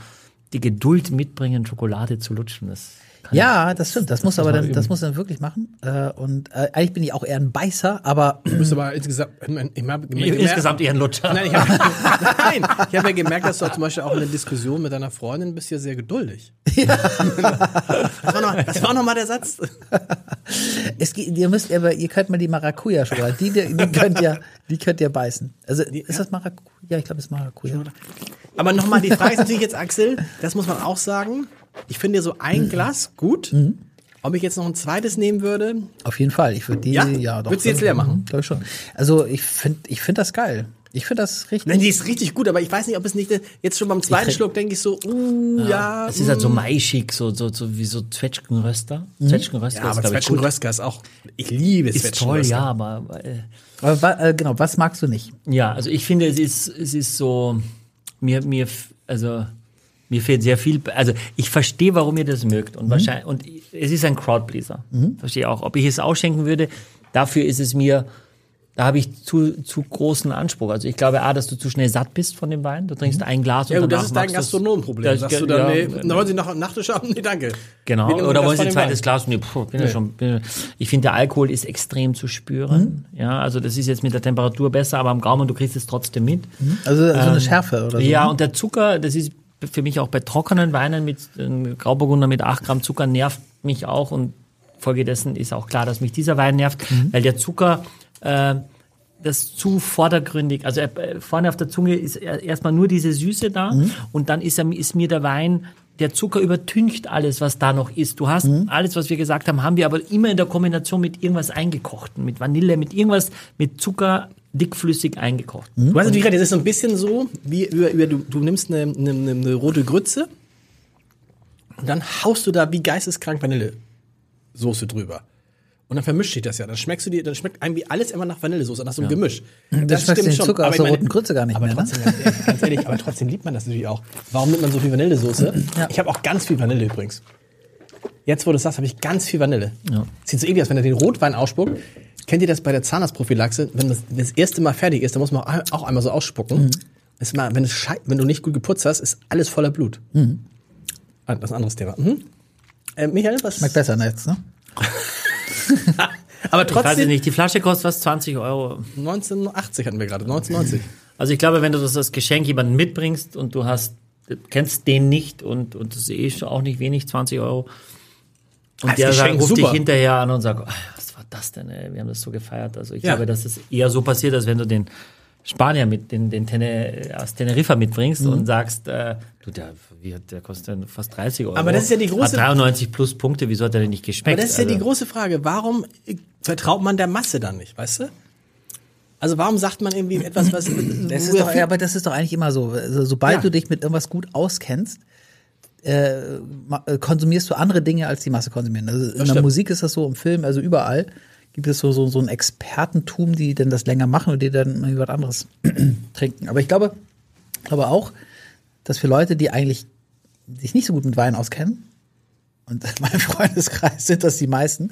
[SPEAKER 4] die Geduld mitbringen, Schokolade zu lutschen. Das kann
[SPEAKER 2] Ja, das stimmt. Das, muss
[SPEAKER 4] muss
[SPEAKER 2] aber
[SPEAKER 4] man
[SPEAKER 2] dann,
[SPEAKER 4] üben.
[SPEAKER 2] das muss dann wirklich machen. Äh, und äh, eigentlich bin ich auch eher ein Beißer, aber
[SPEAKER 3] Du bist aber insgesamt. Ich mein, ich hab
[SPEAKER 4] ich,
[SPEAKER 3] gemerkt-
[SPEAKER 4] insgesamt eher ein Lutscher.
[SPEAKER 3] Nein, ich habe nein, ich hab ja gemerkt, dass du auch zum Beispiel auch in der Diskussion mit deiner Freundin bist ja sehr geduldig. das war nochmal noch mal der Satz.
[SPEAKER 2] es geht, ihr müsst aber, ihr könnt mal die Maracuja schokolade die, die, die könnt ihr, die könnt ihr beißen. Also ist das Maracuja? Ja, ich glaube, es ist Maracuja.
[SPEAKER 3] Aber nochmal, die Frage ist natürlich jetzt, Axel, das muss man auch sagen. Ich finde so ein Glas gut, Ob ich jetzt noch ein zweites nehmen würde?
[SPEAKER 2] Auf jeden Fall. Ich würde die,
[SPEAKER 3] Ja?
[SPEAKER 2] ja, doch.
[SPEAKER 3] Würdest du jetzt leer machen?
[SPEAKER 2] Glaube ich schon. Also ich finde ich find das geil. Ich finde das richtig.
[SPEAKER 3] Nein, die ist richtig gut, aber ich weiß nicht, ob es nicht äh, jetzt schon beim zweiten
[SPEAKER 2] krieg-
[SPEAKER 3] Schluck denke ich so, uh, ja.
[SPEAKER 4] Es ist halt so maischig, so, so, so wie so Zwetschgenröster. Zwetschgenröster
[SPEAKER 3] Ja,
[SPEAKER 4] ist,
[SPEAKER 3] aber
[SPEAKER 4] glaube ich, gut.
[SPEAKER 3] Zwetschgenröster ist auch, ich liebe
[SPEAKER 4] Ist toll,
[SPEAKER 3] Zwetschgenröster.
[SPEAKER 4] ja, aber äh,
[SPEAKER 2] Aber wa- äh, genau, was magst du nicht?
[SPEAKER 4] ja, also ich finde, es ist, es ist so, mir, mir, f- also mir fehlt sehr viel. Also ich verstehe, warum ihr das mögt
[SPEAKER 3] Mhm.
[SPEAKER 4] und wahrscheinlich und es ist ein Crowdpleaser. Verstehe auch. Ob ich es ausschenken würde, dafür ist es mir, da habe ich zu, zu großen Anspruch. Also ich glaube, a, dass du zu schnell satt bist von dem Wein. Du trinkst ein Glas
[SPEAKER 3] Mhm. Ja,
[SPEAKER 4] und
[SPEAKER 3] gut,
[SPEAKER 4] danach
[SPEAKER 3] das ist dein
[SPEAKER 4] magst du's-
[SPEAKER 3] Gastronomenproblem.
[SPEAKER 4] Das-
[SPEAKER 3] Sagst du dann,
[SPEAKER 4] ja, ne,
[SPEAKER 3] nee, wollen Sie noch Nachtisch haben? Nee, danke.
[SPEAKER 4] Genau.
[SPEAKER 3] Wir nehmen
[SPEAKER 4] Oder
[SPEAKER 3] das
[SPEAKER 4] wollen Sie
[SPEAKER 3] von
[SPEAKER 4] ein
[SPEAKER 3] dem
[SPEAKER 4] zweites
[SPEAKER 3] Wein.
[SPEAKER 4] Glas? Nee, puh, bin ja schon, bin, ich finde, der Alkohol ist extrem zu spüren.
[SPEAKER 3] Mhm.
[SPEAKER 4] Ja, also das ist jetzt mit der Temperatur besser, aber am Gaumen, du kriegst es trotzdem mit.
[SPEAKER 3] Mhm.
[SPEAKER 2] Also so eine Schärfe oder so.
[SPEAKER 4] Ähm, Ja,
[SPEAKER 2] ne?
[SPEAKER 4] und der Zucker, das ist für mich auch bei trockenen Weinen mit äh, Grauburgunder mit 8 Gramm Zucker nervt mich auch und folgedessen ist auch klar, dass mich dieser Wein nervt,
[SPEAKER 2] Mhm.
[SPEAKER 4] weil der Zucker äh, das zu vordergründig, also äh, vorne auf der Zunge ist er- erstmal nur diese Süße da
[SPEAKER 2] Mhm.
[SPEAKER 4] und dann ist, er, ist mir der Wein, der Zucker übertüncht alles, was da noch ist. Du hast
[SPEAKER 2] Mhm.
[SPEAKER 4] alles, was wir gesagt haben, haben wir aber immer in der Kombination mit irgendwas eingekochten, mit Vanille, mit irgendwas, mit Zucker dickflüssig eingekocht.
[SPEAKER 2] Mhm.
[SPEAKER 3] Du weißt natürlich gerade, Also, das ist so ein bisschen so, wie über, über, du, du nimmst eine, eine, eine, eine rote Grütze und dann haust du da wie geisteskrank Vanillesoße drüber. Und dann vermischt sich das ja. Dann schmeckst du dir, dann schmeckt einem wie alles immer nach Vanillesoße, nach so einem Gemisch.
[SPEAKER 2] Das schmeckst du den Zucker aus
[SPEAKER 3] ich
[SPEAKER 2] der
[SPEAKER 3] meine-
[SPEAKER 2] roten Grütze gar nicht
[SPEAKER 3] aber
[SPEAKER 2] mehr, ne?
[SPEAKER 3] Trotzdem, ganz ehrlich- ganz ehrlich, aber trotzdem liebt man das natürlich auch. Warum nimmt man so viel Vanillesoße? Ich habe auch ganz viel Vanille übrigens. Jetzt, wo du das sagst, habe ich ganz viel Vanille. Sieht so eklig aus, wenn er den Rotwein ausspuckt. Kennt ihr das bei der Zahnarztprophylaxe? Wenn das, wenn das erste Mal fertig ist, dann muss man auch einmal so ausspucken.
[SPEAKER 2] Mhm.
[SPEAKER 3] Ist mal, wenn, es schei- wenn du nicht gut geputzt hast, ist alles voller Blut.
[SPEAKER 2] Mhm.
[SPEAKER 3] Ah, Das ist ein anderes Thema. Mhm. Äh, Michael, was?
[SPEAKER 2] Schmeckt besser jetzt, ne?
[SPEAKER 3] Aber
[SPEAKER 4] Ich weiß es
[SPEAKER 3] trotzdem,
[SPEAKER 4] nicht, die Flasche kostet fast 20 Euro.
[SPEAKER 3] 1980 hatten wir gerade, 1990.
[SPEAKER 4] Also ich glaube, wenn du das als Geschenk jemandem mitbringst und du hast, du kennst den nicht und, und das ist eh schon auch nicht wenig, 20 Euro. Und
[SPEAKER 3] Als
[SPEAKER 4] der sagt,
[SPEAKER 3] Geschenk
[SPEAKER 4] ruft
[SPEAKER 3] super.
[SPEAKER 4] dich hinterher an und sagt, "Ah, was war das denn, ey? wir haben das so gefeiert. Also ich
[SPEAKER 3] Ja.
[SPEAKER 4] glaube, dass es eher so passiert, als wenn du den Spanier mit, den, den Tene, aus Teneriffa mitbringst
[SPEAKER 3] Mhm.
[SPEAKER 4] und sagst, äh, du, der, wie hat- der kostet dann fast 30 Euro.
[SPEAKER 3] Aber das ist ja die große-
[SPEAKER 4] Hat 93 plus Punkte, wieso hat er denn nicht geschmeckt?
[SPEAKER 3] Aber das ist ja die
[SPEAKER 4] Also-
[SPEAKER 3] große Frage. Warum äh, vertraut man der Masse dann nicht, weißt du? Also warum sagt man irgendwie etwas, was...
[SPEAKER 2] Das ist doch, ja, aber das ist doch eigentlich immer so. Also, sobald
[SPEAKER 3] Ja.
[SPEAKER 2] du dich mit irgendwas gut auskennst, äh, ma- äh, konsumierst du andere Dinge, als die Masse konsumieren. Also in der
[SPEAKER 3] stimmt.
[SPEAKER 2] Musik ist das so, im Film, also überall gibt es so, so, so ein Expertentum, die denn das länger machen und die dann irgendwie was anderes trinken. Aber ich glaube, aber auch, dass für Leute, die eigentlich sich nicht so gut mit Wein auskennen, und mein Freundeskreis sind das die meisten,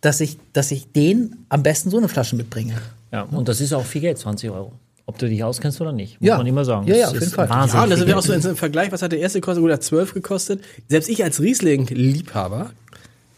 [SPEAKER 2] dass ich, dass ich denen am besten so eine Flasche mitbringe.
[SPEAKER 4] Ja, und das ist auch viel Geld, 20 Euro. Ob du dich auskennst oder nicht, muss
[SPEAKER 2] Ja.
[SPEAKER 4] man immer sagen.
[SPEAKER 2] Ja, ja,
[SPEAKER 4] Das
[SPEAKER 2] auf
[SPEAKER 4] ist
[SPEAKER 2] jeden Fall.
[SPEAKER 4] wahnsinnig
[SPEAKER 3] Ja, und das
[SPEAKER 4] viel
[SPEAKER 3] ist ja
[SPEAKER 4] Geld.
[SPEAKER 3] auch so im Vergleich, was hat der erste gekostet, gut, hat 12 gekostet. Selbst ich als Riesling-Liebhaber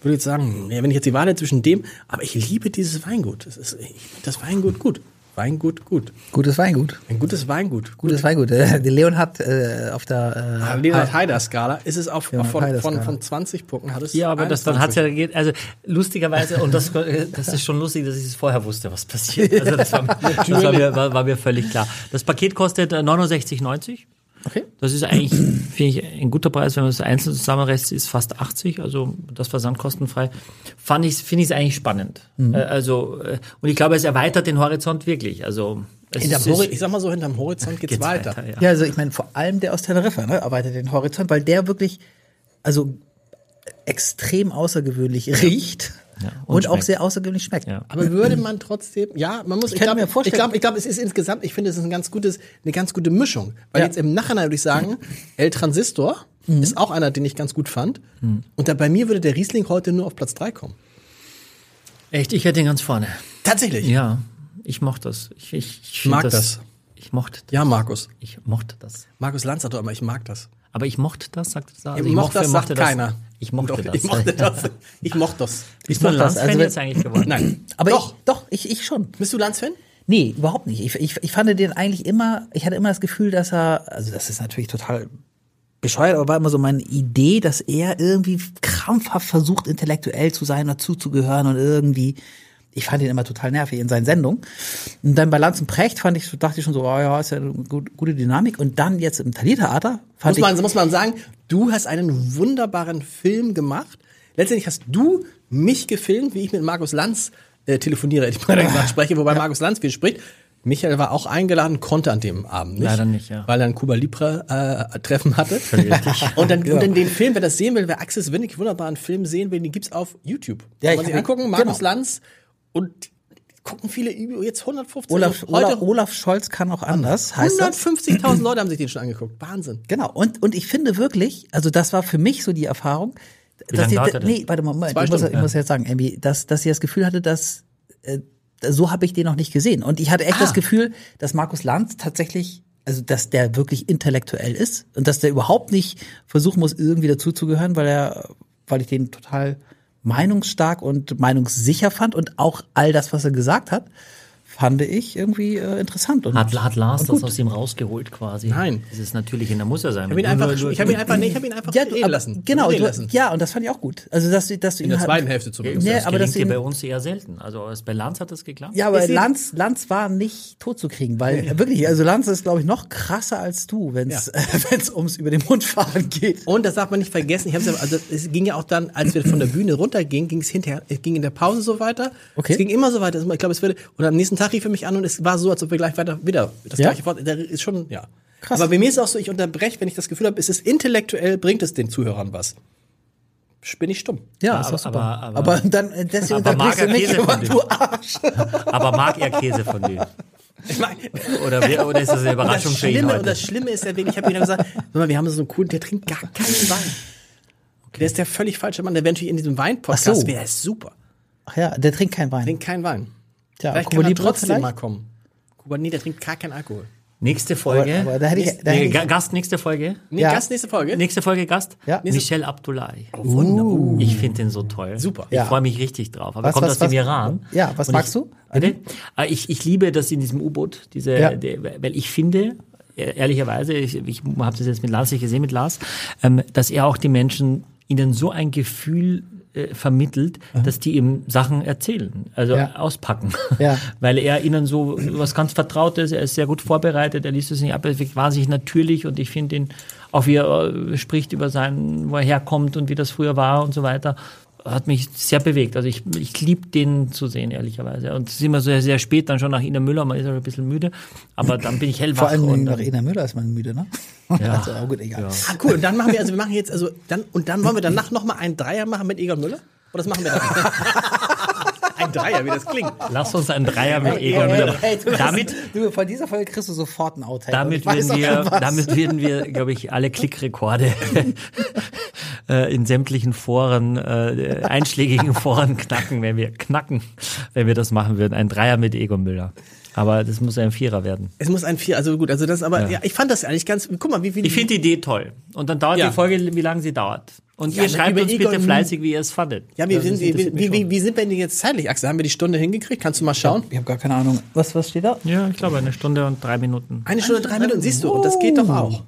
[SPEAKER 3] würde jetzt sagen, ja, wenn ich jetzt die Wahl hätte zwischen dem, aber ich liebe dieses Weingut. Das, ist, ich find das Weingut gut. Weingut gut.
[SPEAKER 2] Gutes Weingut.
[SPEAKER 3] Ein gutes Weingut. Gut. Ah,
[SPEAKER 2] Gutes Weingut. Äh, Der Leon hat äh, auf der äh,
[SPEAKER 3] Leonard Heider-Skala ist es auch von,
[SPEAKER 2] Leonhard
[SPEAKER 3] von, von,
[SPEAKER 2] Heider-Skala.
[SPEAKER 3] von 20 Punkten. Hat es
[SPEAKER 4] Ja, aber das, dann hat's
[SPEAKER 3] 21.
[SPEAKER 4] ja, geht- also lustigerweise, und das, das ist schon lustig, dass ich es vorher wusste, was passiert. Also das war, das war, mir, war, war mir völlig klar. Das Paket kostet äh, 69,90.
[SPEAKER 2] Okay.
[SPEAKER 4] Das ist eigentlich, finde ich, ein guter Preis, wenn man es einzeln zusammenrechnet, ist fast 80, also das versandkostenfrei. Fand ich, finde ich es eigentlich spannend.
[SPEAKER 2] Mhm.
[SPEAKER 4] Äh, Also, äh, und ich glaube, es erweitert den Horizont wirklich. Also, es
[SPEAKER 3] Hinterm
[SPEAKER 4] ist-
[SPEAKER 3] Hori-
[SPEAKER 4] es
[SPEAKER 3] ich sag mal so, hinterm Horizont geht's,
[SPEAKER 4] geht's
[SPEAKER 3] weiter.
[SPEAKER 4] ja.
[SPEAKER 2] Ja, also ich meine, vor allem der aus Teneriffa ne, erweitert den Horizont, weil der wirklich, also extrem außergewöhnlich riecht
[SPEAKER 4] und
[SPEAKER 2] und, auch
[SPEAKER 4] schmeckt.
[SPEAKER 2] sehr außergewöhnlich schmeckt.
[SPEAKER 4] Ja.
[SPEAKER 3] Aber würde man trotzdem, ja, man muss, ich,
[SPEAKER 2] kann
[SPEAKER 3] glaube,
[SPEAKER 2] mir
[SPEAKER 3] ich
[SPEAKER 2] vorstellen-
[SPEAKER 3] glaube, ich glaube, es ist insgesamt, ich finde, es ist ein ganz gutes, eine ganz gute Mischung. Weil
[SPEAKER 2] Ja.
[SPEAKER 3] jetzt im Nachhinein würde ich sagen, El Transistor ist auch einer, den ich ganz gut fand. Und da bei mir würde der Riesling heute nur auf Platz 3 kommen.
[SPEAKER 4] Echt, ich hätte ihn ganz vorne.
[SPEAKER 3] Tatsächlich. Ja,
[SPEAKER 4] Ja, ich mochte das. Ich, ich, ich find
[SPEAKER 3] Mag das.
[SPEAKER 4] Ich mochte das.
[SPEAKER 3] Markus.
[SPEAKER 4] Ich mochte das.
[SPEAKER 3] Markus Lanz hat doch immer, ich mag das.
[SPEAKER 4] Aber ich mochte das, sagt er. Also
[SPEAKER 3] ich mochte das, sagt
[SPEAKER 4] mochte
[SPEAKER 3] keiner.
[SPEAKER 4] Ich mochte
[SPEAKER 3] Doch,
[SPEAKER 4] das.
[SPEAKER 3] Ich mochte das. Ich mochte das.
[SPEAKER 4] Bist du ein
[SPEAKER 2] mochte das.
[SPEAKER 4] Lanz-Fan
[SPEAKER 2] Also wenn-
[SPEAKER 4] jetzt eigentlich geworden?
[SPEAKER 3] Nein.
[SPEAKER 2] Aber
[SPEAKER 3] doch.
[SPEAKER 2] ich, doch, ich, ich schon.
[SPEAKER 3] Bist du Lanz-Fan?
[SPEAKER 2] Nee, überhaupt nicht. Ich, ich, ich fand den eigentlich immer, ich hatte immer das Gefühl, dass er, also das ist natürlich total bescheuert, aber war immer so meine Idee, dass er irgendwie krampfhaft versucht, intellektuell zu sein, dazuzugehören und irgendwie, ich fand ihn immer total nervig in seinen Sendungen. Und dann bei Lanz und Precht fand ich, so- dachte ich schon so, oh ja, ist ja eine gut, gute Dynamik. Und dann jetzt im Taliertheater fand
[SPEAKER 3] Muss man,
[SPEAKER 2] ich,
[SPEAKER 3] muss man sagen, du hast einen wunderbaren Film gemacht. Letztendlich hast du mich gefilmt, wie ich mit Markus Lanz äh, telefoniere, ich mal gerade spreche, wobei Markus Lanz viel spricht. Michael war auch eingeladen, konnte an dem Abend nicht.
[SPEAKER 4] Leider nicht, ja.
[SPEAKER 3] Weil er ein Cuba Libre äh, Treffen hatte. und,
[SPEAKER 2] Genau.
[SPEAKER 3] dann, und dann den Film, wer das sehen will, wer Axis Winnig wunderbaren Film sehen will, den gibt's auf YouTube.
[SPEAKER 2] Ja,
[SPEAKER 3] Kann
[SPEAKER 2] ich
[SPEAKER 3] man sich
[SPEAKER 2] hab-
[SPEAKER 3] angucken, Markus
[SPEAKER 2] genau.
[SPEAKER 3] Lanz und gucken viele über jetzt 150
[SPEAKER 2] Olaf,
[SPEAKER 3] also heute
[SPEAKER 2] Olaf, Olaf Scholz kann auch anders, heißt das.
[SPEAKER 3] 150.000 Leute haben sich den schon angeguckt. Wahnsinn.
[SPEAKER 2] Genau, und, und ich finde wirklich, also das war für mich so die Erfahrung, dass
[SPEAKER 4] lange
[SPEAKER 2] ihr,
[SPEAKER 4] dauert der denn?
[SPEAKER 2] nee, warte mal, Moment,
[SPEAKER 3] Zwei
[SPEAKER 2] ich, muss,
[SPEAKER 3] Stunden,
[SPEAKER 2] ich muss jetzt sagen, Emmy, dass, dass ihr das Gefühl hatte, dass äh, so habe ich den noch nicht gesehen. Und ich hatte echt
[SPEAKER 3] Ah.
[SPEAKER 2] das Gefühl, dass Markus Lanz tatsächlich, also dass der wirklich intellektuell ist und dass der überhaupt nicht versuchen muss, irgendwie dazuzugehören, weil er, weil ich den total meinungsstark und meinungssicher fand und auch all das, was er gesagt hat, fand ich irgendwie äh, interessant. Und
[SPEAKER 4] Hat, hat Lars das aus ihm rausgeholt quasi?
[SPEAKER 3] Nein.
[SPEAKER 4] Das ist natürlich, da muss er sein.
[SPEAKER 3] Ich habe ihn einfach, ich habe ihn einfach, nee, ich habe ihn einfach reden
[SPEAKER 2] aber-
[SPEAKER 3] lassen.
[SPEAKER 2] Genau,
[SPEAKER 3] reden
[SPEAKER 2] du,
[SPEAKER 3] lassen.
[SPEAKER 2] ja, und das fand ich auch gut. Also dass, du- dass du
[SPEAKER 3] In
[SPEAKER 2] ihn
[SPEAKER 3] der
[SPEAKER 2] halt-
[SPEAKER 3] zweiten Hälfte zumindest.
[SPEAKER 2] Nee,
[SPEAKER 4] das
[SPEAKER 2] aber
[SPEAKER 4] aber
[SPEAKER 2] dass
[SPEAKER 4] das
[SPEAKER 2] du ihn,
[SPEAKER 4] bei uns eher selten. Also als bei Lanz hat das geklappt.
[SPEAKER 2] ja, aber
[SPEAKER 3] Ich seh-
[SPEAKER 2] Lanz, Lanz war nicht totzukriegen, weil wirklich, also Lanz ist glaube ich noch krasser als du, wenn es wenn's ums über den Mund fahren geht.
[SPEAKER 3] Und das darf man nicht vergessen. Ich hab's ja, also es ging ja auch dann, als wir von der Bühne runtergingen, ging es hinterher, es ging in der Pause so weiter.
[SPEAKER 2] Okay.
[SPEAKER 3] Es ging immer so weiter. Ich glaube, es würde und am nächsten Tag rief er mich an und es war so, als ob wir gleich weiter wieder das
[SPEAKER 2] Ja?
[SPEAKER 3] gleiche Wort. Da ist schon ja. Krass. Aber bei mir ist es auch so, ich unterbreche, wenn ich das Gefühl habe, es ist intellektuell, bringt es den Zuhörern was. Bin ich stumm.
[SPEAKER 2] Ja,
[SPEAKER 4] aber,
[SPEAKER 2] das war super.
[SPEAKER 4] aber, aber,
[SPEAKER 2] Aber, dann äh, deswegen
[SPEAKER 4] aber mag
[SPEAKER 2] unterbrichst
[SPEAKER 4] er
[SPEAKER 2] du mich
[SPEAKER 4] Käse
[SPEAKER 2] immer,
[SPEAKER 4] von dir?
[SPEAKER 2] du Arsch.
[SPEAKER 4] aber mag er Käse von dir?
[SPEAKER 3] Ich meine,
[SPEAKER 4] Oder, wer- oder ist das eine
[SPEAKER 3] Und das
[SPEAKER 4] Überraschung für ihn
[SPEAKER 3] Schlimme, und
[SPEAKER 4] heute?
[SPEAKER 3] das Schlimme ist ja wirklich, ich habe ihm dann gesagt, sag mal, wir haben so einen coolen, der trinkt gar keinen Wein. Der ist der völlig falsche Mann, der wäre natürlich in diesem
[SPEAKER 2] Ach
[SPEAKER 3] Wein-Podcast,
[SPEAKER 2] so.
[SPEAKER 3] wäre super.
[SPEAKER 2] Ach ja, der trinkt keinen Wein.
[SPEAKER 3] Trinkt keinen Wein.
[SPEAKER 2] Tja,
[SPEAKER 3] vielleicht
[SPEAKER 2] Cuba
[SPEAKER 3] kann er
[SPEAKER 2] Libre
[SPEAKER 3] trotzdem
[SPEAKER 2] vielleicht?
[SPEAKER 3] mal kommen. Kuba, nee, der trinkt gar keinen Alkohol.
[SPEAKER 4] Nächste Folge.
[SPEAKER 2] Aber da hätte ich, da hätte
[SPEAKER 4] nee,
[SPEAKER 2] ich
[SPEAKER 4] Ga- Gast, nächste Folge.
[SPEAKER 3] Nee,
[SPEAKER 2] Ja.
[SPEAKER 3] Gast nächste Folge.
[SPEAKER 4] Nächste Folge Gast.
[SPEAKER 2] Ja. Oh.
[SPEAKER 4] Michel Abdullahi. Ich finde den so toll.
[SPEAKER 3] Super.
[SPEAKER 4] Ich
[SPEAKER 2] Ja.
[SPEAKER 4] freue mich richtig drauf. Aber
[SPEAKER 2] Was-
[SPEAKER 4] er kommt
[SPEAKER 2] was-
[SPEAKER 4] aus dem
[SPEAKER 2] was-
[SPEAKER 4] Iran.
[SPEAKER 2] ja, was
[SPEAKER 4] Und
[SPEAKER 2] magst
[SPEAKER 4] ich,
[SPEAKER 2] du an
[SPEAKER 4] Bitte? Ah, Ich, ich liebe das in diesem U-Boot, diese,
[SPEAKER 2] Ja.
[SPEAKER 4] die, weil ich finde, eh- ehrlicherweise, ich, ich habe das jetzt mit Lars nicht gesehen, mit Lars, ähm, dass er auch die Menschen ihnen so ein Gefühl äh, vermittelt, dass die ihm Sachen erzählen, also
[SPEAKER 2] Ja.
[SPEAKER 4] auspacken.
[SPEAKER 2] Ja.
[SPEAKER 4] Weil er ihnen so was ganz Vertrautes, er ist sehr gut vorbereitet, er liest es nicht ab, er wirkt wahnsinnig natürlich und ich finde ihn, auch wie er äh, spricht über sein, wo er herkommt und wie das früher war und so weiter, hat mich sehr bewegt. Also ich, ich liebe den zu sehen, ehrlicherweise. Und es ist immer so sehr spät, dann schon nach Ina Müller, man ist ja schon ein bisschen müde, aber dann bin ich hellwach.
[SPEAKER 2] vor allem
[SPEAKER 4] und
[SPEAKER 2] nach
[SPEAKER 4] dann,
[SPEAKER 2] Ina Müller ist man müde, ne?
[SPEAKER 4] Ja.
[SPEAKER 2] Also, aber gut, egal.
[SPEAKER 3] Ah, cool. Und dann machen wir, also wir machen jetzt, also dann, und dann wollen wir danach nochmal einen Dreier machen mit Egon Müller? Oder das machen wir dann? Ein Dreier, wie das klingt.
[SPEAKER 4] lass uns einen Dreier mit
[SPEAKER 2] Ey,
[SPEAKER 4] Egon
[SPEAKER 2] ey,
[SPEAKER 4] Müller.
[SPEAKER 2] ey, du,
[SPEAKER 4] Damit,
[SPEAKER 2] hast- du, von dieser Folge kriegst du sofort einen Outtake.
[SPEAKER 4] Damit
[SPEAKER 2] Und ich
[SPEAKER 4] werden,
[SPEAKER 2] weiß auch
[SPEAKER 4] wir,
[SPEAKER 2] schon was.
[SPEAKER 4] damit werden wir, glaube ich, alle Klickrekorde äh, in sämtlichen Foren, äh, einschlägigen Foren knacken, wenn wir knacken, wenn wir das machen würden. Ein Dreier mit Egon Müller. Aber das muss ein Vierer werden.
[SPEAKER 3] Es muss ein Vier, also gut, also das, aber ja. ich fand das eigentlich ganz, guck mal, wie viele.
[SPEAKER 4] Ich finde die Idee toll. Und dann dauert
[SPEAKER 3] Ja.
[SPEAKER 4] die Folge, wie lange sie dauert. Und
[SPEAKER 3] Ja,
[SPEAKER 4] ihr
[SPEAKER 3] na,
[SPEAKER 4] schreibt
[SPEAKER 3] über
[SPEAKER 4] uns
[SPEAKER 3] Egon-
[SPEAKER 4] bitte fleißig, wie ihr es fandet.
[SPEAKER 3] ja, wir
[SPEAKER 4] Das
[SPEAKER 3] sind, wie,
[SPEAKER 4] interessiert mich
[SPEAKER 3] wie, wie,
[SPEAKER 4] schon.
[SPEAKER 3] wie sind wir denn jetzt zeitlich, Axel? Haben wir die Stunde hingekriegt? Kannst du mal schauen?
[SPEAKER 2] Ich habe gar keine Ahnung. Was, was steht da?
[SPEAKER 4] Ja, ich glaube, eine Stunde und drei Minuten.
[SPEAKER 3] Eine Stunde, drei Minuten, siehst du, und das geht doch auch.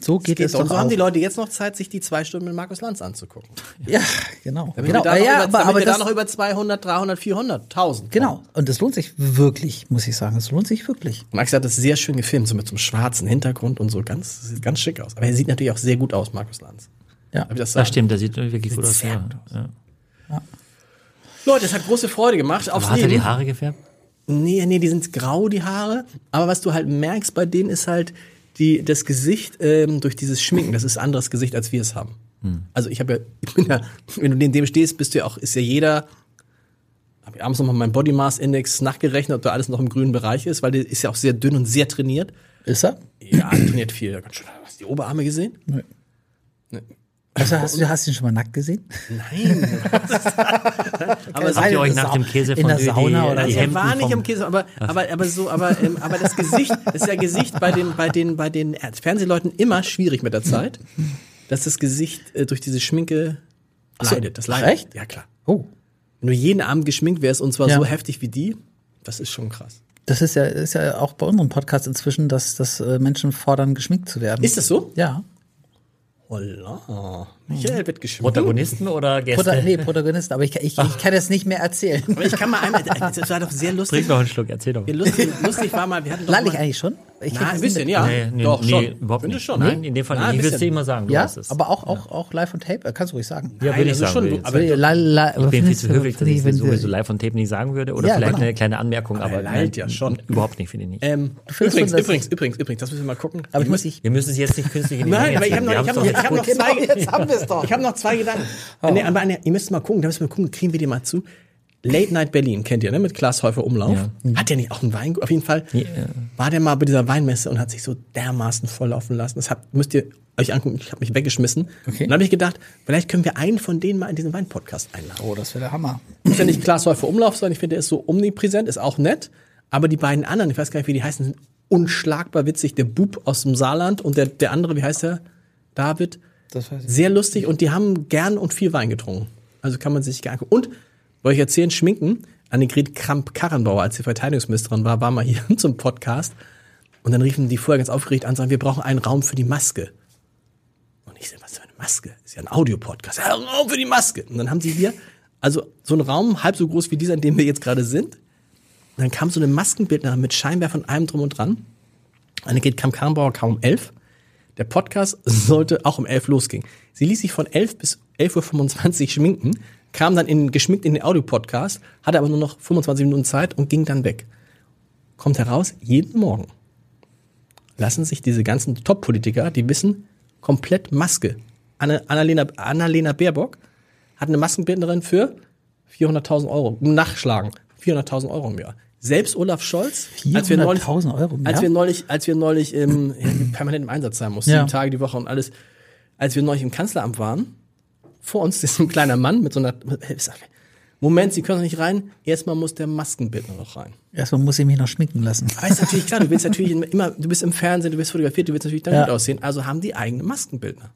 [SPEAKER 2] So geht,
[SPEAKER 3] Geht
[SPEAKER 2] es
[SPEAKER 3] Oh, doch.
[SPEAKER 2] doch
[SPEAKER 3] Und so
[SPEAKER 2] auch.
[SPEAKER 3] haben die Leute jetzt noch Zeit, sich die zwei Stunden mit Markus Lanz anzugucken.
[SPEAKER 2] Ja, genau.
[SPEAKER 3] Damit
[SPEAKER 2] genau.
[SPEAKER 3] wir da,
[SPEAKER 2] ja,
[SPEAKER 3] noch, über,
[SPEAKER 2] aber,
[SPEAKER 3] damit
[SPEAKER 2] aber
[SPEAKER 3] wir
[SPEAKER 2] das,
[SPEAKER 3] da noch über 200, 300, 400, 1000.
[SPEAKER 2] genau. Und das lohnt sich wirklich, muss ich sagen. Es lohnt sich wirklich.
[SPEAKER 3] Max hat das sehr schön gefilmt, so mit so einem schwarzen Hintergrund und so. Ganz, sieht ganz schick aus. Aber er sieht natürlich auch sehr gut aus, Markus Lanz.
[SPEAKER 2] Ja.
[SPEAKER 3] Darf ich das,
[SPEAKER 4] Das
[SPEAKER 3] sagen?
[SPEAKER 4] stimmt, der sieht wirklich gut aus.
[SPEAKER 3] sehr
[SPEAKER 4] Ja.
[SPEAKER 3] gut
[SPEAKER 4] Ja.
[SPEAKER 3] Leute, es hat große Freude gemacht. Aufs
[SPEAKER 4] Aber hat er die
[SPEAKER 3] Leben.
[SPEAKER 4] Haare gefärbt?
[SPEAKER 3] Nee, nee, die sind grau, die Haare. Aber was du halt merkst bei denen ist halt die, das Gesicht ähm, durch dieses Schminken. Das ist ein anderes Gesicht, als wir es haben. Also ich habe ja, ich bin ja, wenn du neben dem stehst, bist du ja auch, ist ja jeder, habe ich abends nochmal meinen Body Mass Index nachgerechnet, ob da alles noch im grünen Bereich ist, weil der ist ja auch sehr dünn und sehr trainiert.
[SPEAKER 2] Ist er?
[SPEAKER 3] Ja, trainiert viel. Ganz schön. Hast du die Oberarme gesehen?
[SPEAKER 2] Also hast du hast du ihn schon mal nackt gesehen?
[SPEAKER 3] Nein. aber
[SPEAKER 4] Habt ihr euch
[SPEAKER 2] Sau-
[SPEAKER 4] nach dem Käse
[SPEAKER 2] in der Sauna
[SPEAKER 4] die,
[SPEAKER 2] oder
[SPEAKER 4] die
[SPEAKER 2] so.
[SPEAKER 3] Also Er
[SPEAKER 4] Hemden
[SPEAKER 3] war
[SPEAKER 4] vom-
[SPEAKER 3] nicht am Käse, aber, aber, aber so, aber, ähm, aber das Gesicht, das ist ja Gesicht bei den, bei den, bei den Fernsehleuten immer schwierig mit der Zeit, dass das Gesicht äh, durch diese Schminke leidet. Das leidet.
[SPEAKER 2] echt?
[SPEAKER 3] Ja, klar.
[SPEAKER 2] Oh.
[SPEAKER 3] Wenn du jeden Abend geschminkt wärst und zwar
[SPEAKER 2] Ja.
[SPEAKER 3] so heftig wie die, das ist schon krass.
[SPEAKER 2] Das ist ja, ist ja auch bei unserem Podcast inzwischen, dass, dass äh, Menschen fordern, geschminkt zu werden.
[SPEAKER 3] Ist das so?
[SPEAKER 2] Ja.
[SPEAKER 3] Holla. Michael wird geschminkt.
[SPEAKER 4] Protagonisten oder Gäste?
[SPEAKER 2] Prota nee, Protagonist, aber ich, ich, ich kann das nicht mehr erzählen.
[SPEAKER 3] Aber ich kann mal einmal, äh, das war doch sehr lustig.
[SPEAKER 4] Trink noch einen Schluck, erzähl doch.
[SPEAKER 3] Lustig, lustig war mal, wir hatten doch
[SPEAKER 2] Lande ich
[SPEAKER 3] mal-
[SPEAKER 2] eigentlich schon? Ich krieg
[SPEAKER 3] Na, ein
[SPEAKER 2] das
[SPEAKER 3] bisschen,
[SPEAKER 2] nicht
[SPEAKER 3] ja.
[SPEAKER 4] Nee, nee,
[SPEAKER 3] Doch,
[SPEAKER 4] nee,
[SPEAKER 3] schon.
[SPEAKER 4] überhaupt
[SPEAKER 3] Finde
[SPEAKER 4] nicht.
[SPEAKER 3] schon,
[SPEAKER 4] Nein,
[SPEAKER 3] ne?
[SPEAKER 4] in dem Fall
[SPEAKER 3] Na,
[SPEAKER 4] nicht.
[SPEAKER 3] ein
[SPEAKER 4] Ich will es
[SPEAKER 3] bisschen.
[SPEAKER 4] immer sagen,
[SPEAKER 2] mit.
[SPEAKER 4] du
[SPEAKER 2] Ja,
[SPEAKER 4] weißt es.
[SPEAKER 2] aber auch, auch, auch live und tape, äh, kannst du ruhig sagen.
[SPEAKER 4] Ja,
[SPEAKER 3] Nein,
[SPEAKER 4] würde ich
[SPEAKER 3] das ist Also
[SPEAKER 4] sagen.
[SPEAKER 3] schon du-
[SPEAKER 4] würde ich
[SPEAKER 3] aber
[SPEAKER 4] sagen.
[SPEAKER 3] doch-
[SPEAKER 4] ich bin viel zu höflich, dass ich es sowieso live und Tape nicht sagen würde. Oder
[SPEAKER 2] Ja,
[SPEAKER 4] vielleicht
[SPEAKER 2] genau.
[SPEAKER 4] eine kleine Anmerkung, aber,
[SPEAKER 3] er
[SPEAKER 4] nein,
[SPEAKER 3] lallt ja schon.
[SPEAKER 4] Überhaupt nicht, finde ich nicht.
[SPEAKER 3] Ähm,
[SPEAKER 2] findest
[SPEAKER 3] übrigens,
[SPEAKER 2] schon, dass-
[SPEAKER 3] übrigens, übrigens, übrigens, das müssen wir mal gucken.
[SPEAKER 2] Aber ich muss ich.
[SPEAKER 4] Wir müssen es jetzt nicht künstlich in die
[SPEAKER 3] Nein,
[SPEAKER 4] Länge
[SPEAKER 3] aber ich habe noch,
[SPEAKER 4] ziehen.
[SPEAKER 3] ich hab noch,
[SPEAKER 4] Wir
[SPEAKER 3] ich hab noch
[SPEAKER 4] haben's doch jetzt-
[SPEAKER 3] zwei.
[SPEAKER 2] Genau, jetzt haben wir's doch.
[SPEAKER 3] Ich habe noch zwei Gedanken. Eine, aber eine, ihr müsst mal gucken, da müssen wir gucken, kriegen wir die mal zu. Late Night Berlin kennt ihr, ne? Mit Klaas Häufer Umlauf. Hat der nicht auch einen Wein? Auf jeden Fall war der mal bei dieser Weinmesse und hat sich so dermaßen volllaufen lassen. Das habt, müsst ihr euch angucken. Ich habe mich weggeschmissen. Okay. Und dann habe ich gedacht, vielleicht können wir einen von denen mal in diesen Weinpodcast einladen.
[SPEAKER 5] Oh, das wäre der Hammer.
[SPEAKER 3] Muss ja nicht Klaas Häufer Umlauf sein. Ich finde, der ist so omnipräsent, ist auch nett. Aber die beiden anderen, ich weiß gar nicht, wie die heißen, sind unschlagbar witzig. Der Bub aus dem Saarland und der, der andere, wie heißt der? David.
[SPEAKER 5] Das weiß ich.
[SPEAKER 3] Sehr lustig und die haben gern und viel Wein getrunken. Also kann man sich gerne angucken. Und, wollte ich erzählen, Schminken, Annegret Kramp-Karrenbauer, als sie Verteidigungsministerin war, war mal hier zum Podcast. Und dann riefen die vorher ganz aufgeregt an, sagen, wir brauchen einen Raum für die Maske. Und ich so, was für eine Maske? Ist ja ein Audiopodcast. Ja, Raum für die Maske. Und dann haben sie hier, also so einen Raum halb so groß wie dieser, in dem wir jetzt gerade sind. Und dann kam so eine Maskenbildnerin mit Scheinwerfer und allem drum und dran. Annegret Kramp-Karrenbauer kam um 11. Der Podcast sollte auch um 11 losgehen. Sie ließ sich von 11 bis 11.25 Uhr schminken, kam dann in, geschminkt in den Audiopodcast, hatte aber nur noch 25 Minuten Zeit und ging dann weg. Kommt heraus, jeden Morgen lassen sich diese ganzen Top-Politiker, die wissen, komplett Maske. Anne, Annalena, Annalena Baerbock hat eine Maskenbildnerin für 400.000 Euro. Nachschlagen. 400.000 Euro im Jahr. Selbst Olaf Scholz, als wir neulich,
[SPEAKER 2] 400.000 Euro im
[SPEAKER 3] als
[SPEAKER 2] Jahr?
[SPEAKER 3] wir neulich, als wir neulich im, ja, permanent im Einsatz sein mussten,
[SPEAKER 2] Ja.
[SPEAKER 3] sieben Tage die Woche und alles, als wir neulich im Kanzleramt waren, vor uns ist so ein kleiner Mann mit so einer, Moment, Sie können doch nicht rein, erstmal muss der Maskenbildner noch rein.
[SPEAKER 2] Erstmal muss ich mich noch schminken lassen.
[SPEAKER 3] Aber ist natürlich klar, du willst natürlich immer, du bist im Fernsehen, du bist fotografiert, du willst natürlich dann
[SPEAKER 2] Ja.
[SPEAKER 3] gut aussehen. Also haben die eigene Maskenbildner.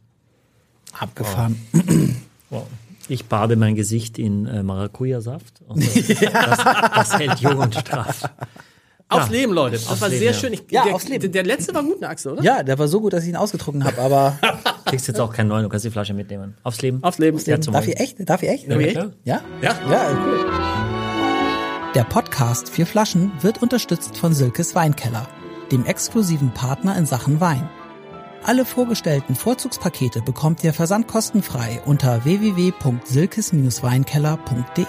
[SPEAKER 2] Abgefahren.
[SPEAKER 4] Wow. Ich bade mein Gesicht in äh, Maracuja-Saft. Und das, das hält jung und straff.
[SPEAKER 3] Aufs Leben, Leute. Das war
[SPEAKER 4] Leben,
[SPEAKER 3] sehr
[SPEAKER 4] ja.
[SPEAKER 3] schön. Ich,
[SPEAKER 2] Ja,
[SPEAKER 3] der,
[SPEAKER 2] aufs Leben.
[SPEAKER 3] Der, der letzte war gut, ne, Axel, oder?
[SPEAKER 2] Ja, der war so gut, dass ich ihn ausgetrunken habe, aber
[SPEAKER 4] Kriegst jetzt auch keinen neuen, du kannst die Flasche mitnehmen. Aufs Leben.
[SPEAKER 3] Aufs Leben.
[SPEAKER 4] Ja, zum
[SPEAKER 2] darf
[SPEAKER 4] Wohl.
[SPEAKER 2] ich echt? Darf ich echt?
[SPEAKER 3] Ja,
[SPEAKER 4] klar.
[SPEAKER 3] echt?
[SPEAKER 2] Ja?
[SPEAKER 3] Ja.
[SPEAKER 2] Ja, cool.
[SPEAKER 5] Der Podcast Vier Flaschen wird unterstützt von Silkes Weinkeller, dem exklusiven Partner in Sachen Wein. Alle vorgestellten Vorzugspakete bekommt ihr versandkostenfrei unter www.silkes-weinkeller.de.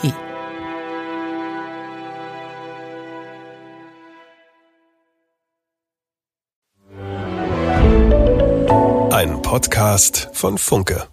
[SPEAKER 6] Ein Podcast von Funke.